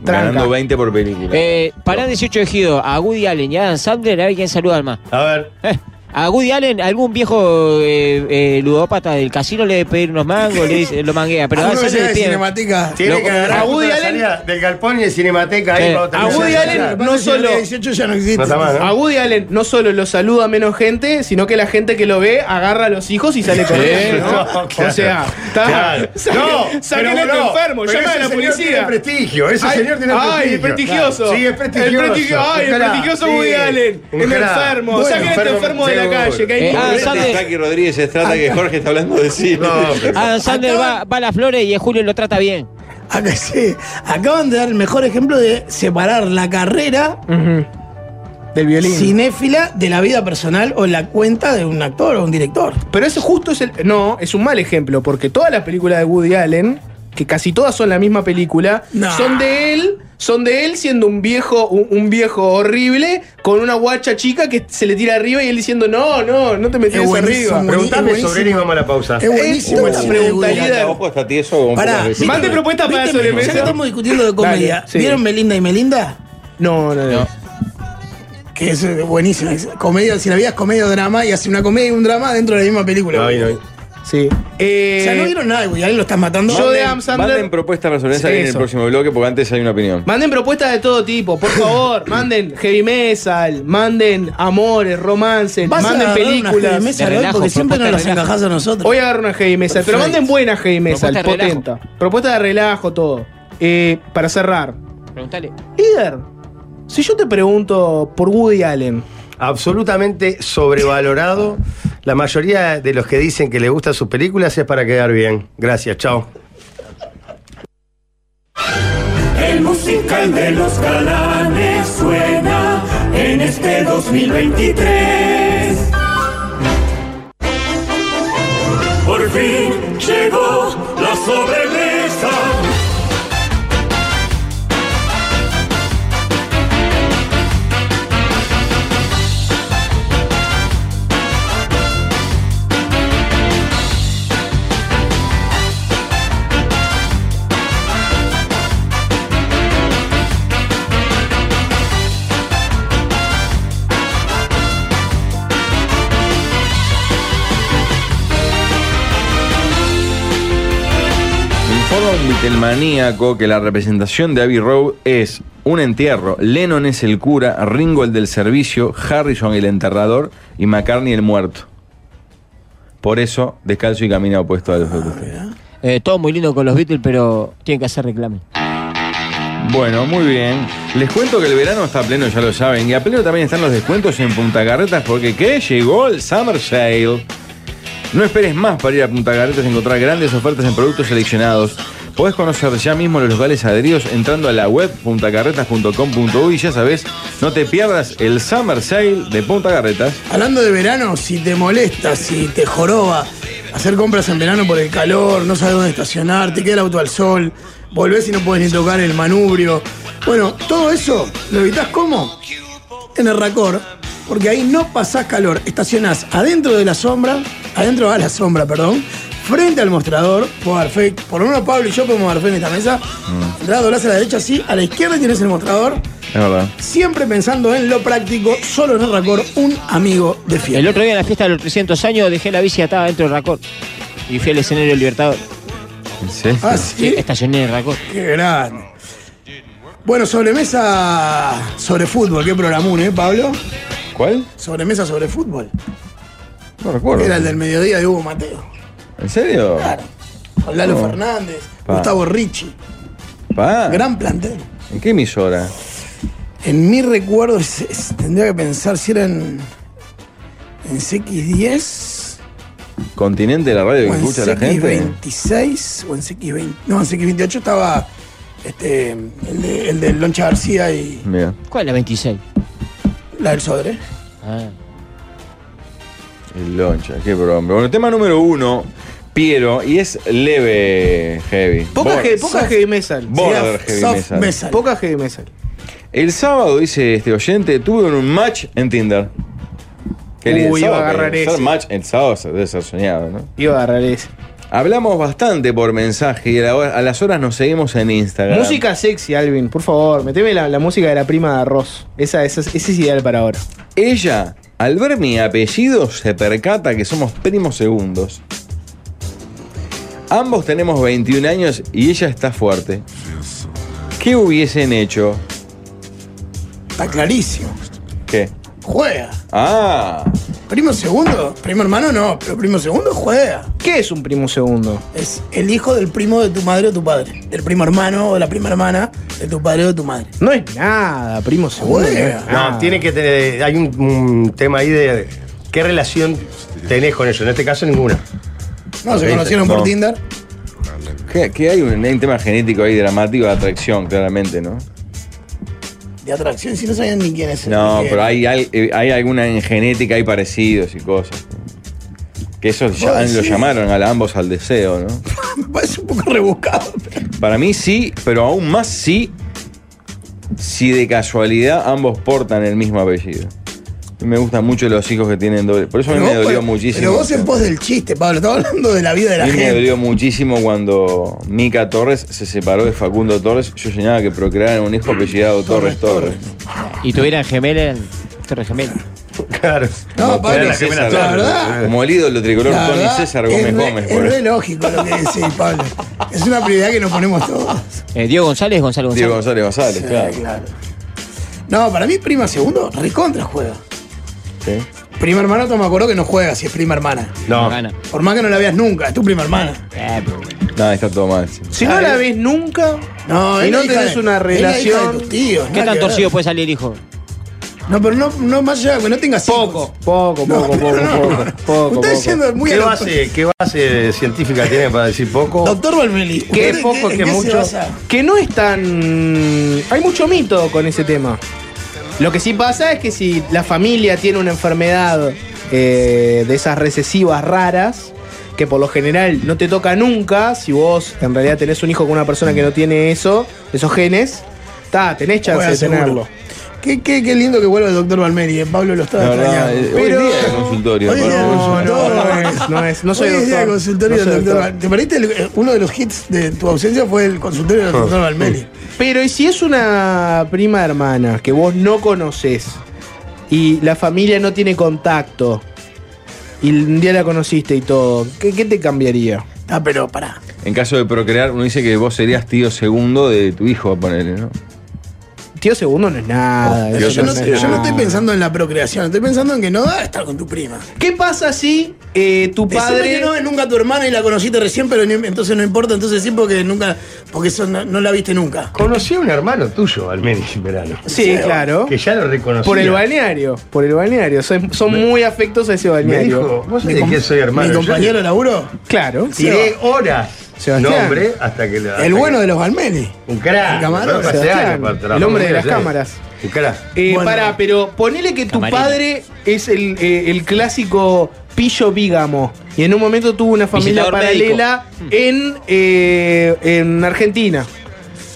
S3: Tranca.
S4: Ganando 20 por película.
S7: Eh, para 18 ejido, a Woody Allen y Adam Sandler, a ver quién saluda más.
S1: A ver.
S7: Eh, A Woody Allen, algún viejo eh, eh, ludópata del casino le debe pedir unos mangos, le dice- lo manguea,
S1: Ah,
S7: pero Adam
S2: Alguno que
S7: Sandler
S2: sea de
S7: le pide-
S2: Cinemateca.
S1: Tiene
S7: Lo-
S1: que agarrar
S3: a
S1: justo
S3: Woody
S1: la
S3: Allen- Eh,
S1: salida del galpón y de Cinemateca. ahí
S7: Sí.
S1: cuando
S3: A
S1: termina
S3: Woody
S1: de
S3: Allen-
S1: allá.
S3: No
S2: No solo.
S3: solo-
S2: 18 ya no existe.
S1: No está mal, ¿no?
S3: A Woody Allen no solo lo saluda menos gente, sino que la gente que lo ve agarra a los hijos y sale corriendo. Eh, ¿no?
S1: No, claro.
S3: O sea, está.
S1: Claro.
S3: Saquen-
S1: No,
S3: saquen
S1: pero
S3: a este
S1: no,
S3: enfermo,
S1: pero
S3: llamen a
S1: ese
S3: la
S1: señor
S3: policía.
S1: Tiene prestigio, ese
S3: Ay,
S1: señor tiene prestigio.
S3: ay, prestigioso.
S1: Sí, es prestigioso.
S3: El prestigio- ay, el
S1: Un crack,
S3: prestigioso
S1: sí.
S3: Woody Allen.
S1: Un
S3: El
S1: crack.
S3: enfermo.
S1: Bueno,
S3: Saquen a este enfermo de la calle, que hay
S7: Eh,
S3: que-
S7: ah,
S4: Pobrete
S7: Sandler-
S4: Jackie Rodríguez se
S2: Ah,
S4: trata que Jorge está hablando de sí.
S1: No, pero-
S7: Adam Sandler va, va a las flores y Julio lo trata bien.
S2: Acá sí. Acaban de dar el mejor ejemplo de separar la carrera
S3: Del violín.
S2: cinéfila de la vida personal o la cuenta de un actor o un director.
S3: Pero eso justo es el. No, es un mal ejemplo, porque todas las películas de Woody Allen, que casi todas son la misma película,
S2: Nah.
S3: son de él. Son de él siendo un viejo, un, un viejo horrible, con una guacha chica que se le tira arriba y él diciendo, no, no, no te metes
S2: Es buenísimo.
S3: arriba.
S1: Preguntame
S2: buenísimo.
S1: sobre él y vamos a la pausa.
S2: Es buenísimo
S3: buenísimo.
S2: el cine de Woody
S3: Preguntaría-
S2: Allen.
S4: Ojo, está tieso como
S2: Pará,
S4: pocas veces.
S3: Mande
S2: ¿viste-
S3: propuestas para
S2: viste-
S3: sobremesa.
S2: Ya que estamos discutiendo de comedia.
S3: Dale, sí.
S2: ¿Vieron Melinda y Melinda?
S3: No, no, no.
S2: Que es eh, buenísima. es Comedia, si la vida es comedia o drama, y hace una comedia y un drama dentro de la misma película.
S1: No, ahí no hay.
S3: Sí. Eh,
S2: o sea, no vieron nada, güey. Ahí lo estás matando.
S3: Yo de Adam Sandler.
S4: Manden propuestas para Sobremesa en el
S3: Eso.
S4: próximo bloque porque antes hay una opinión.
S3: Manden propuestas de todo tipo, por favor. manden heavy metal, manden amores, romances,
S2: Vas a
S3: manden
S2: agarrar unas
S3: películas.
S2: de mesa,
S7: De
S2: Roy,
S7: relajo,
S2: porque siempre nos
S7: propuesta
S2: las
S7: de relajo.
S2: encajás a nosotros.
S3: Voy a agarrar una heavy mesa, pero
S2: Perfecto.
S3: manden buena heavy mesa,
S7: Propuesta de
S3: potenta. Propuesta de relajo, todo. Eh, para cerrar,
S7: Preguntale.
S3: líder, si yo te pregunto por Woody Allen,
S1: Absolutamente sobrevalorado. La mayoría de los que dicen que les gustan sus películas es para quedar bien. Gracias, chao.
S6: El musical de los galanes suena en este 2023. Por fin llegó la sobremesa.
S4: Me Informa un vitelmaníaco que la representación de Abbey Road es un entierro. Lennon es el cura, Ringo el del servicio, Harrison el enterrador y McCartney el muerto. Por eso, descalzo y camina opuesto a los otros.
S7: Eh, todo muy lindo con los Beatles, pero tienen que hacer reclame.
S4: Bueno, muy bien. Les cuento que el verano está a pleno, ya lo saben. Y a pleno también están los descuentos en Punta Carretas porque ¿qué? Llegó el Summer Sale. No esperes más para ir a Punta Carretas y encontrar grandes ofertas en productos seleccionados. Podés conocer ya mismo los locales adheridos entrando a la web puntacarretas.com.uy y ya sabes, no te pierdas el Summer Sale de Punta Carretas.
S2: Hablando de verano, si te molesta, si te joroba, hacer compras en verano por el calor, no sabes dónde estacionar, te queda el auto al sol, volvés y no puedes ni tocar el manubrio. Bueno, todo eso lo evitas cómo? En el racor, porque ahí no pasás calor, estacionás adentro de la sombra, adentro a la sombra, perdón, frente al mostrador, Moverfe, por lo menos Pablo y yo podemos Moverfe en esta mesa, entrás, doblás a la derecha así, a la izquierda tienes el mostrador,
S4: Es verdad.
S2: Siempre pensando en lo práctico, solo en el Racor, un amigo de
S7: El
S2: fiel.
S7: otro día en la fiesta de los 300 años dejé la bici atada dentro del racor. Y fui al escenario del Libertador.
S4: ¿En serio?
S2: Ah,
S7: Sí,
S2: sí.
S7: estacioné en el racor.
S2: Qué grande. Bueno, sobremesa sobre fútbol, qué programón, ¿eh, Pablo?
S4: ¿Cuál?
S2: Sobremesa sobre fútbol.
S4: No recuerdo.
S2: Era el del mediodía de Hugo Mateo.
S4: ¿En serio?
S2: Claro. Con Lalo
S4: Oh.
S2: Fernández,
S4: Pa.
S2: Gustavo Ricci.
S4: Pa.
S2: Gran plantel.
S4: ¿En qué emisora?
S2: En mi recuerdo, es- es- tendría que pensar si era en, en CX10
S4: ¿Continente de la radio
S2: o
S4: que
S2: Pues, en
S4: escucha la gente?
S2: CX26 o en CX20. No, en CX28 estaba este, el, de, el de Loncha García y
S4: Mira.
S7: ¿Cuál es la 26?
S2: la del Sodre.
S7: Ah.
S4: El loncha, qué broma. Bueno, tema número uno, Piero, y es leve heavy.
S3: poca,
S4: Bor-
S3: he- poca
S2: soft-
S3: heavy metal.
S4: Bo- Border
S2: Sería
S4: Heavy
S2: soft
S4: Metal.
S2: metal.
S3: Poca heavy metal.
S4: El sábado, dice este oyente, tuve un match en Tinder. Qué lindo.
S3: Uy,
S4: El
S3: iba a
S4: sábado,
S3: agarrar
S4: el
S3: ese.
S4: match el sábado se debe ser soñado, ¿no?
S3: Iba a agarrar ese.
S4: Hablamos bastante por mensaje y a, la hora- a las horas nos seguimos en Instagram.
S3: Música sexy, Alvin, por favor. Meteme la, la música de la prima de arroz. Esa, esa, ese es ideal para ahora.
S4: Ella, al ver mi apellido, se percata que somos primos segundos. Ambos tenemos 21 años y ella está fuerte. ¿Qué hubiesen hecho?
S2: Está clarísimo.
S4: ¿Qué?
S2: Juega.
S4: Ah,
S2: Primo segundo, primo hermano no, pero primo segundo juega.
S3: ¿Qué es un primo segundo?
S2: Es el hijo del primo de tu madre o tu padre. Del primo hermano o la prima hermana de tu padre o de tu madre.
S3: No es nada, primo segundo.
S2: Bueno.
S3: es
S1: No,
S3: nada.
S1: tiene que tener. Hay un, un tema ahí de qué relación tenés con ellos. En este caso, ninguna.
S2: No, se
S4: Sí,
S2: conocieron
S4: no.
S2: por Tinder.
S4: que, que hay, un, hay un tema genético ahí dramático de atracción, claramente, ¿no?
S2: De atracción, si no sabían ni quién es. el
S4: No,
S2: que-
S4: pero hay, al- eh, hay alguna en genética, hay parecidos y cosas. Que eso ya-
S2: ¿Vos
S4: lo
S2: decís?
S4: llamaron a la- ambos al deseo, ¿no?
S2: Me parece un poco rebuscado. pero-
S4: Para mí sí, pero aún más sí si de casualidad ambos portan el mismo apellido. Me gustan mucho los hijos que tienen doble. Por eso a mí Pues me
S2: vos-
S4: dolió
S2: pero-
S4: muchísimo.
S2: Pero vos en pos del chiste, Pablo, estaba hablando de la vida de la
S4: a mí me
S2: gente.
S4: dolió muchísimo cuando Mica Torres se separó de Facundo Torres. Yo soñaba que procrearan un hijo apellidado Torres Torres.
S7: Y tuvieran gemelas. Torre gemela.
S1: Claro.
S2: No, Pablo,
S1: Era
S4: Tony
S1: la gemela
S4: César,
S2: la
S1: Torres.
S2: verdad.
S4: Como el ídolo tricolor
S2: La
S4: Tony
S2: verdad,
S4: César
S2: es
S4: Gómez
S2: re-
S4: Gómez.
S2: Es
S4: por
S2: re
S4: ahí.
S2: lógico lo que decís, Pablo. Es una prioridad que nos ponemos todos.
S7: Eh, Diego González, Gonzalo González.
S4: Diego González González,
S2: Sí,
S4: claro.
S2: claro. No, para mí prima segundo, recontra juega.
S4: Sí.
S2: Prima hermana, te me acuerdo que no juega si es prima hermana.
S1: No.
S7: Gana.
S2: Por más que no la veas nunca, es tu prima hermana.
S7: Eh, pero-
S4: No, está todo mal. sí.
S3: Si no la ves nunca,
S2: No,
S3: si
S2: es
S3: no
S2: la hija
S3: tenés
S2: de-
S3: una
S2: es la hija
S3: relación.
S2: de tus tíos,
S7: ¿Qué
S2: nada
S7: tan
S2: que ver.
S7: torcido puede salir, hijo?
S2: No, pero no, no más allá, que no tengas hijos.
S3: Poco, poco, poco,
S2: No,
S3: poco,
S2: no, no.
S3: poco, poco,
S2: Usted
S3: poco.
S2: siendo muy
S1: ¿Qué
S2: a lo-
S1: base, ¿Qué base científica tiene para decir poco?
S2: Doctor Valmeli.
S1: Qué
S2: ¿usted en
S1: poco,
S2: en
S1: qué
S2: se
S1: mucho.
S2: basa?
S3: que no es tan. Hay mucho mito con ese tema. Lo que sí pasa es que si la familia tiene una enfermedad eh, de esas recesivas raras, que por lo general no te toca nunca, si vos en realidad tenés un hijo con una persona que no tiene eso, esos genes, ta, tenés chance
S2: Juega
S3: de
S2: seguro.
S3: tenerlo.
S2: Qué, qué, qué lindo que vuelva el doctor Valmeli. eh, Pablo lo estaba
S4: La verdad,
S2: extrañando.
S4: eh, hoy
S3: Pero-
S4: día es consultorio.
S2: Hoy
S4: ¿no?
S2: día es
S3: No, no,
S2: consultorio.
S3: no es, no es. No soy
S2: Hoy es día
S3: doctor.
S2: de consultorio
S3: No soy
S2: del doctor
S3: doctor.
S2: Val- ¿Te parece el- uno de los hits de tu ausencia fue el consultorio del doctor Valmeli?
S3: Pero ¿y si es una prima hermana que vos no conoces y la familia no tiene contacto y un día la conociste y todo, ¿qué, qué te cambiaría?
S2: Ah, pero pará.
S4: En caso de procrear, uno dice que vos serías tío segundo de tu hijo, ponele, ¿no?
S3: Tío segundo no es nada.
S4: Oh,
S3: eso
S4: tío
S2: Yo no,
S3: es
S4: segundo.
S2: yo no
S3: nada.
S2: estoy pensando en la procreación, estoy pensando en que no da estar con tu prima.
S3: ¿Qué pasa si eh, tu
S2: Decime
S3: padre...
S2: que no es nunca tu hermana y la conociste recién, pero ni- entonces no importa, entonces sí porque nunca, porque eso no, no la viste nunca.
S1: Conocí a un hermano tuyo, al menos en verano.
S3: Sí, claro.
S1: Que ya lo reconocí.
S3: Por el balneario, por el balneario. Son, son muy afectos a ese
S1: Me
S3: balneario.
S1: dijo, ¿vos
S2: Mi
S1: sabés
S2: com-
S1: que soy hermano?
S2: Mi
S1: Yo
S2: compañero de laburo,
S3: Claro.
S1: Tiré horas
S3: Sebastián.
S1: nombre hasta que lo- hasta
S2: el bueno
S1: que-
S2: de los Valmeli.
S1: Un crack.
S2: El camarón,
S1: Hace años,
S3: Sebastián,
S1: para-
S3: el
S1: trabajo
S3: hombre de
S1: mucho,
S3: las
S1: ¿sabes?
S3: cámaras.
S1: ¿eh? Un crack.
S3: Eh,
S2: Bueno.
S3: Pará, pero ponele que tu
S7: Camarera.
S3: padre es el, eh, el clásico pillo bígamo. Y en un momento tuvo una familia
S7: Visitador Hmm.
S3: paralela en, eh, en Argentina.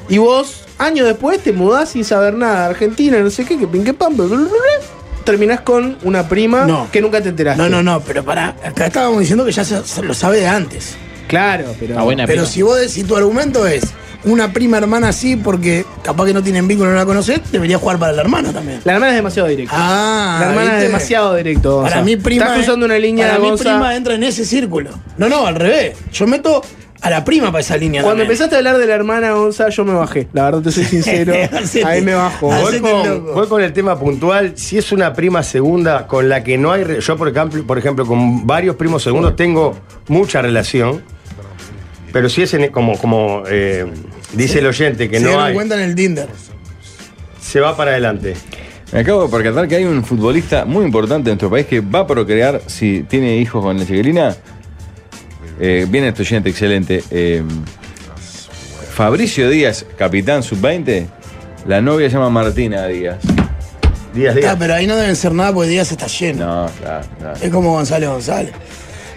S3: Y vos, años después, te mudás sin saber nada. Argentina, no sé qué, que pin, que pam, bla, bla, bla, bla. Terminás con una prima
S2: No.
S3: que nunca te enteraste.
S2: No, no, no, pero pará, acá estábamos diciendo que ya se, se lo sabe de antes.
S3: Claro, pero.
S7: Ah, buena
S2: Pero
S7: prima.
S2: si vos, de- si tu argumento es una prima hermana sí, porque capaz que no tienen vínculo, no la conoces, debería jugar para la hermana también.
S3: La hermana es demasiado directa.
S2: Ah,
S3: la hermana es
S2: ¿viste?
S3: demasiado directa.
S2: Para mi prima.
S3: Estás cruzando una línea
S2: Para
S3: de
S2: mi prima entra en ese círculo. No, no, al revés. Yo meto a la prima para esa línea.
S3: Cuando
S2: también.
S3: empezaste a hablar de la hermana Gonza, yo me bajé. La verdad, te soy sincero.
S2: Hacete-
S3: ahí me bajo.
S2: hacete
S1: Voy con,
S2: loco.
S1: voy con el tema puntual. Si es una prima segunda con la que no hay. re- Yo, por ejemplo, por ejemplo, con varios primos segundos tengo mucha relación. Pero si es en- e, como, como eh, dice el oyente, que
S2: Se
S1: no
S2: dieron
S1: hay,
S2: cuenta en el Tinder.
S1: se va para adelante.
S4: Me acabo de percatar que hay un futbolista muy importante en nuestro país que va a procrear si tiene hijos con la chiquilina. Eh, viene este oyente excelente. eh, Fabricio Díaz, capitán sub-20. La novia se llama Martina Díaz.
S1: Días,
S2: Ah,
S1: días.
S2: pero ahí no deben ser nada porque Díaz está lleno.
S4: No, claro, claro.
S2: Es como González González.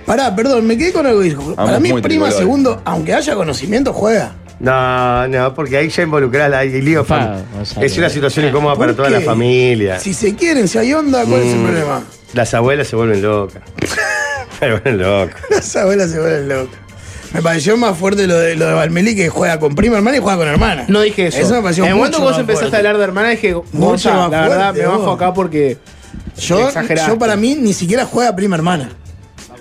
S2: Pará, perdón, me quedé con algo. que dijo. Para mí,
S4: muy
S2: prima
S4: tricolores.
S2: segundo, aunque haya conocimiento, juega.
S1: No, no, porque ahí ya involucrás la- hay lío
S7: Claro,
S1: fam-
S7: Ah, o sea,
S1: Es una situación incómoda
S2: ¿Por
S1: para toda
S2: qué?
S1: la familia.
S2: Si se quieren, si hay onda, ¿cuál es el
S1: Mm.
S2: problema?
S1: Las abuelas se vuelven locas. se vuelven locas.
S2: Las abuelas se vuelven locas. Me pareció más fuerte lo de, lo de Valmeli que juega con prima hermana y juega con hermana.
S3: No dije eso.
S2: Eso me pareció
S3: en el momento que
S2: mucho
S3: vos
S2: más
S3: empezaste
S2: fuerte.
S3: a hablar de hermana, dije, Gonza, la
S2: más
S3: verdad,
S2: fuerte,
S3: me bajo
S2: vos.
S3: acá porque.
S2: Yo,
S3: Exageraste.
S2: yo para mí ni siquiera juega prima hermana.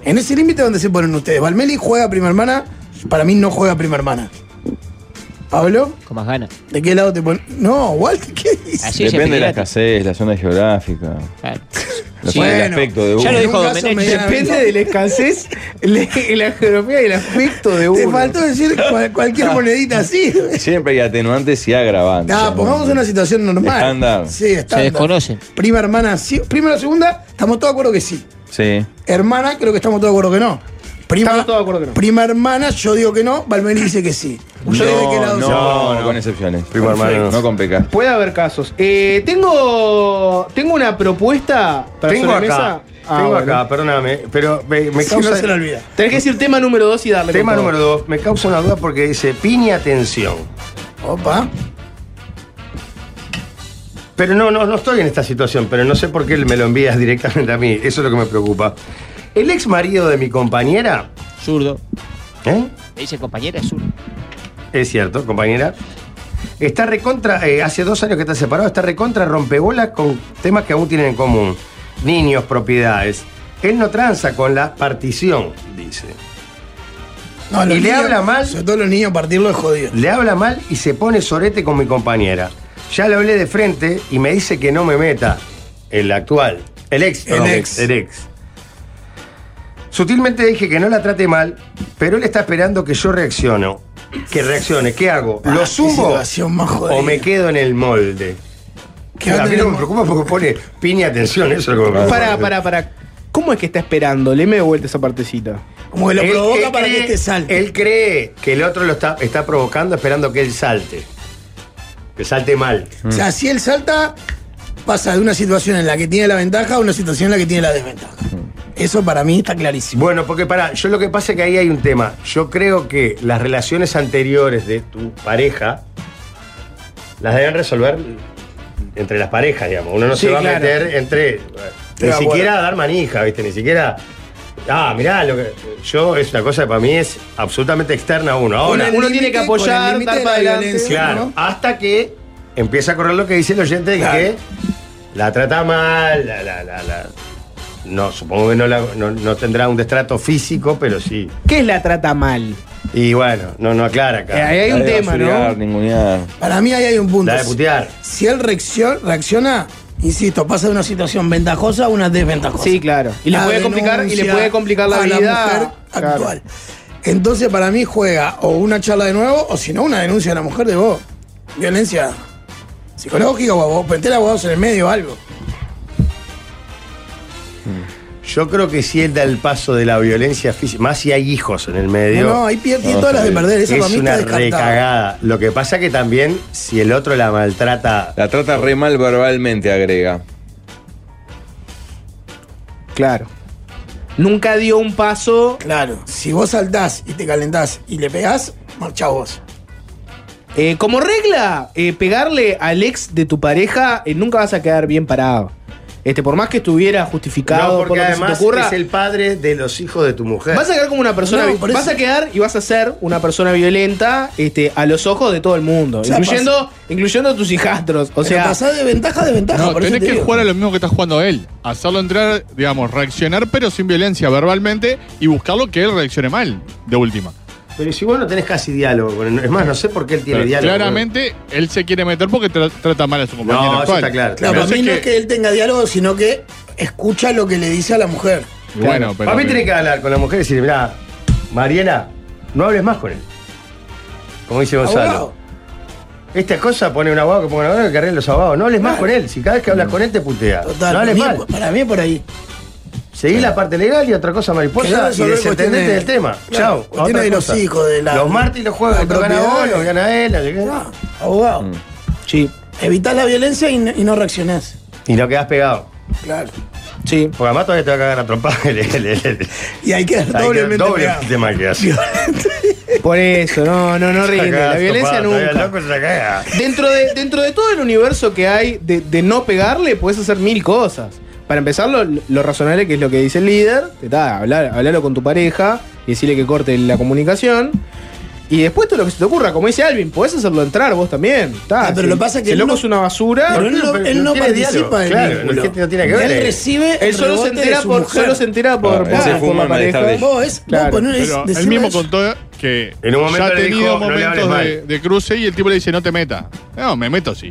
S2: En ese límite donde se ponen ustedes. Valmeli juega prima hermana, para mí no juega prima hermana. Pablo,
S7: Con más ganas.
S2: ¿de qué lado te pones? No, Walter, ¿qué dices?
S7: Así
S4: Depende de la
S7: es
S4: escasez, la zona geográfica, la
S7: Sí.
S4: zona del
S2: Bueno,
S4: aspecto de
S7: ya
S4: uno.
S7: lo
S2: En un
S7: dijo
S2: caso
S7: Domenech.
S2: medianamente-
S3: Depende de la escasez, le- la geografía y el aspecto de uno.
S2: Te faltó decir cual- cualquier monedita así.
S4: Siempre hay atenuantes y agravantes.
S2: No, pongamos pues una situación normal.
S4: Estándar.
S2: Sí, estándar.
S7: desconocen.
S2: Prima hermana, sí. Prima o segunda, estamos todos de acuerdo que sí.
S4: Sí.
S2: Hermana, creo que estamos todos de acuerdo que no. Prima,
S3: Estamos todos de acuerdo que no.
S2: Prima hermana, yo digo que no, Valmeli dice que sí. Yo digo que
S4: no, no, con excepciones.
S1: Primo hermano.
S4: No con pecas.
S3: Puede haber casos. Eh, tengo, tengo una propuesta para
S1: Tengo
S3: sobre
S1: acá,
S3: mesa. Ah,
S1: tengo
S3: bueno.
S1: acá, perdóname, pero me, me
S2: Si
S1: causa...
S2: no se lo olvida.
S3: Tenés que decir tema número dos y darle.
S1: Tema
S3: con todo.
S1: número dos, me causa una duda porque dice piña tensión.
S2: Opa.
S1: Pero no, no, no estoy en esta situación, pero no sé por qué me lo envías directamente a mí. Eso es lo que me preocupa. El ex marido de mi compañera,
S7: Zurdo.
S1: ¿eh?
S7: Me dice compañera, es zurdo.
S1: Es cierto, compañera. Está recontra, eh, hace dos años que está separado, está recontra rompebolas con temas que aún tienen en común. Niños, propiedades. Él no tranza con la partición, dice.
S2: No,
S1: Y
S2: los
S1: le habla mal.
S2: Sobre todo los niños partirlo es jodido.
S1: Le habla mal y se pone sorete con mi compañera. Ya le hablé de frente y me dice que no me meta. El actual. El ex.
S2: El
S1: perdón,
S2: ex.
S1: El ex. Sutilmente dije que no la trate mal, pero él está esperando que yo reacciono. Que reaccione. ¿Qué hago?
S2: Ah,
S1: ¿Lo
S2: qué
S1: sumo
S2: situación más jodida.
S1: o me quedo en el molde?
S2: Que
S1: a
S2: no
S1: mí no me
S2: tenemos-
S1: preocupa porque pone piña atención, eso es lo que me preocupa.
S3: Pará, pará, pará. ¿Cómo es que está esperando? Leme de vuelta esa partecita.
S2: Como que lo
S1: Él-
S2: provoca
S1: él
S2: para que
S1: cree-
S2: este salte.
S1: Él cree que el otro lo está, está provocando esperando que él salte. Que salte mal.
S2: O sea, si él salta, pasa de una situación en la que tiene la ventaja a una situación en la que tiene la desventaja.
S1: Mm.
S2: Eso para mí está clarísimo.
S1: Bueno, porque para, yo lo que pasa es que ahí hay un tema. Yo creo que las relaciones anteriores de tu pareja las deben resolver entre las parejas, digamos. Uno no
S3: Sí,
S1: se va
S3: claro.
S1: a meter entre.
S2: de
S1: Ni
S2: acuerdo.
S1: siquiera a dar manija, ¿viste? Ni siquiera. Ah, mirá, lo que. Yo es una cosa que para mí es absolutamente externa a uno. Ahora,
S2: Con el
S3: uno tiene
S2: límite-
S3: que apoyar,
S2: con el límite
S3: dar
S2: de
S3: para
S2: la
S3: adelante.
S2: violencia,
S1: claro,
S2: ¿no?
S1: hasta que empieza a correr lo que dice el oyente de
S2: Claro.
S1: que la trata mal, la, la, la, la- No, supongo que no, la- no, no tendrá un destrato físico, pero sí.
S3: ¿Qué es la trata mal?
S1: Y bueno, no, no aclara
S3: Eh,
S1: acá.
S3: ahí hay un tema, ¿no?
S4: Ningunear.
S2: Para mí ahí hay un punto.
S1: La de putear.
S2: Si él reacciona, reacciona, insisto, pasa de una situación ventajosa a una desventajosa.
S3: Sí, claro. Ah, Y le
S2: La
S3: puede complicar, y le
S2: denuncia
S3: puede complicar la
S2: a
S3: vida.
S2: mujer
S3: Claro.
S2: actual. Entonces, para mí juega o una charla de nuevo, o si no, una denuncia de la mujer de vos. Violencia psicológica o abogado, meter abogados en el medio o algo.
S1: Yo creo que si él da el paso de la violencia física, más si hay hijos en el
S2: No,
S1: medio.
S2: no, ahí pierde tiene
S4: no,
S2: todas las de
S4: sí.
S2: perder. Esa para
S1: es
S2: mí está
S1: una
S2: descartada.
S1: recagada. Lo que pasa que también, si el otro la maltrata,
S4: La trata re mal verbalmente, agrega.
S3: Claro. Nunca dio un paso.
S2: Claro, si vos saltás y te calentás y le pegás, marcha vos.
S3: Eh, como regla, eh, pegarle al ex de tu pareja, eh, nunca vas a quedar bien parado. Este, por más que estuviera justificado,
S1: no,
S3: por
S1: porque
S3: lo que se te
S1: además
S3: ocurra,
S1: es el padre de los hijos de tu mujer.
S3: Vas a quedar como una persona.
S2: No, por
S3: vas
S2: eso-
S3: a quedar y vas a ser una persona violenta este, a los ojos de todo el mundo.
S2: sea,
S3: incluyendo, incluyendo tus hijastros. O
S2: O sea,
S3: sea,
S2: pasás de ventaja a desventaja.
S5: No,
S2: por eso
S5: tenés
S2: te
S5: que
S2: digo.
S5: jugar a lo mismo que está jugando él. Hacerlo entrar, digamos, reaccionar, pero sin violencia verbalmente y buscarlo que él reaccione mal, de última.
S1: Pero si vos no tenés casi diálogo, con él, es más, no sé por qué él tiene
S5: Pero
S1: diálogo.
S5: claramente, él se quiere meter porque tra- trata mal a su compañero.
S1: No, eso
S5: actual.
S1: está claro.
S2: Claro,
S5: Pero
S2: para mí
S5: es
S2: no
S5: que-
S2: es que él tenga diálogo, sino que escucha lo que le dice a la mujer.
S5: Bueno, pero.
S1: Para mí tiene que hablar con la mujer y decirle, mirá, Mariana, no hables más con él. Como dice Gonzalo.
S2: Abogado.
S1: Esta cosa pone un abogado que ponga un abogado que arregle los abogados. No hables más con él. Si cada vez que hablas con él te putea.
S2: Total,
S1: no
S2: para,
S1: hables
S2: mí,
S1: mal.
S2: para mí es por ahí.
S1: Seguí la parte legal y otra cosa mariposa
S2: Querés
S1: y
S2: resolver
S1: desentendete
S2: cuestiones-
S1: del tema.
S2: Claro,
S1: Chao. a
S2: cuestiones
S1: otra
S2: de los
S1: cosa.
S2: hijos, de la-
S1: Los martes los juegas,
S2: la
S1: los gana a vos,
S2: propiedad.
S1: los gana a él. la- la-
S2: Ah, abogado,
S1: Mm.
S3: sí.
S2: evitás la violencia y, no- y no reaccionás.
S1: Y no quedás pegado.
S2: Claro.
S3: Sí.
S1: Porque además todavía te va a cagar a trompar. el- el- el- el-
S2: Y hay que
S1: Hay que-
S2: doblemente pegado.
S1: Doblemente mal que hace.
S3: Por eso, no, no, no rinde. La violencia nunca. Dentro de, dentro de todo el universo que hay de, de no pegarle, puedes hacer mil cosas. Para empezar, lo, lo razonable que es lo que dice el líder, te da, hablar, hablarlo con tu pareja y decirle que corte la comunicación. Y después todo lo que se te ocurra, como dice Alvin, podés hacerlo entrar vos también. Ta,
S2: Ah, pero
S3: si-
S2: lo pasa que
S3: si el
S2: él
S3: loco
S2: no-
S3: es una basura.
S2: Pero él no, él no participa del
S1: Claro,
S2: vínculo.
S1: no es que no tiene que ver.
S2: Él recibe
S3: Él
S2: el
S3: solo se,
S2: rebote de
S3: entera
S2: su
S3: por,
S2: mujer.
S3: solo se entera por,
S4: Ah,
S3: por,
S4: él se
S3: por
S4: fuma
S3: la
S4: el malestar
S3: pareja.
S4: de ella.
S2: Vos es,
S3: Claro.
S2: vos ponés-
S5: Pero él
S2: decime
S5: mismo
S2: eso.
S5: contó que
S1: En un momento
S5: ya ha
S1: le
S5: tenido
S1: dijo, "No le hables
S5: momentos de,
S1: mal".
S5: de cruce y el tipo le dice, no te metas. No, me meto sí.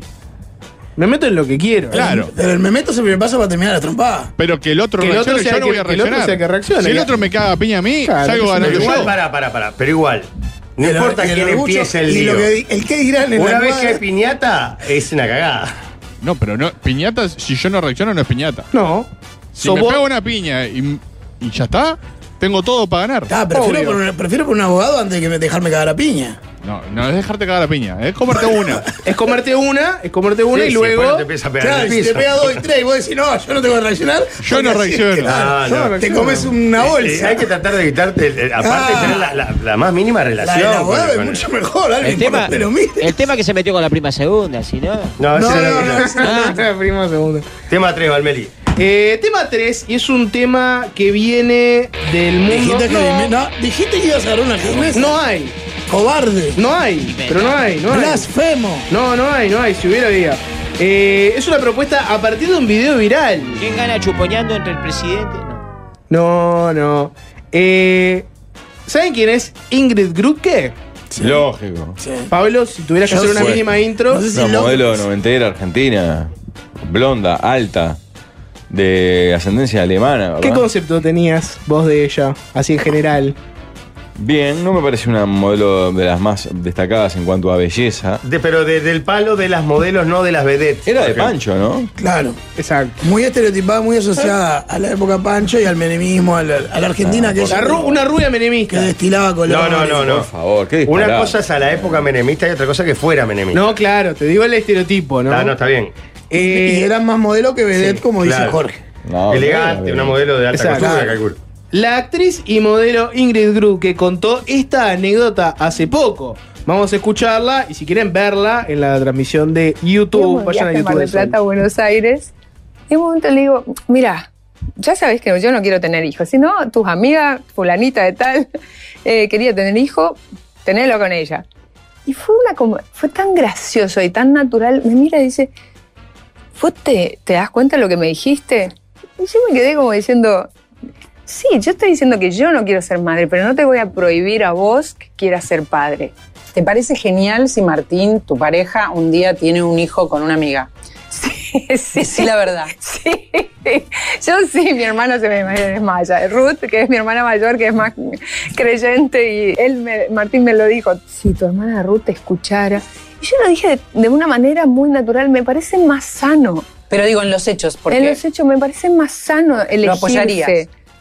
S3: Me meto en lo que quiero.
S5: Claro.
S2: Pero el memeto es el primer paso para terminar la trompada.
S5: Pero que el otro
S3: Que el otro
S5: reaccione,
S3: sea
S5: yo no
S3: que-
S5: voy a
S3: que el otro
S5: reaccionar.
S3: sea que reaccione.
S5: Si el
S3: Que-
S5: otro me caga a piña a mí,
S3: Claro,
S5: salgo
S3: que se me
S5: ganando
S1: Pero igual,
S5: yo.
S1: para, para, para. Pero igual. No
S2: El-
S1: importa
S2: el
S1: quién
S2: orgullo
S1: empiece el
S2: y
S1: lío.
S2: lo que- el que dirán en
S1: Una
S2: la
S1: vez que
S2: cuadra.
S1: hay piñata, es una cagada.
S5: No, pero no, piñatas, si yo no reacciono, no es piñata.
S3: No.
S5: Si
S3: Sos
S5: me
S3: vos-
S5: pego una piña y, y ya está, tengo todo para ganar.
S2: Ah, prefiero,
S3: Obvio.
S2: por, un- prefiero por un abogado antes que me- dejarme cagar a piña.
S5: No, no es dejarte cagar la piña, es comerte una.
S3: Es comerte una, es comerte una
S1: Sí,
S3: y
S1: sí,
S3: luego.
S1: después no te empieza a pegar en
S2: Claro,
S1: el
S2: si te
S1: piso.
S2: pega dos y tres y vos decís, no, yo no tengo que reaccionar.
S5: Yo no
S2: porque así es
S5: reacciono.
S2: que, claro,
S1: Ah, no.
S3: no,
S2: Te comes una
S1: Eh,
S2: bolsa.
S1: hay que tratar de evitarte, el- el- aparte
S2: Ah.
S1: de tener la, la- la más mínima
S2: La del
S1: relación. con-
S2: abogado es
S1: con-
S2: mucho mejor,
S7: El
S2: alguien
S7: tema,
S2: te lo mire.
S7: el tema que se metió con la prima segunda, si no.
S1: No,
S2: No,
S1: ese era
S2: no,
S1: el-
S2: no, ese
S7: Ah.
S3: Prima segunda.
S1: Tema 3, Valmeli.
S3: Eh, tema 3, y es un tema que viene del mundo.
S2: Dijiste que, dime- no, dijiste que ibas a agarrar una cerveza.
S3: no hay,
S2: Cobarde.
S3: no hay, pero no hay, no hay.
S2: Blasfemo.
S3: No, no hay, no hay, si hubiera había. Eh, es una propuesta a partir de un video viral.
S7: ¿Quién gana chuponeando entre el presidente?
S3: No,
S7: No.
S3: no. Eh, ¿Saben quién es Ingrid Gruke?
S4: Lógico.
S3: Pablo, si tuvieras que
S2: Eh. Yo
S3: hacer una
S4: sé.
S3: mínima intro.
S2: No sé si-
S4: Una
S2: loco.
S4: modelo noventera argentina, blonda, alta, de ascendencia alemana. ¿verdad?
S3: ¿Qué concepto tenías vos de ella? Así en general.
S4: Bien, no me parece una modelo de las más destacadas en cuanto a belleza.
S1: De- pero de- del palo de las modelos, no de las vedettes.
S4: Era de
S1: Porque-
S4: Pancho, ¿no?
S2: Claro.
S3: Exacto.
S2: Muy estereotipada, muy asociada a la época Pancho y al menemismo, a la, a la Argentina que,
S3: La ru- Ah, una rubia menemista.
S2: que destilaba
S1: No,
S2: colores.
S1: no, no, no.
S4: Por favor, qué disparate.
S1: Una cosa es a la época menemista y otra cosa que fuera menemista.
S3: No, claro, te digo el estereotipo, ¿no?
S1: Ah, no, está bien.
S3: Eh,
S2: y eran más modelo que vedette, como dice
S1: claro.
S2: Jorge.
S4: No,
S1: Elegante,
S4: no,
S1: una
S4: no.
S1: modelo de alta
S3: Exacto.
S1: costura, calculo.
S3: La actriz y modelo Ingrid Gru que contó esta anécdota hace poco. Vamos a escucharla y si quieren verla en la transmisión de YouTube,
S8: Fuimos de
S3: vayan a
S8: viaje
S3: YouTube.
S8: Mar del
S3: del Sol.
S8: Plata a Buenos Aires. Y en un momento le digo, mira, ya sabes que yo no quiero tener hijos, sino tus amigas, fulanita de tal, eh, quería tener hijo, tenelo con ella. Y fue, una, como- fue tan gracioso y tan natural. Me mira y dice, ¿vos te, te das cuenta de lo que me dijiste? Y yo me quedé como diciendo, sí, yo estoy diciendo que yo no quiero ser madre, pero no te voy a prohibir a vos que quieras ser padre.
S9: ¿Te parece genial si Martín, tu pareja, un día tiene un hijo con una amiga?
S8: Sí, sí,
S9: Sí, la verdad.
S8: Sí, yo sí, mi hermano se me desmaya. Ruth, que es mi hermana mayor, que es más creyente, y él, me- Martín me lo dijo, si tu hermana Ruth te escuchara. Y yo lo dije de, de una manera muy natural, me parece más sano.
S9: Pero digo, en los hechos, porque...
S8: En los hechos, me parece más sano elegirse.
S9: apoyarías?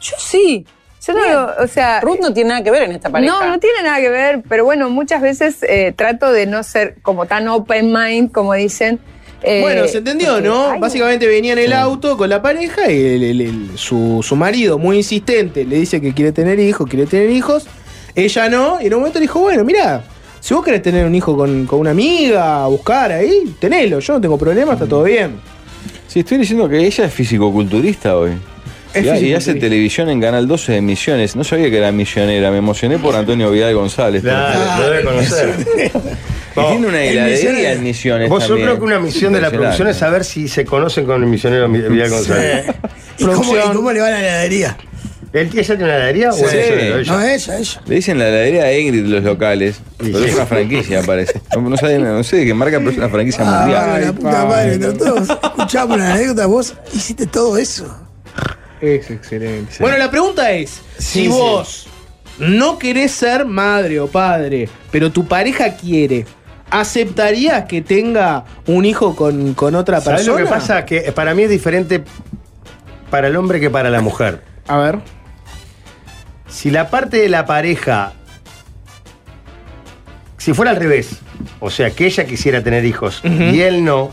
S8: Yo sí. Yo no, digo, o sea...
S9: Ruth no tiene nada que ver en esta pareja.
S8: No, no tiene nada que ver, pero bueno, muchas veces eh, trato de no ser como tan open mind, como dicen. eh,
S3: Bueno, se entendió,
S8: porque-
S3: ¿no?
S8: Ay,
S3: Básicamente venía en el auto con la pareja y el- el- el- su, su marido, muy insistente, le dice que quiere tener hijos, quiere tener hijos. Ella no, y en un momento le dijo, bueno, mira, si vos querés tener un hijo con, con una amiga, buscar ahí, tenelo, yo no tengo problema, está todo bien.
S4: Sí, estoy diciendo que ella es fisicoculturista hoy.
S3: Es
S4: y, ha- y
S3: fisicoculturista.
S4: hace televisión en Canal 12 de Misiones. No sabía que era misionera. Me emocioné por Antonio Vidal González.
S1: Claro, lo debe conocer.
S4: Y tiene una heladería en Misiones
S1: Vos, yo
S4: también.
S1: creo que una misión de la producción es saber si se conocen con el misionero Mi- Vidal González.
S2: ¿Y, cómo,
S3: Producción.
S2: y cómo le va a la heladería?
S1: ¿El ella tiene una heladería o
S4: Sí.
S1: es misionero? Ella.
S2: No, ella, ella.
S4: Le dicen la heladería de Ingrid los locales. Pero es una franquicia, parece. No, no saben- no sé de qué marca, pero es una franquicia
S2: Ah,
S4: mundial.
S2: bueno, la puta madre, entre todos escuchamos la anécdota, vos hiciste todo eso.
S3: Es excelente. Bueno, la pregunta es, si
S2: sí.
S3: vos no querés ser madre o padre, pero tu pareja quiere, ¿aceptarías que tenga un hijo con, con otra persona?
S1: ¿Sabés lo que pasa? Que para mí es diferente para el hombre que para la mujer.
S3: A ver.
S1: Si la parte de la pareja, si fuera al revés, o sea, que ella quisiera tener hijos y él no,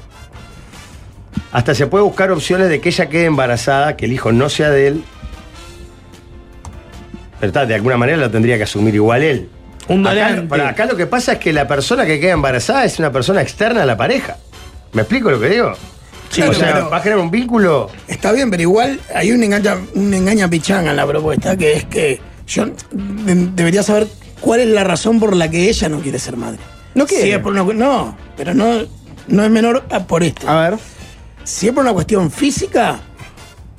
S1: Hasta se puede buscar opciones de que ella quede embarazada, que el hijo no sea de él. Pero está, de alguna manera lo tendría que asumir igual él.
S3: Un
S1: Acá,
S3: donante.
S1: pará, acá lo que pasa es que la persona que queda embarazada es una persona externa a la pareja. ¿Me explico lo que digo?
S2: Sí,
S1: o sea,
S2: claro.
S1: va a generar un vínculo.
S2: Está bien, pero igual hay un engaña, un engaña pichanga en la propuesta, que es que yo de- debería saber cuál es la razón por la que ella no quiere ser madre.
S3: No quiere.
S2: Si es por una cu- no, pero no, no es menor a- por esto.
S3: A ver.
S2: Si es por una cuestión física,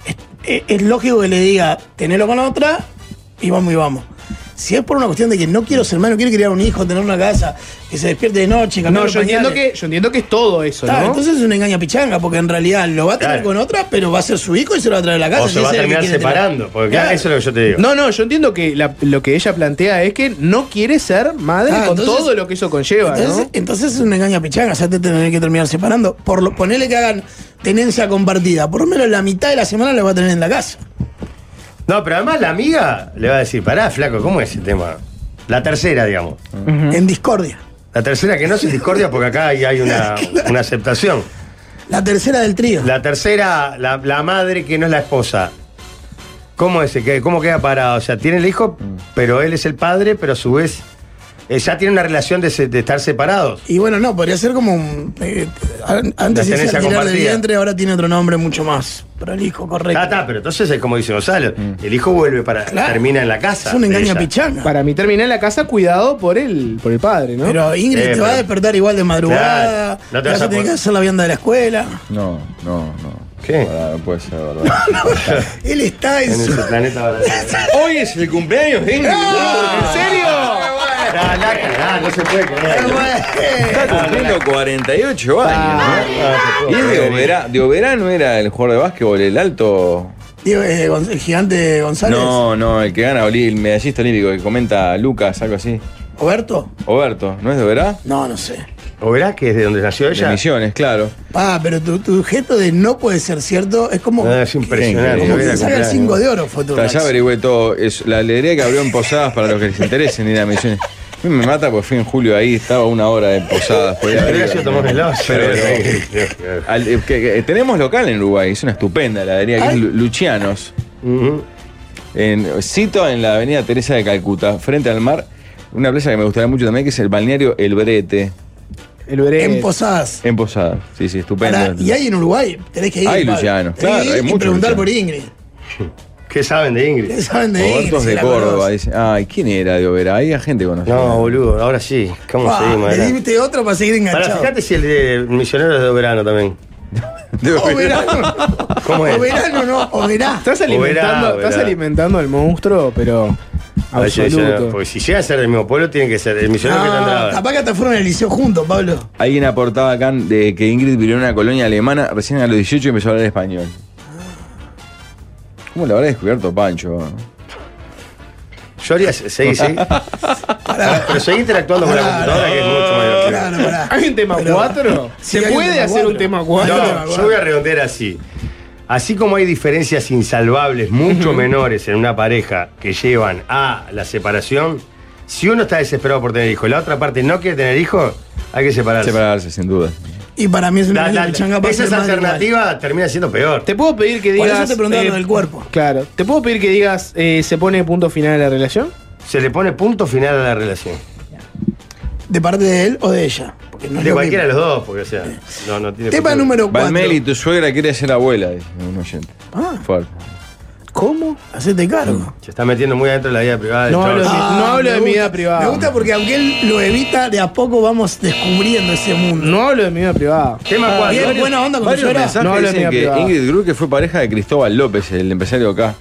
S2: es, e, es lógico que le diga, tenelo con otra y vamos y vamos. Si es por una cuestión de que no quiero ser madre, no quiero criar un hijo, tener una casa, que se despierte de noche, cambiar
S3: No,
S2: los
S3: yo entiendo,
S2: pañales.
S3: que, yo entiendo que es todo eso,
S2: Está,
S3: ¿no?
S2: Entonces es un engaño pichanga, porque en realidad lo va a tener
S1: Claro.
S2: con otra, pero va a ser su hijo y se lo va a traer a la casa.
S1: o
S2: si
S1: se va a
S2: ese es el que
S1: terminar
S2: quiere tener.
S1: separando. Porque claro,
S2: Claro.
S1: eso es lo que yo te digo.
S3: No, no, yo entiendo que la- lo que ella plantea es que no quiere ser madre
S2: Ah,
S3: con
S2: entonces-
S3: todo lo que eso conlleva,
S2: Entonces,
S3: ¿no?
S2: entonces es un engaño pichanga, o sea, te tenés que terminar separando. Por lo, ponele que hagan tenencia compartida, por lo menos la mitad de la semana la va a tener en la casa.
S1: No, pero además la amiga le va a decir, pará, flaco, ¿cómo es ese tema? La tercera, digamos.
S2: En discordia.
S1: La tercera que no se discordia porque acá hay, hay una, una aceptación.
S2: La tercera del trío.
S1: La tercera, la, la madre que no es la esposa. ¿Cómo es? ¿Qué- ¿Cómo queda parado? O sea, tiene el hijo, pero él es el padre, pero a su vez eh, ya tiene una relación de, se- de estar separados.
S2: Y bueno, no, podría ser como un. eh, an-
S1: La
S2: antes se
S1: tenencia
S2: hacía tirar de
S1: compartida.
S2: vientre, ahora tiene otro nombre mucho más prolijo, correcto.
S1: Está, está, pero entonces es como dice Gonzalo, el hijo vuelve para,
S2: Claro.
S1: termina en la casa.
S2: es un
S1: de
S2: engaño
S1: ella.
S2: pichanga.
S3: Para mí termina en la casa cuidado por el, por el padre, ¿no?
S2: Pero Ingrid
S1: Eh,
S2: te
S1: pero-
S2: va a despertar igual de madrugada.
S1: Claro, no te
S2: vas
S1: vas a
S2: a tener
S1: poder-
S2: que hacer la vianda de la escuela.
S4: No, no, no.
S1: ¿Qué?
S4: Ahora, no puede ser, verdad.
S2: Él está en
S1: En
S2: su.
S1: ese planeta ahora.
S4: Hoy es el cumpleaños de Ingrid. ¡Ah!
S3: ¿En serio?
S1: Ah, la cagá, no se puede creer.
S4: Está cumpliendo 48 años. ¿no? Y es de Oberá. De Oberá no era el jugador de básquetbol, el alto.
S2: Digo, eh, Gon- el gigante González.
S4: No, no, el que gana Oli- el medallista olímpico que comenta Lucas, algo así.
S2: ¿Roberto?
S4: Oberto, ¿no es de Oberá?
S2: No, no sé.
S1: ¿O verás que es de donde nació
S4: De
S1: ella?
S4: Misiones, claro.
S2: Ah, pero tu, tu gesto de no puede ser cierto es como.
S1: Ah, es impresionante.
S4: Qué
S2: como que
S4: increíble.
S2: te saca el 5 de oro, foto.
S4: Allá averigüé todo. Es la alegría que abrió en Posadas para los que les interesen ir a Misiones. A mí me mata porque fui en julio ahí, estaba una hora de Posadas. podía haber
S1: Pero
S4: ido.
S1: yo tomó helado.
S4: Pero- Al- eh, que- que- tenemos local en Uruguay, es una estupenda heladería, que es Lu- Lucianos.
S1: Ujú.
S4: En, cito en la avenida Teresa de Calcuta, frente al mar, una plaza que me gustaría mucho también, que es el balneario El Brete,
S3: El veré.
S2: En Posadas.
S4: en Posada. Sí, sí, estupendo.
S2: Pará, y hay en Uruguay, tenés que ir.
S4: Hay
S2: Pablo.
S4: Luciano,
S2: Tenés que
S4: claro,
S2: ir
S4: hay
S2: y
S4: muchos
S2: preguntar
S4: Luciano.
S2: por Ingrid.
S1: ¿Qué saben de Ingrid?
S2: ¿Qué saben de Ingrid?
S4: Ortos
S2: si
S4: de
S2: la
S4: Córdoba,
S2: conoces?
S4: dice. Ay, ¿quién era de Oberá? Hay gente conocida.
S1: No, boludo, ahora sí. ¿Cómo
S2: Ah,
S1: seguimos?
S2: le
S1: adelante?
S2: diste otro para seguir
S1: Pará,
S2: enganchado.
S1: fíjate si el de Misioneros es de Oberano también.
S4: De
S2: O
S4: Oberá.
S2: verano.
S1: ¿Cómo es?
S2: O verano, no. O verá.
S3: Estás
S1: Oberá,
S3: alimentando,
S1: Oberá.
S3: estás alimentando al monstruo, pero
S1: A ver si es misionero,
S3: absoluto.
S1: Porque si llega a ser del mismo pueblo, tiene que ser el misionero que te
S2: Ah,
S1: andaba.
S2: capaz que hasta fueron al liceo juntos, Pablo.
S4: Alguien aportaba acá de que Ingrid vivió en una colonia alemana, recién a los 18 empezó a hablar español. ¿Cómo lo habrá descubierto Pancho?
S1: Yo haría, seguí, seguí.
S2: Pará.
S1: Pero seguí interactuando con la
S2: Pará,
S1: computadora, que es mucho mayor.
S2: Claro, pará.
S3: ¿Hay un tema
S2: Pero-
S3: 4?
S2: Sí,
S3: ¿Se
S2: hay un
S3: puede
S2: tema
S3: hacer un
S2: cuatro.
S3: tema 4?
S1: No, yo voy a redondear así. Así como hay diferencias insalvables, mucho menores en una pareja que llevan a la separación, si uno está desesperado por tener hijos y la otra parte no quiere tener hijos, hay que separarse.
S4: Separarse, sin duda.
S2: Y para mí es una
S1: La- la-
S2: pichanga para
S1: esa
S2: ser
S1: es
S2: madre
S1: alternativa termina siendo peor.
S3: Te puedo pedir que
S2: igual.
S3: digas.
S2: Por eso te preguntaba
S3: eh,
S2: lo del cuerpo.
S3: Claro. ¿Te puedo pedir que digas eh, se pone punto final a la relación?
S1: Se le pone punto final a la relación.
S2: ¿De parte de él o de ella? Porque no es
S1: De
S2: lo
S1: cualquiera de
S2: mismo.
S1: los dos, porque o sea, no, no tiene
S2: Tema
S1: futuro.
S2: número 4.
S4: Valmeli, tu suegra quiere ser abuela, dice un oyente.
S2: Ah.
S4: Fuerte.
S2: ¿Cómo? Hacete cargo. Ah,
S1: Se está metiendo muy adentro de la vida privada. del
S3: No,
S1: chabón.
S3: lo- no hablo
S2: me
S3: de mi
S2: gusta.
S3: vida privada.
S2: Me gusta porque aunque él lo evita, de a poco vamos descubriendo ese mundo.
S3: No hablo de mi vida privada.
S1: Tema cuatro.
S2: Ah, Bien, buena onda con tu
S4: Varios
S2: suegra.
S4: mensajes
S3: No hablo de
S4: dicen
S3: mi
S4: que
S3: privada.
S4: Ingrid Gruque fue pareja de Cristóbal López, el empresario acá.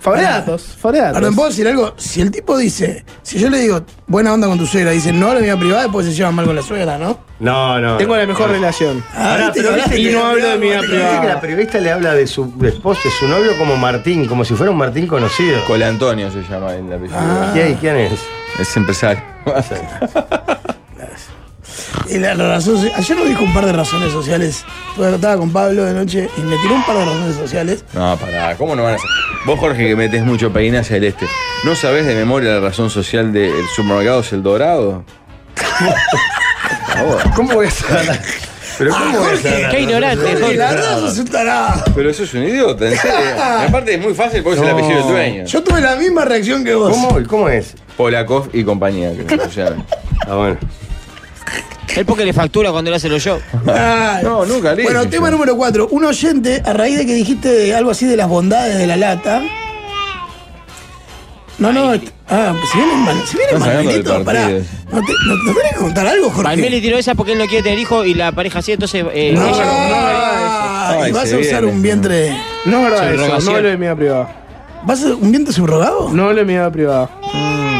S3: Fabreatos, fabreatos.
S2: Perdón, ¿puedo decir algo? Si el tipo dice, si yo le digo buena onda con tu suegra, dice no hablo de mi vida privada, después se llevan mal con la suegra, ¿no?
S1: No, no.
S3: Tengo la
S1: no.
S3: mejor relación.
S2: Ah,
S1: Pará,
S2: ¿viste?
S1: pero
S2: ¿Viste
S1: viste
S3: y
S2: que-
S1: que-
S3: no hablo de mi vida
S1: viste que la
S3: privada.
S1: periodista le habla de su esposo, de su novio, como Martín, como si fuera un Martín conocido.
S4: Cole Antonio se llama el apellido.
S2: Ah.
S7: Ah.
S1: ¿Quién, quién es?
S4: Es empresario.
S2: Y la razón, ayer nos dijo un par de razones sociales. Porque estaba con Pablo de noche y me tiró un par de razones sociales.
S4: No, pará, ¿cómo no van a ser? Vos, Jorge, que metes mucho peinas hacia el este, ¿no sabés de memoria la razón social del supermercado El Dorado? Por favor.
S1: ¿Cómo voy a saber? Pero ¿cómo es
S7: Ah, Qué
S1: Ana?
S7: ignorante,
S1: No, no,
S7: Jorge.
S1: no,
S2: La
S1: no,
S2: verdad, sos un tarado.
S4: Pero eso es un idiota, en serio. Y aparte es muy fácil porque es el
S1: No.
S4: apellido del dueño.
S2: Yo tuve la misma reacción que vos.
S1: ¿Cómo? ¿Y ¿Cómo es?
S4: Polakov y compañía, que se pusieron.
S1: Ah, bueno.
S7: Él porque le factura cuando le hace los shows.
S2: Ay.
S4: No, nunca leí.
S2: Bueno, tema número cuatro. Un oyente, a raíz de que dijiste de algo así de las bondades de la lata. No, no, est- ah, si vienen mal, si vienen
S4: Estás
S2: mal,
S4: hablando del
S2: Benito, pará.
S4: partido.
S2: ¿No, te, no, no tenés que contar algo, Jorge?
S7: Palmieri tiró esa porque él no quiere tener hijos y la pareja sí, entonces eh,
S2: No,
S7: ella como-
S4: eso.
S2: y
S4: Ay,
S2: vas
S4: se
S2: a usar
S4: viene.
S2: un vientre.
S3: No es verdad eso,
S7: Subrogación.
S3: no hablo de mi vida privada.
S2: ¿Vas a un vientre subrogado?
S3: No hablo de mi vida privada.
S2: Mm.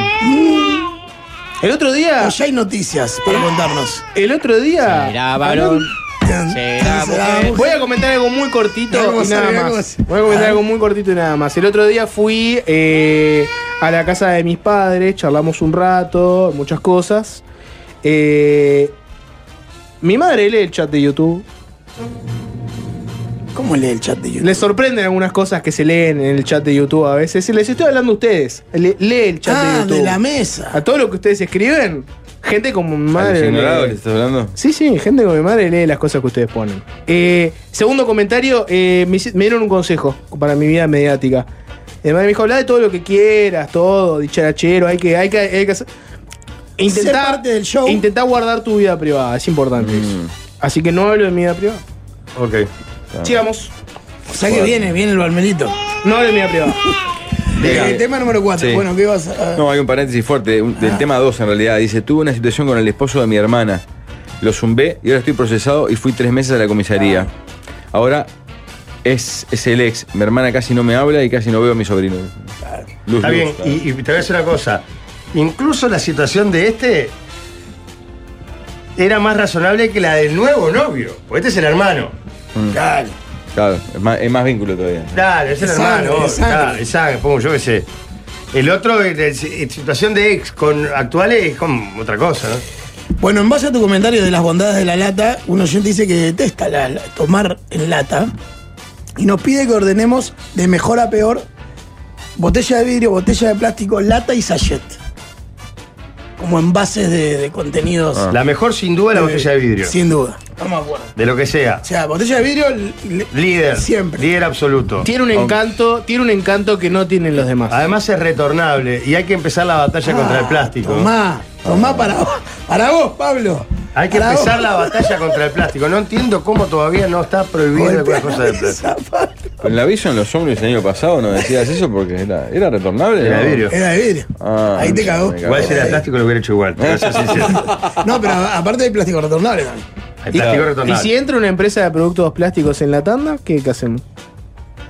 S3: El otro día,
S2: O ya hay noticias para contarnos.
S3: el otro día.
S7: Será varón. Será
S2: Eh,
S7: mujer.
S3: Eh, Voy a comentar algo muy
S2: Mirá
S3: cortito
S2: cómo
S3: y
S2: sale,
S3: nada
S2: mirá
S3: más.
S2: cómo-
S3: Voy a comentar algo muy cortito y nada más. El otro día fui eh, a la casa de mis padres, charlamos un rato, muchas cosas. Eh, mi madre lee el chat de YouTube.
S2: ¿Cómo lee el chat de YouTube?
S3: Le sorprenden algunas cosas que se leen en el chat de YouTube a veces. Y les estoy hablando a ustedes. Le- lee el chat de
S2: ah,
S3: YouTube.
S2: de la mesa.
S3: A todo lo que ustedes escriben, gente como mi
S4: ¿A los
S3: madre.
S4: ignorados le
S3: lee-
S4: estás hablando?
S3: Sí, sí, gente como mi madre lee las cosas que ustedes ponen. Eh, segundo comentario, eh, me, hici- me dieron un consejo para mi vida mediática. Mi madre me dijo, habla de todo lo que quieras, todo, dicharachero, hay que, hay que, hay que hacer-
S2: Sé
S3: Intentá,
S2: parte del show.
S3: intentá guardar tu vida privada, es importante eso. Así que no hablo de mi vida privada.
S1: Ok.
S3: Sigamos.
S2: O sea que viene, viene el balmelito.
S3: No hablo de mi vida privada.
S2: Eh, tema número cuatro.
S4: Sí.
S2: Bueno, ¿qué vas a.?
S4: No, hay un paréntesis fuerte, un-
S1: Ah.
S4: del tema 2 en realidad. Dice, tuve una situación con el esposo de mi hermana. Lo zumbé y ahora estoy procesado y fui tres meses a la comisaría.
S1: Ah.
S4: Ahora es, es el ex. Mi hermana casi no me habla y casi no veo a mi sobrino. Luz,
S1: Está
S4: luz,
S1: bien.
S4: claro.
S1: Y, y te voy a decir una cosa. Incluso la situación de este era más razonable que la del nuevo novio. Porque este es el hermano.
S2: Claro.
S4: Claro, es más, es más vínculo todavía.
S1: Claro, es el
S2: Es sangre,
S1: hermano.
S2: es sangre.
S1: Claro, es sangre, pongo yo qué sé. El otro, en- en en situación de ex con actuales, es como otra cosa, ¿no?
S2: Bueno, en base a tu comentario de las bondades de la lata, un oyente dice que detesta la- la- tomar en lata y nos pide que ordenemos de mejor a peor botella de vidrio, botella de plástico, lata y sachet. Como envases de, de contenidos.
S1: La mejor, sin duda, la
S2: Eh,
S1: Ah. botella de vidrio.
S2: Sin duda. Estamos de acuerdo.
S1: De lo que sea.
S2: O sea, botella de vidrio. le-
S1: Líder.
S2: Siempre.
S1: Líder absoluto.
S3: Tiene un encanto, tiene un encanto que no tienen los demás.
S1: Además es retornable y hay que empezar la batalla contra el plástico.
S2: Ah, Tomá, tomá para vos, para vos, Pablo.
S1: Hay que
S2: Para
S1: empezar
S2: vos.
S1: la batalla contra el plástico. No entiendo cómo todavía no está prohibido algunas
S2: Golpea la
S1: cosas del plástico.
S2: mesa, Pablo.
S4: Con el aviso en los ómnibus el año pasado no decías eso porque era, era retornable.
S1: Era
S4: ¿no?
S1: vidrio.
S2: Era de vidrio.
S4: Ah,
S2: Ahí te cagó.
S4: me cagó.
S1: Igual si era plástico lo hubiera hecho igual. te voy a ser sincero.
S2: No, pero a- aparte hay plástico retornable también.
S1: El plástico
S3: y
S1: retornable.
S3: si entra una empresa de productos plásticos en la tanda, ¿qué, qué hacemos?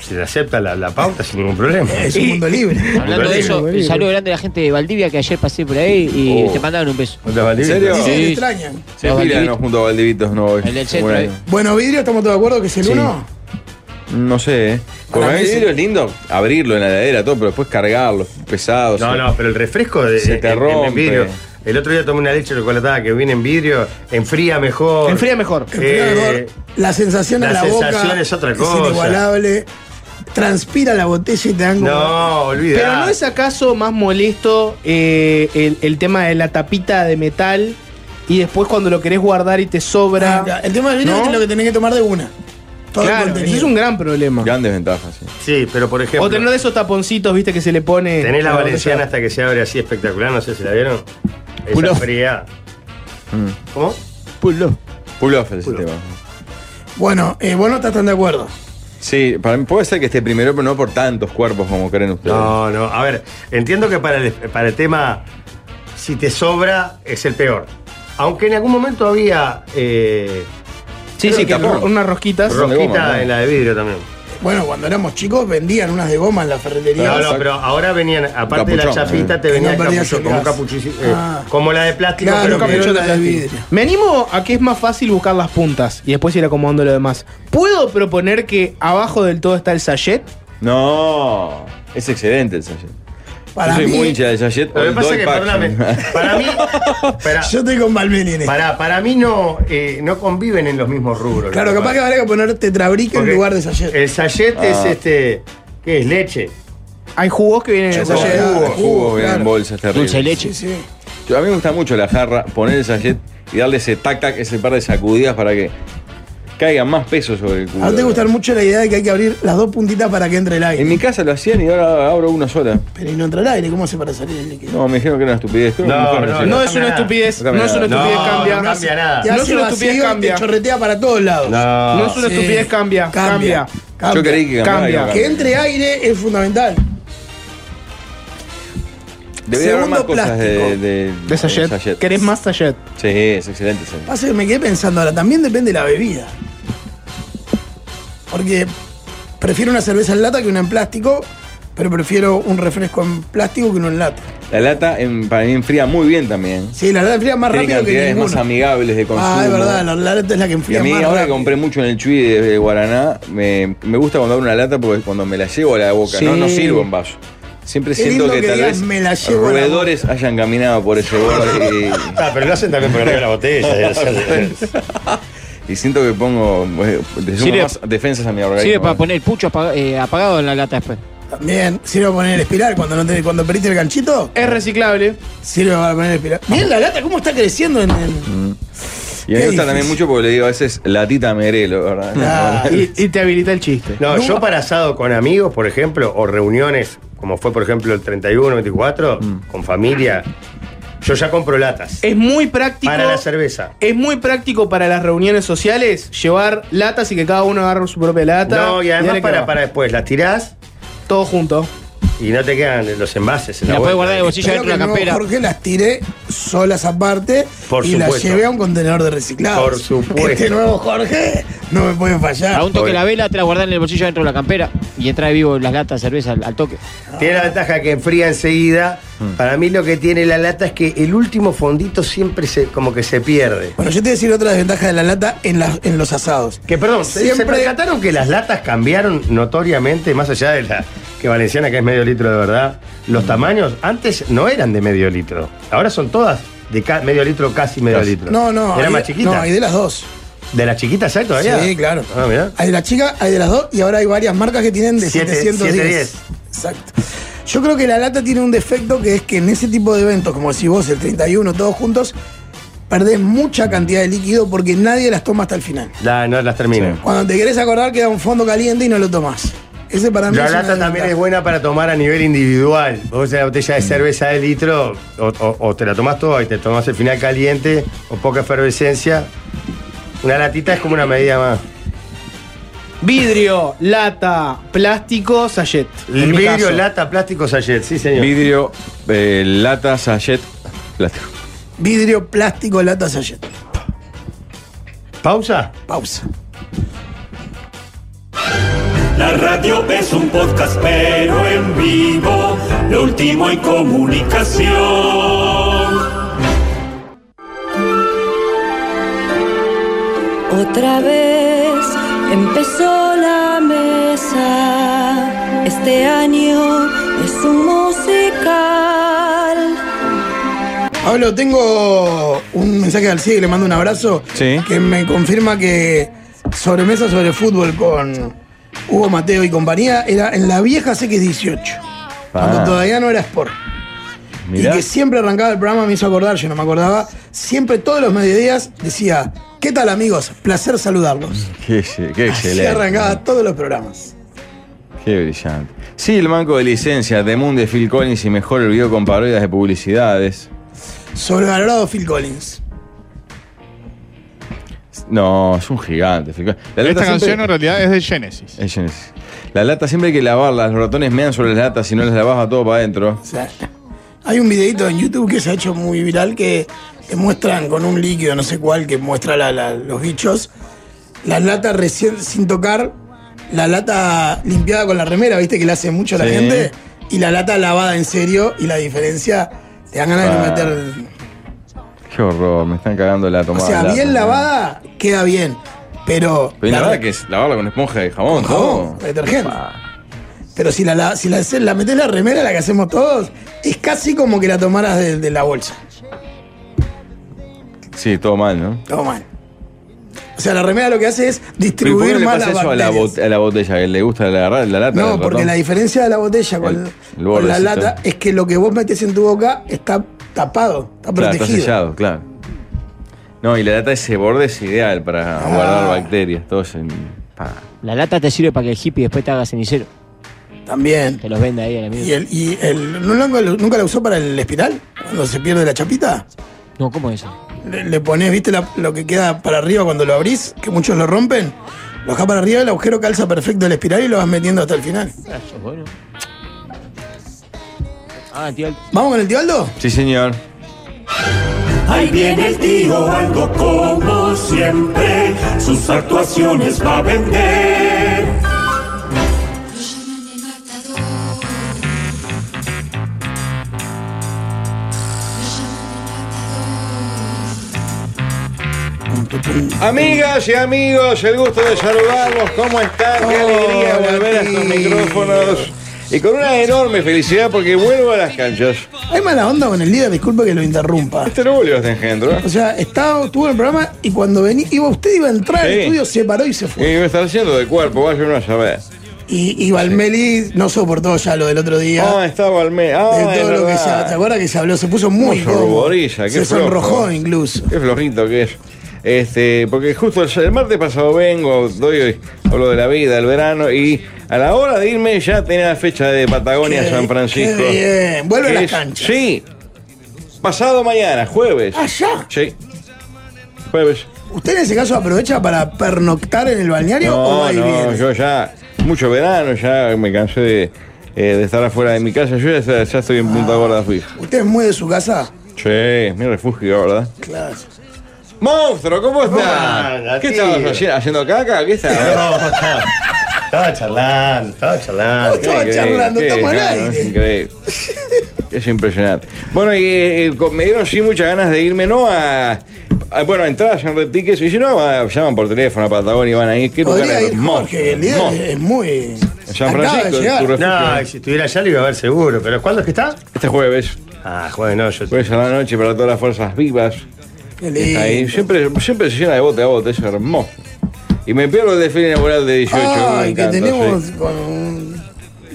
S1: Se le acepta la, la pauta sin ningún problema.
S2: Es un mundo libre.
S7: Hablando de eso,
S3: Muy
S7: un
S3: bien.
S7: saludo grande a la gente de Valdivia que ayer pasé por ahí y te mandaron un beso.
S1: ¿No te valdría?
S4: ¿En serio?
S2: Dice que
S7: Sí.
S2: extrañan.
S4: Se piran
S7: Los Valdivitos.
S4: los junto a Valdivitos, no voy.
S7: El del centro,
S4: Bueno,
S2: Bueno, vidrio, estamos todos de acuerdo que es el
S4: Sí.
S2: uno.
S4: No sé, ¿eh? Porque
S2: Para
S4: a mí
S2: mí
S4: el
S2: sí.
S4: vidrio es lindo abrirlo en la heladera, todo, pero después cargarlo, pesado.
S1: No,
S4: sí.
S1: no, pero el refresco de,
S4: Se te
S1: en- en-
S4: rompe.
S1: en vidrio. El otro día tomé una leche chocolatada que viene en vidrio, enfría mejor.
S3: Enfría mejor.
S1: Eh,
S2: Enfriador. la sensación
S1: la
S2: a la boca.
S1: sensación es otra cosa.
S2: inigualable. Transpira la botella y te dan como-
S1: No, olvida.
S3: Pero ¿no es acaso más molesto eh, el, el tema de la tapita de metal y después cuando lo querés guardar y te
S2: Ah,
S3: sobra?
S2: El tema del vidrio
S3: ¿No?
S2: es lo que tenés que tomar de una. Todo el
S3: Claro,
S2: contenido.
S3: ese es un gran problema.
S4: Gran desventaja, sí.
S1: Sí, pero por ejemplo.
S3: O tener de esos taponcitos, viste, que se le pone.
S1: Tenés la
S3: a
S1: valenciana hasta que se abre así espectacular, no sé si la vieron. Esa
S7: Puló.
S1: fría. ¿Cómo?
S4: Pull off el sistema.
S2: Bueno, eh, vos no estás tan de acuerdo.
S4: Sí, para mí puede ser que esté primero, pero no por tantos cuerpos como creen ustedes.
S1: No, no. A ver, entiendo que para el, para el tema, si te sobra, es el peor. Botella. Aunque en algún momento había eh,
S3: Sí, sí, que
S4: Tapón.
S3: ro- unas rosquitas.
S4: Ro- de
S1: rosquita
S4: goma, ¿no?
S1: en la de vidrio también.
S2: Bueno, cuando éramos chicos vendían unas de goma en la ferretería.
S1: No, no,
S4: exacto.
S1: pero ahora venían, aparte de la
S4: Capuchón,
S1: chapita,
S4: eh.
S1: te venía
S2: No perdías
S1: capucho-
S2: el
S1: como un
S2: gas.
S1: capuchis- eh,
S2: Ah.
S1: como la de plástico,
S2: Claro,
S1: pero que-
S2: capuchón de vidrio.
S3: Me animo a que es más fácil buscar las puntas y después ir acomodando lo demás. ¿Puedo proponer que abajo del todo está el sachet?
S4: No, es excelente el sachet.
S2: Para
S4: Yo soy
S2: mí,
S4: muy hincha del sachet.
S1: Lo
S4: o
S1: que
S4: el
S1: pasa
S4: doy
S1: es que,
S4: pack.
S1: perdóname, para mí, para,
S2: yo estoy con Balmeni en esto.
S1: para, para mí no, eh, no conviven en los mismos rubros.
S2: Claro,
S1: lo
S2: capaz que
S1: pasa.
S2: habría que poner tetrabrique en
S1: Porque
S2: lugar de sachet.
S1: El sachet es este. ¿Qué es? Leche.
S3: Hay jugos que vienen en el
S4: No,
S2: Sachet,
S3: sachet.
S4: jugo,
S2: ah,
S4: jugo, bien,
S2: claro.
S4: en bolsa, es terrible.
S7: Dulce de leche.
S2: Sí, sí.
S4: Yo- a mí me gusta mucho la jarra, poner el sachet y darle ese tac-tac, ese par de sacudidas para que caiga más peso sobre el culo.
S2: A vos te gusta mucho la idea de que hay que abrir las dos puntitas para que entre el aire.
S4: En mi casa lo hacían y ahora abro una sola.
S2: Pero y no entra el aire, ¿cómo hace para salir el líquido?
S4: No, me dijeron que era una estupidez. Creo que
S1: No,
S4: mejor
S1: no, no
S4: sé.
S3: No es una
S1: cambia nada.
S3: estupidez,
S4: No
S3: no
S4: cambia
S3: es una
S1: nada.
S3: estupidez,
S1: No,
S3: cambia.
S1: no cambia nada.
S2: Te
S1: No
S3: es
S2: hace
S3: una
S2: vacío
S3: estupidez,
S2: y te
S3: cambia.
S2: chorretea para todos lados.
S1: No.
S4: Ah.
S3: No es una
S2: Sí.
S3: estupidez, cambia, cambia.
S4: Yo creí que cambiaba,
S3: Cambia.
S4: y no
S2: Que entre aire es fundamental.
S4: Debería haber más
S2: Segundo
S4: cosas de,
S2: plástico.
S4: de,
S3: De
S4: de
S3: Sayet.
S4: Sayet.
S3: ¿Querés más Sayet?
S4: Sí, es excelente. ese.
S2: Pasa que me quedé pensando ahora, también depende de la bebida. Porque prefiero una cerveza en lata que una en plástico, pero prefiero un refresco en plástico que uno en lata.
S4: La lata en- para mí enfría muy bien también.
S2: Sí, la lata enfría más
S4: Tiene
S2: rápido que
S4: cantidades
S2: ninguno.
S4: más amigables de consumo.
S2: ah, es verdad, la, la lata es la que
S4: Y
S2: enfría
S4: a mí
S2: más
S4: ahora que
S2: rápido.
S4: compré mucho en el Chuy de, de Guaraná, me, me gusta comprar una lata porque cuando me la llevo a la boca,
S3: Sí.
S4: no, no sirvo en vaso. Siempre
S2: Qué
S4: siento
S2: lindo
S4: que,
S2: que
S4: tal
S2: digas,
S4: vez
S2: "Me la llevo a la
S4: roedores hayan caminado por ese borde
S1: Ah, pero lo hacen también por arriba de la botella.
S4: y, y siento que pongo eh, le sumo
S7: Sirve-
S4: más defensas a mi organismo.
S7: Sirve para poner el pucho apa- eh, apagado en la lata después.
S2: También sirve para poner el espiral cuando, no te, cuando perdiste el ganchito.
S3: Es reciclable.
S2: Sirve para poner el espiral. Bien, la lata, ¿cómo está creciendo en el...?
S4: Mm.
S2: Qué
S4: Y a mí me gusta también
S2: difícil.
S4: mucho porque le digo a veces latita merelo, ¿verdad?
S2: Ah.
S3: Y, y te habilita el chiste.
S1: No, yo para asado con amigos, por ejemplo, o reuniones, como fue por ejemplo el 31, 24,
S2: Mm.
S1: con familia, yo ya compro latas.
S3: Es muy práctico.
S1: Para la cerveza.
S3: Es muy práctico para las reuniones sociales llevar latas y que cada uno agarre su propia lata.
S1: No, y además
S3: dale que
S1: para,
S3: va.
S1: para después, las tirás
S3: Todo junto.
S1: y no te quedan los envases en la,
S7: La puedes
S1: vuelta.
S7: guardar en el bolsillo
S2: Espero
S7: dentro de la
S2: que no,
S7: campera.
S2: Jorge las tiré solas aparte
S1: Por
S2: y las
S1: supuesto.
S2: llevé a un contenedor de reciclado.
S1: Por supuesto.
S2: Este nuevo Jorge no me puede fallar.
S7: A un toque
S1: Oye.
S7: la vela, te la guardás en el bolsillo dentro de la campera y entra de vivo las latas de cerveza al, al toque.
S1: Tiene la ventaja que enfría enseguida. Para mí lo que tiene la lata es que el último fondito siempre se, como que se pierde.
S2: Bueno, yo te voy a decir otra desventaja de la lata en, las- en los asados.
S1: Que perdón, ¿se- ¿se
S2: Siempre-
S1: percataron que las latas cambiaron notoriamente, más allá de la que valenciana, que es medio litro de verdad? Los tamaños antes no eran de medio litro. Ahora son todas de ca- medio litro, casi medio litro.
S2: No, no.
S1: ¿Era
S2: hay-
S1: más chiquita?
S2: No, hay de las dos.
S1: ¿De las chiquitas hay todavía?
S2: Sí, claro.
S1: Ah, mirá.
S2: Hay de la chica, hay de las dos y ahora hay varias marcas que tienen de
S1: Siete-
S2: 710.
S1: 710.
S2: Exacto. Yo creo que la lata tiene un defecto que es que en ese tipo de eventos, como si vos el 31, todos juntos, perdés mucha cantidad de líquido porque nadie las toma hasta el final.
S1: La- no las termino.
S2: Cuando te querés acordar queda un fondo caliente y no lo tomás. Ese para mí
S1: La
S2: es una
S1: lata también
S2: desventaja.
S1: es buena para tomar a nivel individual. Vos la botella de cerveza de litro, o, o- o te la tomás toda y te tomás el final caliente, o poca efervescencia. Una latita es como una medida más.
S3: Vidrio, lata, plástico, sachet. En mi
S1: Vidrio,
S3: caso.
S1: lata, plástico, sachet, sí señor.
S4: Vidrio, eh, lata, sachet, plástico.
S2: Vidrio, plástico, lata, sachet.
S1: Pausa.
S2: Pausa.
S6: La radio es un podcast, pero en vivo, lo último en comunicación.
S10: Otra vez empezó la mesa. Este año es un musical.
S2: Pablo, tengo un mensaje al CIE que le mando un abrazo.
S4: Sí.
S2: Que me confirma que sobremesa sobre fútbol con Hugo Mateo y compañía era en la vieja CX18. Cuando todavía no era Sport.
S4: Ah. Mirá.
S2: Y que siempre arrancaba el programa, me hizo acordar, yo no me acordaba. Siempre todos los mediodías decía: ¿Qué tal, amigos? Placer saludarlos.
S4: Qué, qué
S2: Así
S4: excelente.
S2: arrancaba todos los programas.
S4: Qué brillante. Sí, el banco de licencia de Munde, Phil Collins y mejor el video con parodias de publicidades.
S2: Sobrevalorado Phil Collins.
S4: No, es un gigante. Phil Collins. La
S5: Esta
S4: lata siempre-
S5: canción en realidad es de Genesis.
S4: Es Genesis. La lata siempre hay que lavarla. Los ratones mean sobre las latas si no las lavas va todo para adentro.
S2: O sea, hay un videito en YouTube que se ha hecho muy viral que te muestran con un líquido, no sé cuál, que muestra la- la- los bichos, la lata recién sin tocar, la lata limpiada con la remera, viste que la hace mucho la
S4: Sí.
S2: gente, y la lata lavada en serio, y la diferencia te dan ganas
S4: Ah,
S2: de meter.
S4: Qué horror, me están cagando la
S2: O
S4: tomada.
S2: sea,
S4: de
S2: bien
S4: lata.
S2: lavada queda bien, pero.
S4: Pero la
S2: la-
S4: verdad que es lavarla con esponja y jabón,
S2: con jabón,
S4: todo.
S2: detergente. Pero si la, la- si la, la metes la remera, la que hacemos todos, es casi como que la tomaras de- de la bolsa.
S4: Sí, todo mal, ¿no?
S2: Todo mal. O sea, la remera lo que hace es
S4: ¿Pero ¿y por qué
S2: distribuir
S4: le
S2: más
S4: pasa
S2: las
S4: eso a la,
S2: bacterias.
S4: bot- a la botella? ¿Que le gusta la, la lata? del
S2: No,
S4: ratón?
S2: porque la diferencia de la botella con,
S4: El- el
S2: con la
S4: bordecito.
S2: lata es que lo que vos metes en tu boca está tapado, está
S4: Claro, está
S2: protegido.
S4: sellado, claro. No, y la lata de ese borde es ideal para
S2: Ah.
S4: guardar bacterias. Todos en. pa.
S7: La lata te sirve para que el hippie después te haga cenicero.
S2: También.
S7: Te los venda ahí a la
S2: ¿Y,
S7: mierda.
S2: el, y el, ¿no la- nunca la usó para el espiral? Cuando se pierde la chapita.
S7: No, ¿cómo es eso?
S2: Le, le pones, viste, la- lo que queda para arriba cuando lo abrís, que muchos lo rompen. Lo dejás para arriba, el agujero calza perfecto el espiral y lo vas metiendo hasta el final.
S7: Ah, eso es bueno. Ah, tío.
S2: ¿Vamos con el tío Aldo?
S4: Sí, señor.
S6: Ahí viene el tío Aldo como siempre, sus actuaciones va a vender.
S4: Amigas y amigos, el gusto de saludarlos. ¿Cómo están?
S2: Oh,
S4: Qué alegría volver a estos micrófonos. Y con una enorme felicidad porque vuelvo a las canchas.
S2: Hay mala onda con el líder, disculpe que lo interrumpa.
S4: Este no volvió a este engendro. ¿eh?
S2: O sea, estaba, estuvo en el programa y cuando vení, iba usted iba a entrar al
S4: Sí.
S2: estudio, se paró y se
S4: Y
S2: fue.
S4: me está haciendo de cuerpo, vaya uno a saber.
S2: Y, y Valmeli no soportó ya lo del otro día.
S4: Ah, estaba al medio.
S2: de
S4: Ah,
S2: todo
S4: es
S2: lo que
S4: verdad.
S2: se, ¿Te acuerdas que se habló? Se puso muy
S4: se
S2: incómodo.
S4: ruboriza, qué
S2: Se
S4: flojo.
S2: sonrojó incluso.
S4: Qué flojito que es. Este, porque justo el, el martes pasado vengo, doy, hablo de la vida, del verano, y a la hora de irme ya tenía la fecha de Patagonia,
S2: Qué-
S4: San Francisco.
S2: qué bien. Vuelve a
S4: Que
S2: las
S4: es-
S2: canchas.
S4: Sí. Pasado mañana, jueves.
S2: Ah, ya.
S4: Sí. Jueves.
S2: ¿Usted en ese caso aprovecha para pernoctar en el balneario o va
S4: No,
S2: y
S4: no,
S2: viene?
S4: yo ya, mucho verano, ya me cansé de, eh, de estar afuera de mi casa. Yo ya, ya estoy en Punta Gorda fija.
S2: ¿Usted es muy de su casa?
S4: Che, mi refugio, ¿verdad?
S2: Claro.
S4: ¡Monstruo! ¿Cómo
S1: Hola,
S4: estás? ¿Qué
S1: tío.
S4: estabas haciendo? ¿Haciendo caca? ¿Qué estabas?
S1: No, estaba, estaba charlando, estaba charlando.
S2: Estaba
S4: Increíble,
S2: charlando,
S4: qué
S2: estamos al
S4: bacano,
S2: aire.
S4: Es increíble. Es impresionante. Bueno, y eh, con- me dieron sí muchas ganas de irme, no a. a- bueno, a entradas en Red Tickets, y si no, a- llaman por teléfono a Patagonia y van ahí. ¿Qué lugar
S2: Podría
S4: es
S2: ir Jorge, el líder es muy.
S4: San
S2: acaba de
S4: Francisco, tu
S2: llegar.
S4: refugio.
S1: No, si estuviera allá lo iba a ver seguro, pero ¿cuándo es que está?
S4: Este jueves,
S1: Ah, jueves no, yo
S4: jueves a la noche para todas las fuerzas vivas.
S2: Qué
S4: Está Ahí.
S2: lindo.
S4: Siempre, siempre se llena de bote a bote, es hermoso. Y me pierdo el desfile inaugural de 18. me
S2: Ay, que
S4: encanta,
S2: tenemos
S4: sí.
S2: con un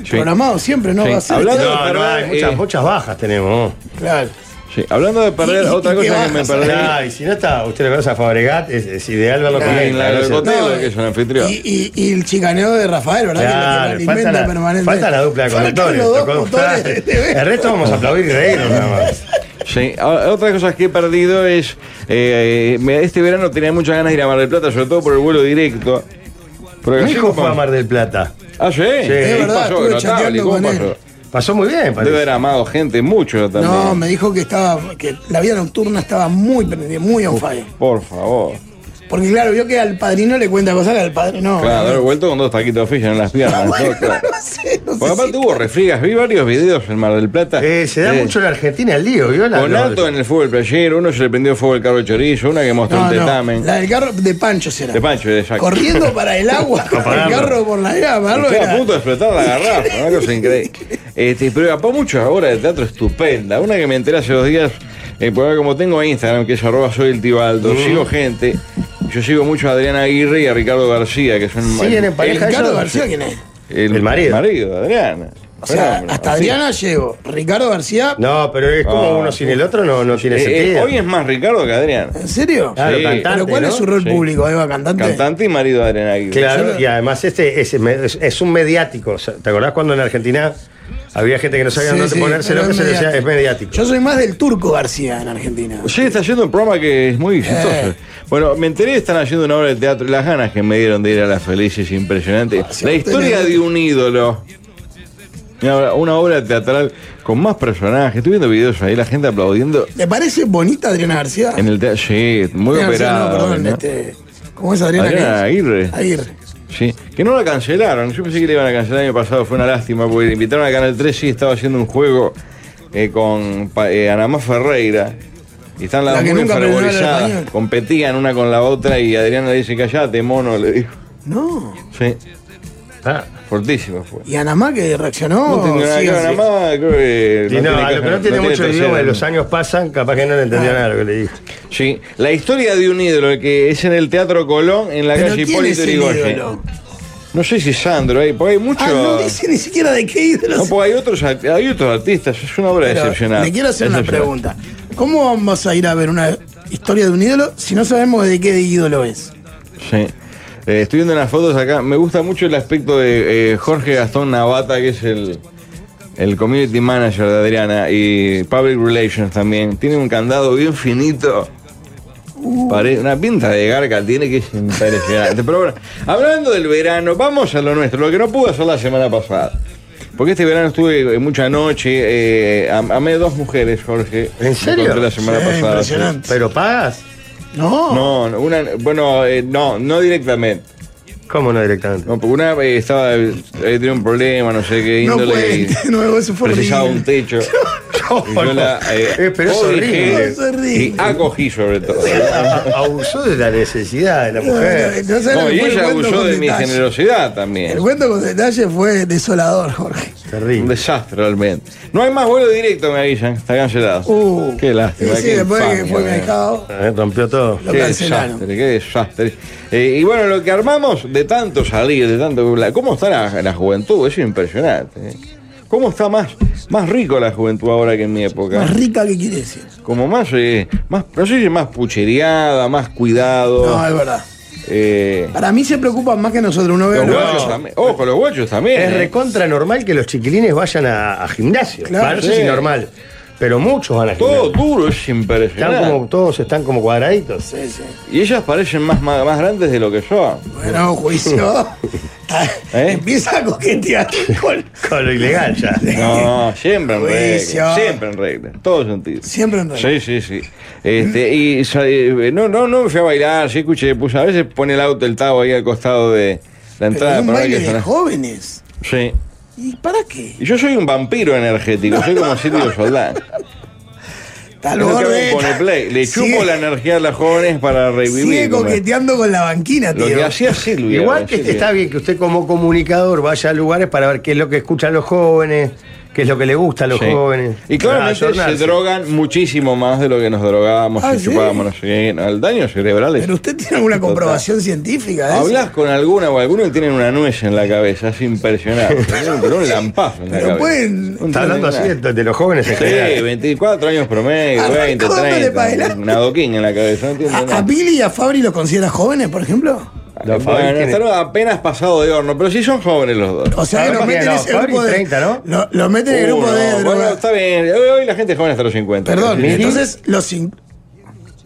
S4: Sí.
S2: programado siempre, ¿no?
S4: Sí.
S2: Va a ser.
S4: Hablando-
S1: No, no, hay muchas,
S4: Eh.
S1: muchas bajas tenemos.
S2: Claro.
S4: Sí, Hablando de perder,
S2: Y- y-
S4: otra
S2: y que
S4: cosa que me
S2: bajas,
S4: perdí.
S1: No, y si no está, usted lo conoce a Fabregat, es, es ideal verlo con
S4: Claro,
S1: él.
S4: claro,
S1: claro,
S4: con-
S1: sí.
S4: Teo, que es un anfitrión.
S2: Y, y- y el chicaneo de Rafael, ¿verdad?
S1: Claro,
S2: que lo
S1: falta,
S2: alimenta
S1: la,
S2: permanentemente.
S1: falta la dupla de
S2: Faltan
S1: conductores.
S2: los dos
S1: tocó-
S2: conductores de TV.
S1: el resto vamos a aplaudir y reírnos nada más.
S4: Sí, a- otra cosa que he perdido es. eh, me- este verano tenía muchas ganas de ir a Mar del Plata, sobre todo por el vuelo directo. Pero
S1: Mi
S4: así
S1: hijo
S4: como-
S1: fue a Mar del Plata.
S4: Ah, sí. ¿Qué
S1: verdad,
S4: pasó?
S2: estuve
S4: Notable,
S2: chateando
S4: ¿cómo
S2: con él.
S4: pasó?
S1: Pasó muy bien,
S4: Debe
S1: parece.
S4: haber amado gente mucho también.
S2: No, me dijo que estaba que la vida nocturna estaba muy prendida, muy on fire.
S4: Por favor.
S2: Porque claro, vio que al padrino le cuenta cosas que al padre no.
S4: Claro, haber vuelto con dos taquitos de fish en las piernas.
S2: Ah, Bueno,
S4: ¿no? Claro.
S2: no sé, no sé
S4: Porque aparte
S2: si-
S4: hubo refriegas, vi varios videos en Mar del Plata.
S1: Eh, se da
S4: Eh,
S1: mucho en Argentina el lío, ¿vio? La-
S4: Con
S1: lo-
S4: alto en el fuego del playero, uno se le prendió fuego el carro de chorizo, una que mostró
S2: No,
S4: un
S2: no,
S4: tetamen.
S2: La del carro de Pancho será.
S4: De Pancho, eh, exacto.
S2: Corriendo para el agua con el
S1: Apagarlo.
S2: carro por la llama. algo
S4: Estuvo
S2: era-
S4: a punto de explotar la garrafa, una cosa increíble. Este, pero apá muchas obras de teatro estupenda. Una que me enteré hace dos días, eh, porque ahora como tengo Instagram, que es arroba soy el Tibaldo,
S2: Mm.
S4: sigo gente. Yo sigo mucho a Adrián Aguirre y a Ricardo García, que son
S1: Siguen en
S2: ¿El
S1: pareja
S2: Ricardo
S1: ellos?
S2: García quién es?
S1: El marido.
S4: marido, Adrián.
S2: O sea,
S4: Fenómeno,
S2: hasta
S4: así.
S2: Adriana llego. Ricardo García.
S1: No, pero es como
S4: Ah.
S1: uno sin el otro no, no tiene
S4: Eh, eh,
S1: sentido.
S4: hoy es más Ricardo que Adrián.
S2: ¿En serio?
S1: Claro,
S4: Sí.
S1: cantante,
S2: Pero ¿cuál
S1: ¿no?
S2: es su rol
S4: Sí.
S2: público, Eva? ¿Cantante?
S4: Cantante y marido de Adrián Aguirre.
S1: Claro, y además este es, es- es un mediático. O sea, ¿Te acordás cuando en Argentina había gente que no sabía
S2: Sí,
S1: dónde
S2: sí,
S1: ponérselo,
S2: pero
S1: que
S2: es
S1: se decía es
S2: mediático.
S1: mediático?
S2: Yo soy más del turco García en Argentina.
S4: Sí, está haciendo un programa que es muy exitoso.
S2: Eh.
S4: Bueno, me enteré que están haciendo una obra de teatro y las ganas que me dieron de ir a las felices impresionante.
S2: si
S4: La
S2: vos
S4: historia
S2: tenés-
S4: de un ídolo. Una obra, una obra teatral con más personajes. Estoy viendo videos ahí, la gente aplaudiendo
S2: ¿Le parece bonita Adriana García?
S4: en el teatro. Sí, muy
S2: Adriana García,
S4: operado.
S2: no, perdón,
S4: ¿no?
S2: este, ¿Cómo es Adriana?
S4: Adriana
S2: ¿Qué es?
S4: Aguirre.
S2: Aguirre.
S4: Sí, que no la cancelaron. Yo pensé que la iban a cancelar el año pasado, fue una lástima, porque le invitaron a Canal 3 y estaba haciendo un juego eh, con pa- eh, Anamá Ferreira. Y están las
S2: La
S4: dos
S2: que
S4: muy
S2: nunca aprendió a hablar
S4: enfervorizadas.
S2: español.
S4: Competían una con la otra y Adriana le dice, callate, mono, le dijo.
S2: No.
S4: Sí,
S1: Ah.
S4: fortísimo fue.
S2: ¿Y Anamá que reaccionó?
S4: No tengo nada
S2: Sí,
S4: que ver,
S2: sí.
S4: Anamá, creo que...
S1: Y no, a lo que no tiene mucho
S4: tercera,
S1: idioma,
S4: ¿no?
S1: los años pasan, capaz que no le entendió
S2: Ah.
S1: nada de lo que le dije.
S4: Sí, la historia de un ídolo que es en el Teatro Colón, en la
S2: Pero
S4: calle
S2: ¿quién es
S4: Hipólito
S2: el
S4: Yrigoyen.
S2: ídolo?
S4: No sé si Sandro, ahí, porque hay mucho...
S2: Ah, no dice ni siquiera de qué ídolo.
S4: No,
S2: se-
S4: porque hay otros, arti- hay otros artistas, es una obra
S2: Pero
S4: excepcional.
S2: Le quiero hacer una
S4: Excepcional.
S2: pregunta. ¿Cómo vamos a ir a ver una historia de un ídolo si no sabemos de qué ídolo es.
S4: Sí. Eh, estoy viendo las fotos acá. Me gusta mucho el aspecto de eh, Jorge Gastón Navata, que es el, el community manager de Adriana, y public relations también. Tiene un candado bien finito. Pare- una pinta de garca tiene que es impresionante. Pero bueno, hablando del verano, vamos a lo nuestro, lo que no pude hacer la semana pasada. Porque este verano estuve eh, mucha noche, eh, am- amé dos mujeres, Jorge.
S1: ¿En serio?
S4: Encontré La semana
S2: Sí,
S4: pasada.
S2: Eh, impresionante.
S1: ¿Pero pagas?
S2: No.
S4: No, no, una, bueno, eh, no, no directamente.
S1: ¿Cómo no directamente?
S4: No, porque una eh, estaba, eh, tenía un problema, no sé qué
S2: No
S4: índole.
S2: cuente,
S4: y
S2: no, eso fue
S4: precisaba
S2: horrible.
S4: un techo. Y yo la, eh,
S1: Eh, pero es
S4: cobijé
S1: horrible.
S2: Es horrible.
S4: Y acogí sobre todo.
S1: A- Abusó de la necesidad de la mujer.
S2: No, no, no sabes lo
S4: No,
S2: que
S4: y
S2: fue el
S4: ella
S2: cuento
S4: abusó
S2: con
S4: de mi
S2: detalle.
S4: generosidad
S2: El
S4: también.
S2: cuento con detalle fue desolador, Jorge.
S4: Un
S1: Terrible.
S4: desastre realmente. No hay más vuelo directo, me avisan. Está cancelado.
S2: Uh,
S4: qué lástima.
S2: Sí, sí,
S4: qué
S2: después que
S4: infamia,
S2: fue
S4: eh.
S2: dejado,
S1: Eh, rompió todo.
S2: lo
S4: qué
S2: cancelaron.
S4: desastre, qué desastre. Eh, y bueno, lo que armamos de tanto salir, de tanto... bla- ¿Cómo está la, la juventud? Es impresionante. eh. ¿Cómo está más, más rico la juventud ahora que en mi época?
S2: Más rica que quiere decir.
S4: Como más, eh, más no sé si más puchereada, más cuidado.
S2: No, es verdad.
S4: eh,
S2: Para mí se preocupan más que nosotros. Uno ve
S4: los
S2: los
S4: guachos
S2: guachos.
S4: también. Ojo, los guachos también.
S1: Es
S4: eh.
S1: recontra normal que los chiquilines vayan a, a gimnasio.
S2: Claro,
S1: Parece
S4: sí.
S1: si normal. Pero muchos van a gimnasio.
S4: Todo duro, es impresionante.
S1: Están como, todos están como cuadraditos. eh,
S2: Sí, sí.
S4: Y ellas parecen más, más, más grandes de lo que son.
S2: Bueno, juicio.
S4: ¿Eh?
S2: Empieza a coquetear con-
S1: Con lo ilegal ya.
S4: No, siempre en
S2: Eh, Juicio.
S4: regla. Siempre en regla. En todo sentido.
S2: Siempre en realidad.
S4: Sí, sí, sí. Este, y sa- eh, no, no, no me fui a bailar, sí escuché, puse, a veces pone el auto el tabo ahí al costado de la
S2: Pero
S4: entrada
S2: es un
S4: para ver
S2: baile
S4: qué
S2: de
S4: suena.
S2: jóvenes.
S4: Sí.
S2: ¿Y para qué?
S4: Y yo soy un vampiro energético, soy como Silvio Soldán.
S2: Está al
S4: Es lo que
S2: borde.
S4: hago con el play. Le
S2: Sigue-
S4: chupo la energía a las jóvenes para
S2: Sigue
S4: revivir. como-
S2: coqueteando con la banquina, tío.
S4: Lo que hacía Silvio.
S1: Igual que
S4: Silvio.
S1: está bien que usted como comunicador vaya a lugares para ver qué es lo que escuchan los jóvenes, qué es lo que le gusta a los
S4: Sí.
S1: jóvenes. Ah,
S4: Y claramente
S1: Para
S4: se
S1: ayornarse.
S4: drogan muchísimo más de lo que nos drogábamos
S2: Ah,
S4: y
S2: ¿sí?
S4: chupábamos. no sé, El daño cerebral es
S2: Pero usted tiene alguna
S4: Total.
S2: comprobación científica de eso.
S4: Hablas con alguna o alguno y tienen una nuez en la cabeza, es impresionante. Tienen pero un lampazo en la
S2: Pero
S4: cabeza.
S2: pueden-
S4: Un
S1: Está hablando así de, de los jóvenes en
S4: Sí,
S1: general.
S4: 24 años promedio,
S2: Arrancó
S4: 20,
S2: dándole pa'
S4: 30.
S2: adelante.
S4: Un adoquín en la cabeza, no entiendo
S2: ¿A, a
S4: nada.
S2: Billy y a Fabri los considera jóvenes, por ejemplo?
S1: Los Fabri
S4: Bueno,
S1: tienen-
S4: están apenas pasado de horno, pero sí son jóvenes los dos.
S2: O sea, que
S1: Ahora
S2: los
S1: que
S2: meten en
S1: no,
S2: ese
S1: Fabri
S2: grupo de.
S1: 30, ¿no?
S2: lo- los meten en el grupo
S4: Uno,
S2: de.
S4: bueno,
S2: droga-
S4: está bien. Hoy, hoy la gente es joven hasta los 50.
S2: Perdón,
S4: Casi.
S2: entonces los. cin-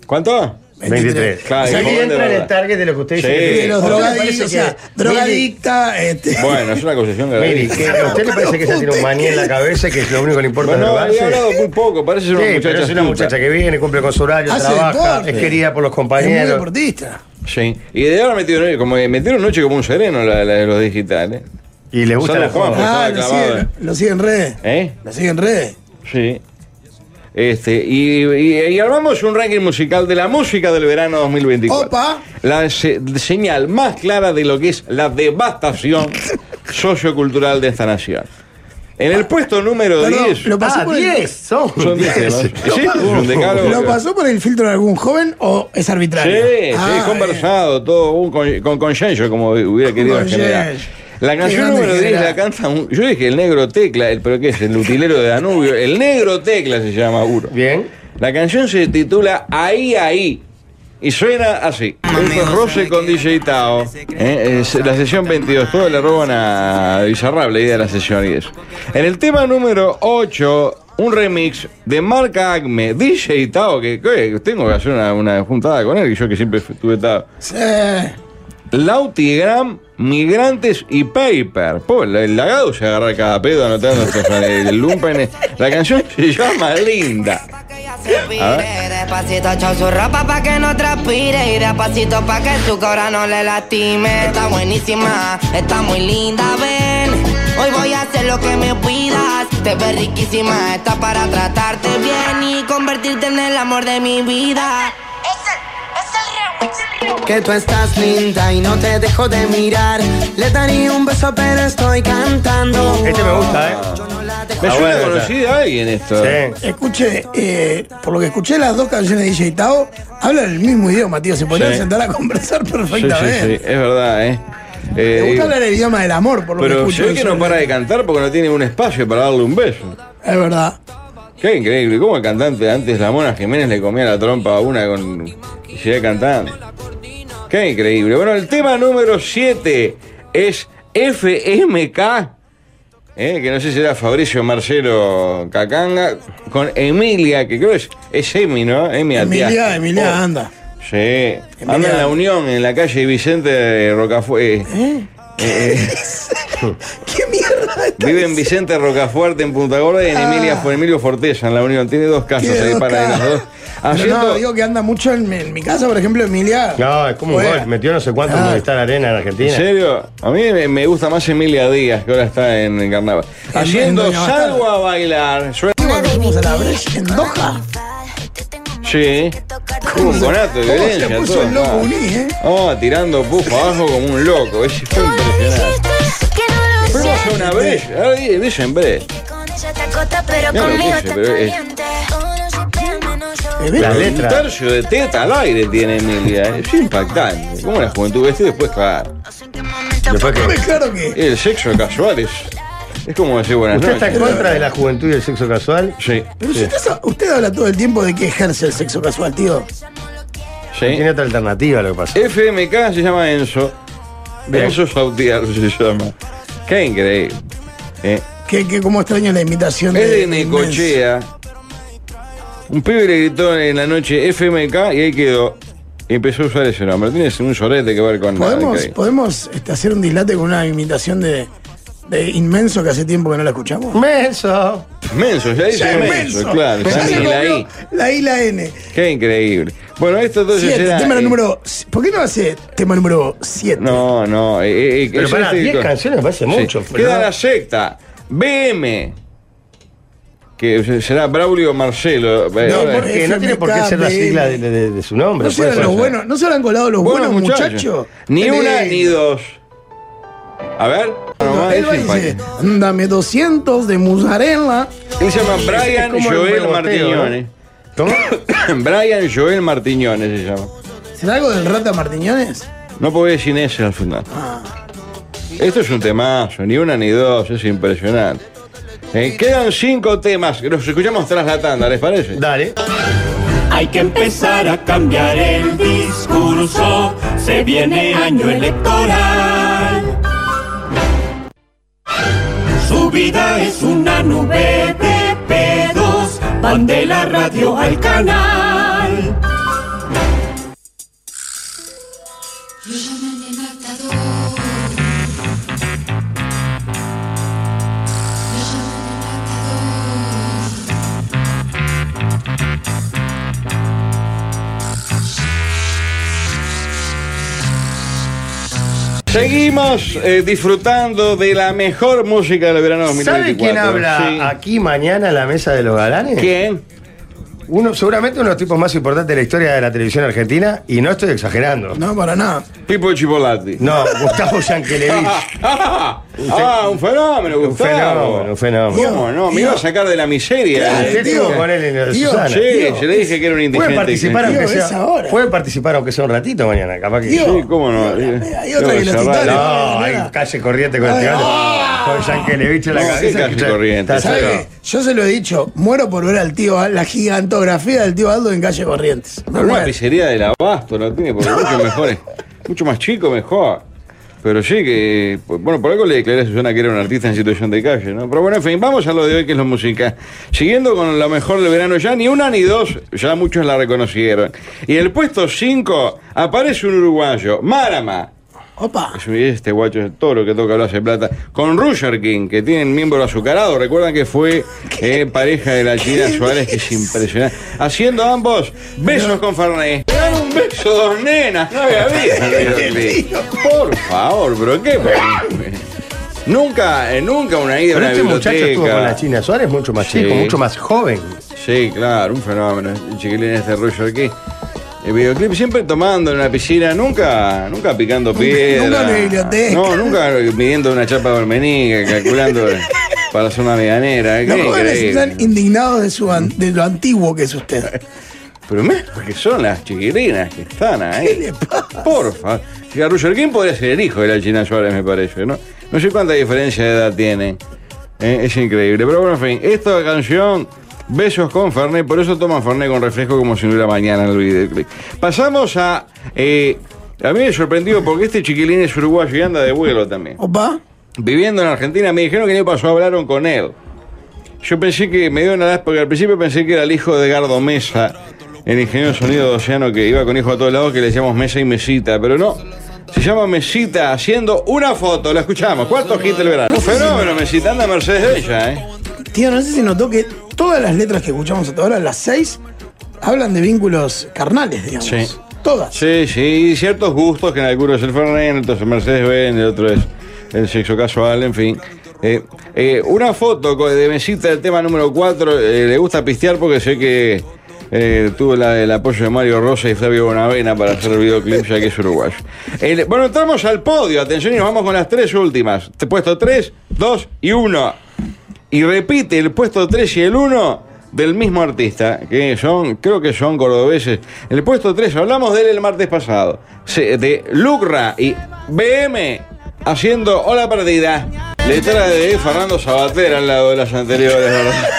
S4: ¿Cuánto?
S1: 23.
S4: Claro,
S1: o sea,
S4: y
S1: que
S4: joven de
S1: entra en
S4: verdad.
S1: el target de lo que usted dice.
S4: Sí.
S1: que-
S2: de los
S1: ¿A usted le
S2: drogadictos,
S1: parece
S2: o sea,
S1: que-
S2: drogadicta. Este,
S4: Bueno, es una concesión grave.
S1: Miri, que ¿a usted le parece que esa tiene un maní en la cabeza y que es lo único que le importa
S4: Bueno,
S1: es
S4: había
S1: drogarse?
S4: hablado muy poco, parece ser
S1: Sí,
S4: una
S1: pero
S4: muchacha.
S1: es una
S4: astuta.
S1: muchacha que viene, cumple con su horario,
S2: Hace
S1: trabaja,
S2: deporte.
S1: es querida por los
S2: es muy
S1: compañeros.
S2: deportista.
S4: Sí. Y de ahora metieron, como, que metieron noche como un sereno la, la de los digitales.
S1: Y le gusta
S4: Son
S1: la
S4: los Juanfes.
S1: joda.
S2: Ah,
S4: estaba
S2: lo
S4: clavado,
S2: siguen, lo siguen redes.
S4: ¿Eh?
S2: Lo siguen redes.
S4: Sí. Este, y, y- y armamos un ranking musical de la música del verano 2024.
S2: Opa.
S4: La se- señal más clara de lo que es la devastación sociocultural de esta nación. En el puesto número
S2: Perdón,
S4: 10.
S2: lo pasó
S1: Ah,
S2: por
S1: 10,
S2: el,
S1: son
S4: Son 10
S1: 10.
S4: temas. Sí, es un decálogo.
S2: ¿Lo pasó por el filtro de algún joven o es
S4: Sí,
S2: arbitrario?
S4: sí,
S2: Ah,
S4: conversado, todo un con, con consenso, como hubiera querido la
S2: consenso.
S4: general. La
S2: Qué
S4: canción
S2: grande
S4: número 10
S2: general.
S4: la canta un- Yo dije el negro tecla, el, pero ¿qué es? El utilero de Danubio. El negro tecla se llama uno.
S1: Bien.
S4: La canción se titula Ahí, ahí. Y suena así. Esto es Roce con DJ Tao. ¿eh? Es la sesión 22. Todo le roban a Bizarrap la idea de la sesión y eso. En el tema número 8, un remix de marca Acme, DJ Tao, que, que tengo que hacer una, una juntada con él, que yo que siempre estuve Tao.
S2: Sí.
S4: Lautigram, Migrantes y Paper. Po, el el lagado se agarra cada pedo anotando estos eh, lumpenes. La canción se llama Linda. A ver.
S10: Despacito chau su ropa pa' que no transpire Y despacito pa' que su cobra no le lastime Está buenísima, está muy linda, ven Hoy voy a hacer lo que me pidas Te ves riquísima, está para tratarte bien Y convertirte en el amor de mi vida
S11: Que tú estás linda y no te dejo de mirar. Le daría un beso, pero estoy cantando.
S1: Este me gusta, ¿eh?
S4: Me
S1: Ah,
S4: suena
S1: bueno,
S4: conocida a alguien esto.
S1: Sí.
S2: Escuche, eh, por lo que escuché las dos canciones de DJ Tao, hablan el mismo idioma, tío. Se podrían
S4: Sí.
S2: sentar a conversar
S4: Sí, sí,
S2: perfectamente.
S4: sí, es verdad, ¿eh?
S2: Me
S4: Eh,
S2: gusta hablar el idioma del amor, por lo que
S4: pero
S2: escucho.
S4: se ve que
S2: eso.
S4: no para de cantar porque no tiene un espacio para darle un beso.
S2: Es verdad.
S4: Qué increíble, cómo el cantante antes, la Mona Jiménez le comía la trompa a una con... y seguía cantando. Qué increíble. Bueno, el tema número 7 es FMK, eh, que no sé si era Fabricio Marcelo Cacanga, con Emilia, que creo es, es Emi, ¿no? Emi
S2: Emilia,
S4: Atias.
S2: Emilia,
S4: Oh,
S2: anda.
S4: Sí. Anda en la Unión, en la calle Vicente eh, de Rocafuerte.
S2: ¿Eh? ¿Qué mierda
S4: eh, Vive en Vicente Rocafuerte, en Punta Gorda, y en Emilia, por Emilio Forteza, en la Unión. Tiene dos casas
S2: Ah. Tiene
S4: ahí
S2: dos
S4: para
S2: casas.
S4: las dos.
S2: Pero
S4: Haciendo-
S2: no, digo que anda mucho en, mi- en mi casa, por ejemplo, Emilia.
S1: No, es como un
S2: Fuera.
S1: gol. Metió no sé cuánto
S2: Ah.
S1: en Movistar Arena en
S4: ¿En
S1: Argentina.
S4: serio? A mí me- me gusta más Emilia Díaz, que ahora está en el carnaval. Haciendo
S2: Doña
S4: salgo a bailar. Suena-
S2: Fuimos a la Breche en Doha.
S4: Sí. Hubo un conato de
S2: ¿Cómo
S4: violencia.
S2: se puso
S4: todo,
S2: el loco
S4: ah.
S2: Uli, eh?
S4: Oh, tirando pufo abajo como un loco. Es fue impresionante. Pero no hace una brecha. ah, Ahora di- dicen brecha.
S12: pero
S4: Ya lo
S12: conmigo
S4: puse, pero es-
S12: Bebé.
S4: Un tercio de teta al aire tiene Emilia. ¿eh? Es impactante. Como la juventud vestida después, claro.
S1: Después que-
S2: Claro que.
S4: El sexo casual es. Es como decir buenas
S1: ¿Usted
S4: noches.
S1: está en contra de la juventud y el sexo casual?
S4: Sí.
S2: Pero si usted, sa- usted habla todo el tiempo de que ejerce el sexo casual, tío.
S1: Tiene otra alternativa lo que pasa.
S4: FMK se llama Enzo.
S1: Bien.
S4: Enzo Sautiar se llama. Qué increíble. Eh,
S2: Que, que cómo extraño la invitación
S4: es de
S2: inmensa.
S4: Necochea. Un pibe le gritó en la noche FMK y ahí quedó. Y empezó a usar ese nombre. Tiene un sorete que ver con nada,
S2: ¿Podemos,
S4: increíble.
S2: podemos este, hacer un dislate con una imitación de, de inmenso que hace tiempo que no la escuchamos?
S1: Menso.
S4: Menso, ya dice
S2: Ya es
S4: Menso,
S2: menso.
S4: claro.
S2: Ya
S4: ya
S2: se
S4: ni la
S2: comió
S4: I.
S2: La I, la N.
S4: Qué increíble. Bueno, esto entonces
S2: Siete,
S4: era.
S2: tema
S4: eh,
S2: número. ¿Por qué no hace tema número 7?
S4: No, no. eh, eh,
S1: Pero
S4: es
S1: pará,
S4: este-
S1: 10 canciones me parece mucho.
S4: Sí.
S1: pero
S4: Queda
S1: no-
S4: la secta. BM. Que se- será Braulio Marcelo. Eh,
S1: No,
S4: ahora-
S1: porque no tiene por qué ser la
S2: FMKBM.
S1: sigla de, de- de su nombre. pues
S2: ¿No se, eran
S1: puede
S2: los
S1: ser.
S2: buenos, ¿No se habrán colado los buenos, muchachos?
S4: Ni
S2: Qué
S4: una
S2: lindo.
S4: ni dos. A ver. nomás
S2: Él va y
S4: es
S2: dice,
S4: impactante.
S2: dame 200 de mozzarella.
S4: Él se llama Brian
S1: como el ¿eh?
S4: Joel
S1: reboteo,
S4: Martiñones.
S1: ¿Cómo?
S4: Brian Joel Martiñones se llama.
S2: ¿Será algo del Rata Martiñones?
S4: No puedo decir ese al final.
S1: Ah.
S4: Esto es un temazo, ni una ni dos, es impresionante. Eh, quedan cinco temas, los escuchamos tras la tanda, ¿les parece?
S1: Dale.
S6: Hay que empezar a cambiar el discurso, se viene año electoral. Su vida es una nube de pedos, van de la radio al canal.
S4: Seguimos eh, disfrutando de la mejor música del verano 2024.
S1: ¿Sabe quién habla
S4: Sí.
S1: aquí mañana en la mesa de los galanes?
S4: ¿Quién?
S1: Uno, seguramente uno de los tipos más importantes de la historia de la televisión argentina, y no estoy exagerando.
S2: No, para nada.
S4: Pipo Chipolati.
S1: No, Gustavo Yankelevich.
S4: Ah, ah, un fenómeno,
S1: Un
S4: Gustavo.
S1: fenómeno, un fenómeno.
S4: ¿Cómo no? Me iba a sacar de la miseria.
S1: Usted
S2: Este, tío,
S1: estuvo con él en la
S2: tío,
S1: Susana.
S4: Sí, yo le dije que era un indigente.
S1: Pueden participar,
S2: Tío,
S1: aunque
S2: es
S1: sea,
S2: ahora.
S1: pueden participar aunque sea un ratito mañana, capaz que.
S2: Tío.
S4: Sí, cómo no.
S2: Hay otra que la
S4: Cerrar-
S2: citaron.
S4: No,
S1: No, hay calle corriente con el tirante. Con Yankelevich en la
S4: No, sí,
S1: cabeza.
S4: calle corriente,
S1: Está
S2: ¿Sabe
S1: solo.
S2: qué? Yo se lo he dicho, muero por ver al tío, la gigantografía del tío Aldo en Calle Corrientes. Me
S4: Pero una
S2: muero.
S4: pizzería del abasto no tiene, porque mucho mejor, es- mucho más chico mejor. Pero sí que, pues, bueno, por algo le declaré a Susana que era un artista en situación de calle, ¿no? Pero bueno, en fin, vamos a lo de hoy, que es la música. Siguiendo con lo mejor del verano, ya ni una ni dos, ya muchos la reconocieron. Y en el puesto 5 aparece un uruguayo, Marama.
S2: Opa.
S4: Es un- Este guacho es toro que toca lo hace plata. Con Roger King, que tiene el miembro azucarado. Recuerdan que fue eh, pareja de la China Suárez, que es impresionante. Haciendo ambos besos con Fernet. Dan un beso dos nenas. No había visto. Por favor, bro, qué Nunca, eh, nunca una ida a
S1: Pero
S4: una
S1: este muchacho estuvo con la
S4: biblioteca.
S1: China Suárez, mucho más
S4: Sí.
S1: chico, mucho más joven.
S4: Sí, claro, un fenómeno. El chiquilín este Roger King. El videoclip siempre tomando en la piscina, nunca, nunca picando piedra.
S2: nunca en la biblioteca.
S4: No, nunca midiendo una chapa de hormeniga, calculando para hacer una ¿eh? veganera.
S2: Los jóvenes están indignados de, su an- de lo antiguo que es usted.
S4: Pero mira, que son las chiquilinas que están ahí.
S2: ¿Qué le pasa?
S4: Porfa. Si a Roger King podría ser el hijo de la China Suárez, me parece, ¿no? No sé cuánta diferencia de edad tienen. Eh, es increíble. Pero bueno, en fin, esta canción Besos con Fernet, por eso toman Fernet con refresco como si no hubiera mañana, no olvide. Pasamos a. eh, a mí me sorprendió porque este chiquilín es uruguayo y anda de vuelo también.
S2: Opa.
S4: Viviendo en Argentina, me dijeron que el año pasado hablaron con él. Yo pensé que me dio una lástima, porque al principio pensé que era el hijo de Gardo Mesa, el ingeniero de sonido de Océano que iba con hijos a todos lados, que le llamamos Mesa y Mesita, pero no. Se llama Mesita haciendo una foto, la escuchamos. ¿Cuánto hit del verano? Un fenómeno, Mesita, anda Mercedes de ella, ¿eh?
S2: Tío, no sé si notó que todas las letras que escuchamos hasta ahora, las seis, hablan de vínculos carnales, digamos.
S4: Sí.
S2: Todas.
S4: Sí, sí, y ciertos gustos que en algunos es el Fernet, en otros es Mercedes Benz, en el otro es el sexo casual, en fin. Eh, eh, una foto co- de mesita del tema número 4, le gusta pistear porque sé que eh, tuvo la- el apoyo de Mario Rosa y Flavio Bonavena para hacer el videoclip, ya que es uruguayo. El- bueno, entramos al podio, atención, y nos vamos con las tres últimas. Te he puesto 3, 2 y 1. Y repite el puesto 3 y el 1 del mismo artista, que son, creo que son cordobeses. En el puesto 3, hablamos de él el martes pasado, se- de Lucra y BM haciendo Hola Perdida. Letra de Fernando Sabater al lado de las anteriores, ¿verdad?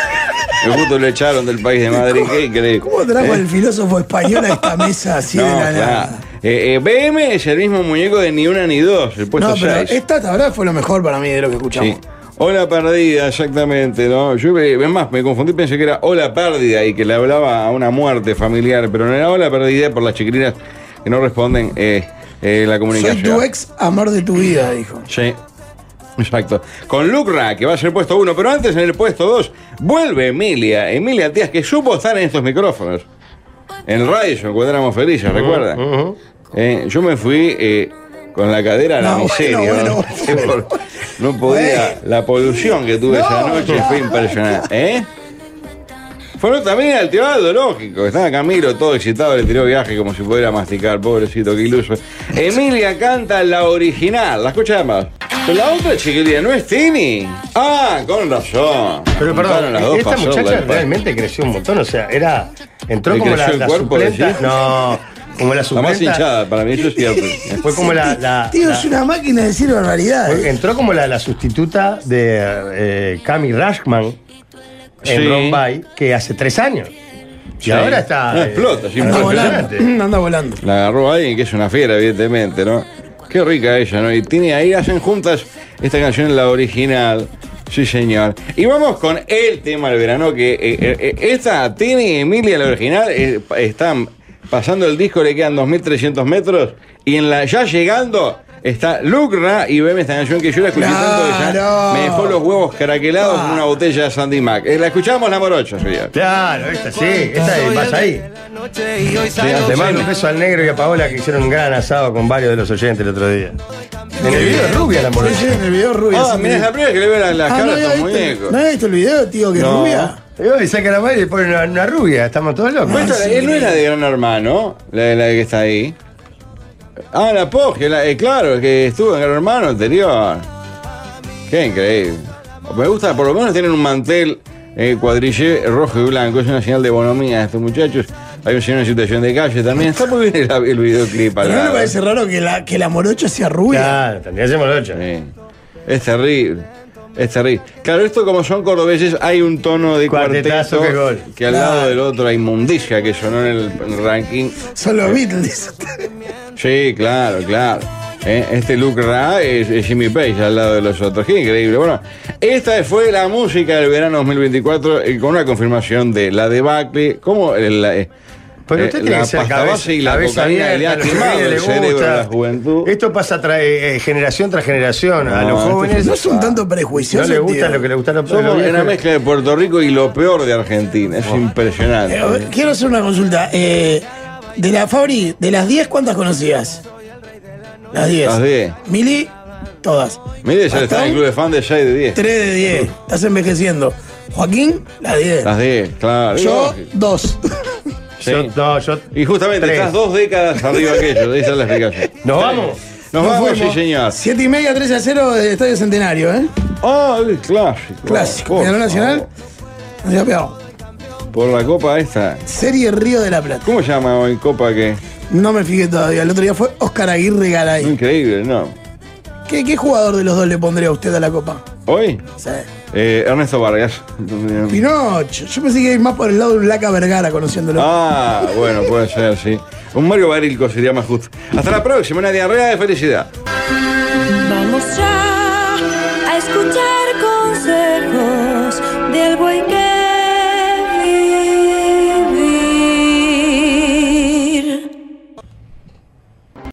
S4: Que justo lo echaron del país de Madrid, qué increíble.
S2: ¿Cómo trajo
S4: ¿Eh?
S2: el filósofo español a esta mesa así
S4: No,
S2: de la nada?
S4: claro. Eh, eh, BM es el mismo muñeco de ni una ni dos, el puesto
S2: No, pero este
S4: 6.
S2: esta, la verdad, fue lo mejor para mí de lo que escuchamos.
S4: Sí. Hola perdida, exactamente, ¿no? Yo, eh, es más, me confundí, pensé que era hola pérdida y que le hablaba a una muerte familiar, pero no era hola perdida por las chiquilinas que no responden eh, eh, la
S2: Soy
S4: comunicación.
S2: tu ex amor de tu vida, dijo.
S4: Sí. Exacto. Con Lucra, que va a ser puesto uno, pero antes en el puesto dos, vuelve Emilia. Emilia Tías, que supo estar en estos micrófonos. En Radio, cuando éramos felices, ¿recuerdan?
S1: Mm,
S4: Eh, yo me fui eh, con la cadera a la
S2: No,
S4: miseria.
S2: bueno,
S4: ¿no? No podía. La polución que tuve
S2: No,
S4: esa noche
S2: ya,
S4: fue impresionante. ¿Eh? Fueron también al Teobaldo, lógico. Estaba Camilo todo excitado, le tiró viaje como si pudiera masticar, pobrecito, que iluso. Emilia canta la original, la escuchamos. Pero la otra chiquilina, ¿no es Tini? Ah, con razón.
S1: Pero perdón, ¿e-
S4: Juntaron las dos
S1: esta
S4: para hacerla,
S1: muchacha
S4: el padre.
S1: realmente creció un montón, o sea, era. Entró
S4: ¿Le
S1: como la,
S4: creció el
S1: la
S4: cuerpo,
S1: suplenta.
S4: decís?
S1: No, como la
S4: La
S1: suplenta.
S4: más hinchada, para mí eso es cierto.
S1: Fue como la. la-
S2: Tío,
S1: la-
S2: es una máquina de decir eh. barbaridades.
S1: entró como la, la sustituta de eh, Cami Rashman en
S4: Sí.
S1: Bombay, que hace tres años. Y
S4: Sí.
S1: ahora está.
S4: No,
S1: eh,
S4: explota, sí,
S1: anda volando.
S2: Anda volando.
S4: La agarró alguien que es una fiera, evidentemente, ¿no? Qué rica ella, ¿no? Y tiene ahí, hacen juntas esta canción, la original. Sí, señor. Y vamos con el tema del verano, que eh, eh, eh, esta, Tini y Emilia, la original, eh, pa- están pasando el disco, le quedan 2.300 metros, y en la ya llegando está Lucra y veme esta canción que yo la escuché tanto que ya me dejó los huevos craquelados en
S2: Ah.
S4: una botella de Sandy Mac. Eh, la escuchamos la morocha, señor.
S1: Claro, esta sí, esta es, pasa ahí.
S4: Sí,
S1: Le mando un beso al negro y a Paola que hicieron un gran asado con varios de los oyentes el otro día. En el video es rubia la
S2: Sí, sí,
S1: morocha.
S2: en el video rubia.
S4: Ah,
S2: sí,
S4: mirá, es la primera vez que le veo la- las
S2: Ah,
S4: caras
S2: no
S4: a
S2: había
S4: estos
S2: visto-
S4: muñecos.
S2: ¿No había visto el video, tío, que es
S4: No.
S2: rubia?
S1: Y sacan a madre y le ponen una, una rubia, estamos todos locos.
S4: Pues esta- él no era de Gran Hermano, la, la que está ahí. Ah, la Poggio, la- eh, claro, que estuvo en Gran Hermano anterior. Qué increíble. Me gusta, por lo menos tienen un mantel eh, cuadrillé rojo y blanco. Es una señal de bonomía de estos muchachos. Hay un señor en situación de calle también. Está muy bien el, el videoclip.
S2: Pero
S4: al
S2: no
S4: lado.
S2: me parece raro que la, que la morocha sea rubia.
S1: Claro, tendría que ser morocha.
S4: Sí. Es terrible. Es terrible. Claro, esto como son cordobeses, hay un tono de
S1: Cuartetazo,
S4: cuartetazo,
S1: qué gol.
S4: que al lado del otro hay inmundicia que sonó en el ranking.
S2: Son los Beatles.
S4: Sí, claro, claro. Eh, Este Lucra es, es Jimmy Page al lado de los otros. Qué increíble. Bueno, esta fue la música del verano 2024 eh, con una confirmación de la debacle, como el- la, eh,
S1: Pero
S4: eh,
S1: usted tiene
S4: la
S1: que ser
S4: pasta
S1: cabeza,
S4: base y la
S1: cabeza
S4: cocaína que le ha
S1: abierta, lo que
S4: quemado
S1: le
S4: el cerebro
S1: gusta.
S4: a la juventud.
S1: Esto pasa tra- eh, eh, generación tras generación a los jóvenes.
S2: No son tanto prejuiciosos.
S1: Ah. no les gusta
S2: tío.
S1: lo que les gusta a los
S4: Somos una
S1: jóvenes.
S4: mezcla de Puerto Rico y lo peor de Argentina. Es impresionante.
S2: Eh, a ver, quiero hacer una consulta. Eh, de la Fabri, de las 10, ¿cuántas conocías? Las 10.
S4: Las 10.
S2: Mili, todas.
S4: Mire, ya está en el club de fan de 6 de 10.
S2: 3 de 10. Estás envejeciendo. Joaquín, las 10.
S4: Las 10, claro.
S2: Yo,
S4: Lógico.
S2: 2.
S4: Sí.
S1: yo,
S4: Y justamente
S1: tres.
S4: estás dos décadas arriba que ellos. Esa es la explicación.
S1: ¿Nos vamos?
S4: Nos, vamos, sí, señor.
S2: 7 y media, 13 a 0 del Estadio Centenario, ¿eh?
S4: Ah, el clásico.
S2: Clásico.
S4: Por
S2: Peñarol Nacional. Nos ha pegado.
S4: favor. Por la copa esta.
S2: Serie Río de la Plata.
S4: ¿Cómo se llama hoy copa que?
S2: No me fijé todavía. El otro día fue Oscar Aguirre
S4: Mm.
S2: Garay.
S4: Increíble, ¿no?
S2: ¿Qué, qué jugador de los dos le pondría a usted a la copa?
S4: ¿Hoy?
S2: Sí.
S4: Eh, Ernesto Vargas.
S2: Pinocho, yo pensé que iba más por el lado de un Laca Vergara conociéndolo.
S4: Ah, bueno, puede ser, sí. Un Mario Barilco sería más justo. Hasta la próxima, una diarrea de felicidad.
S6: Vamos ya a escuchar.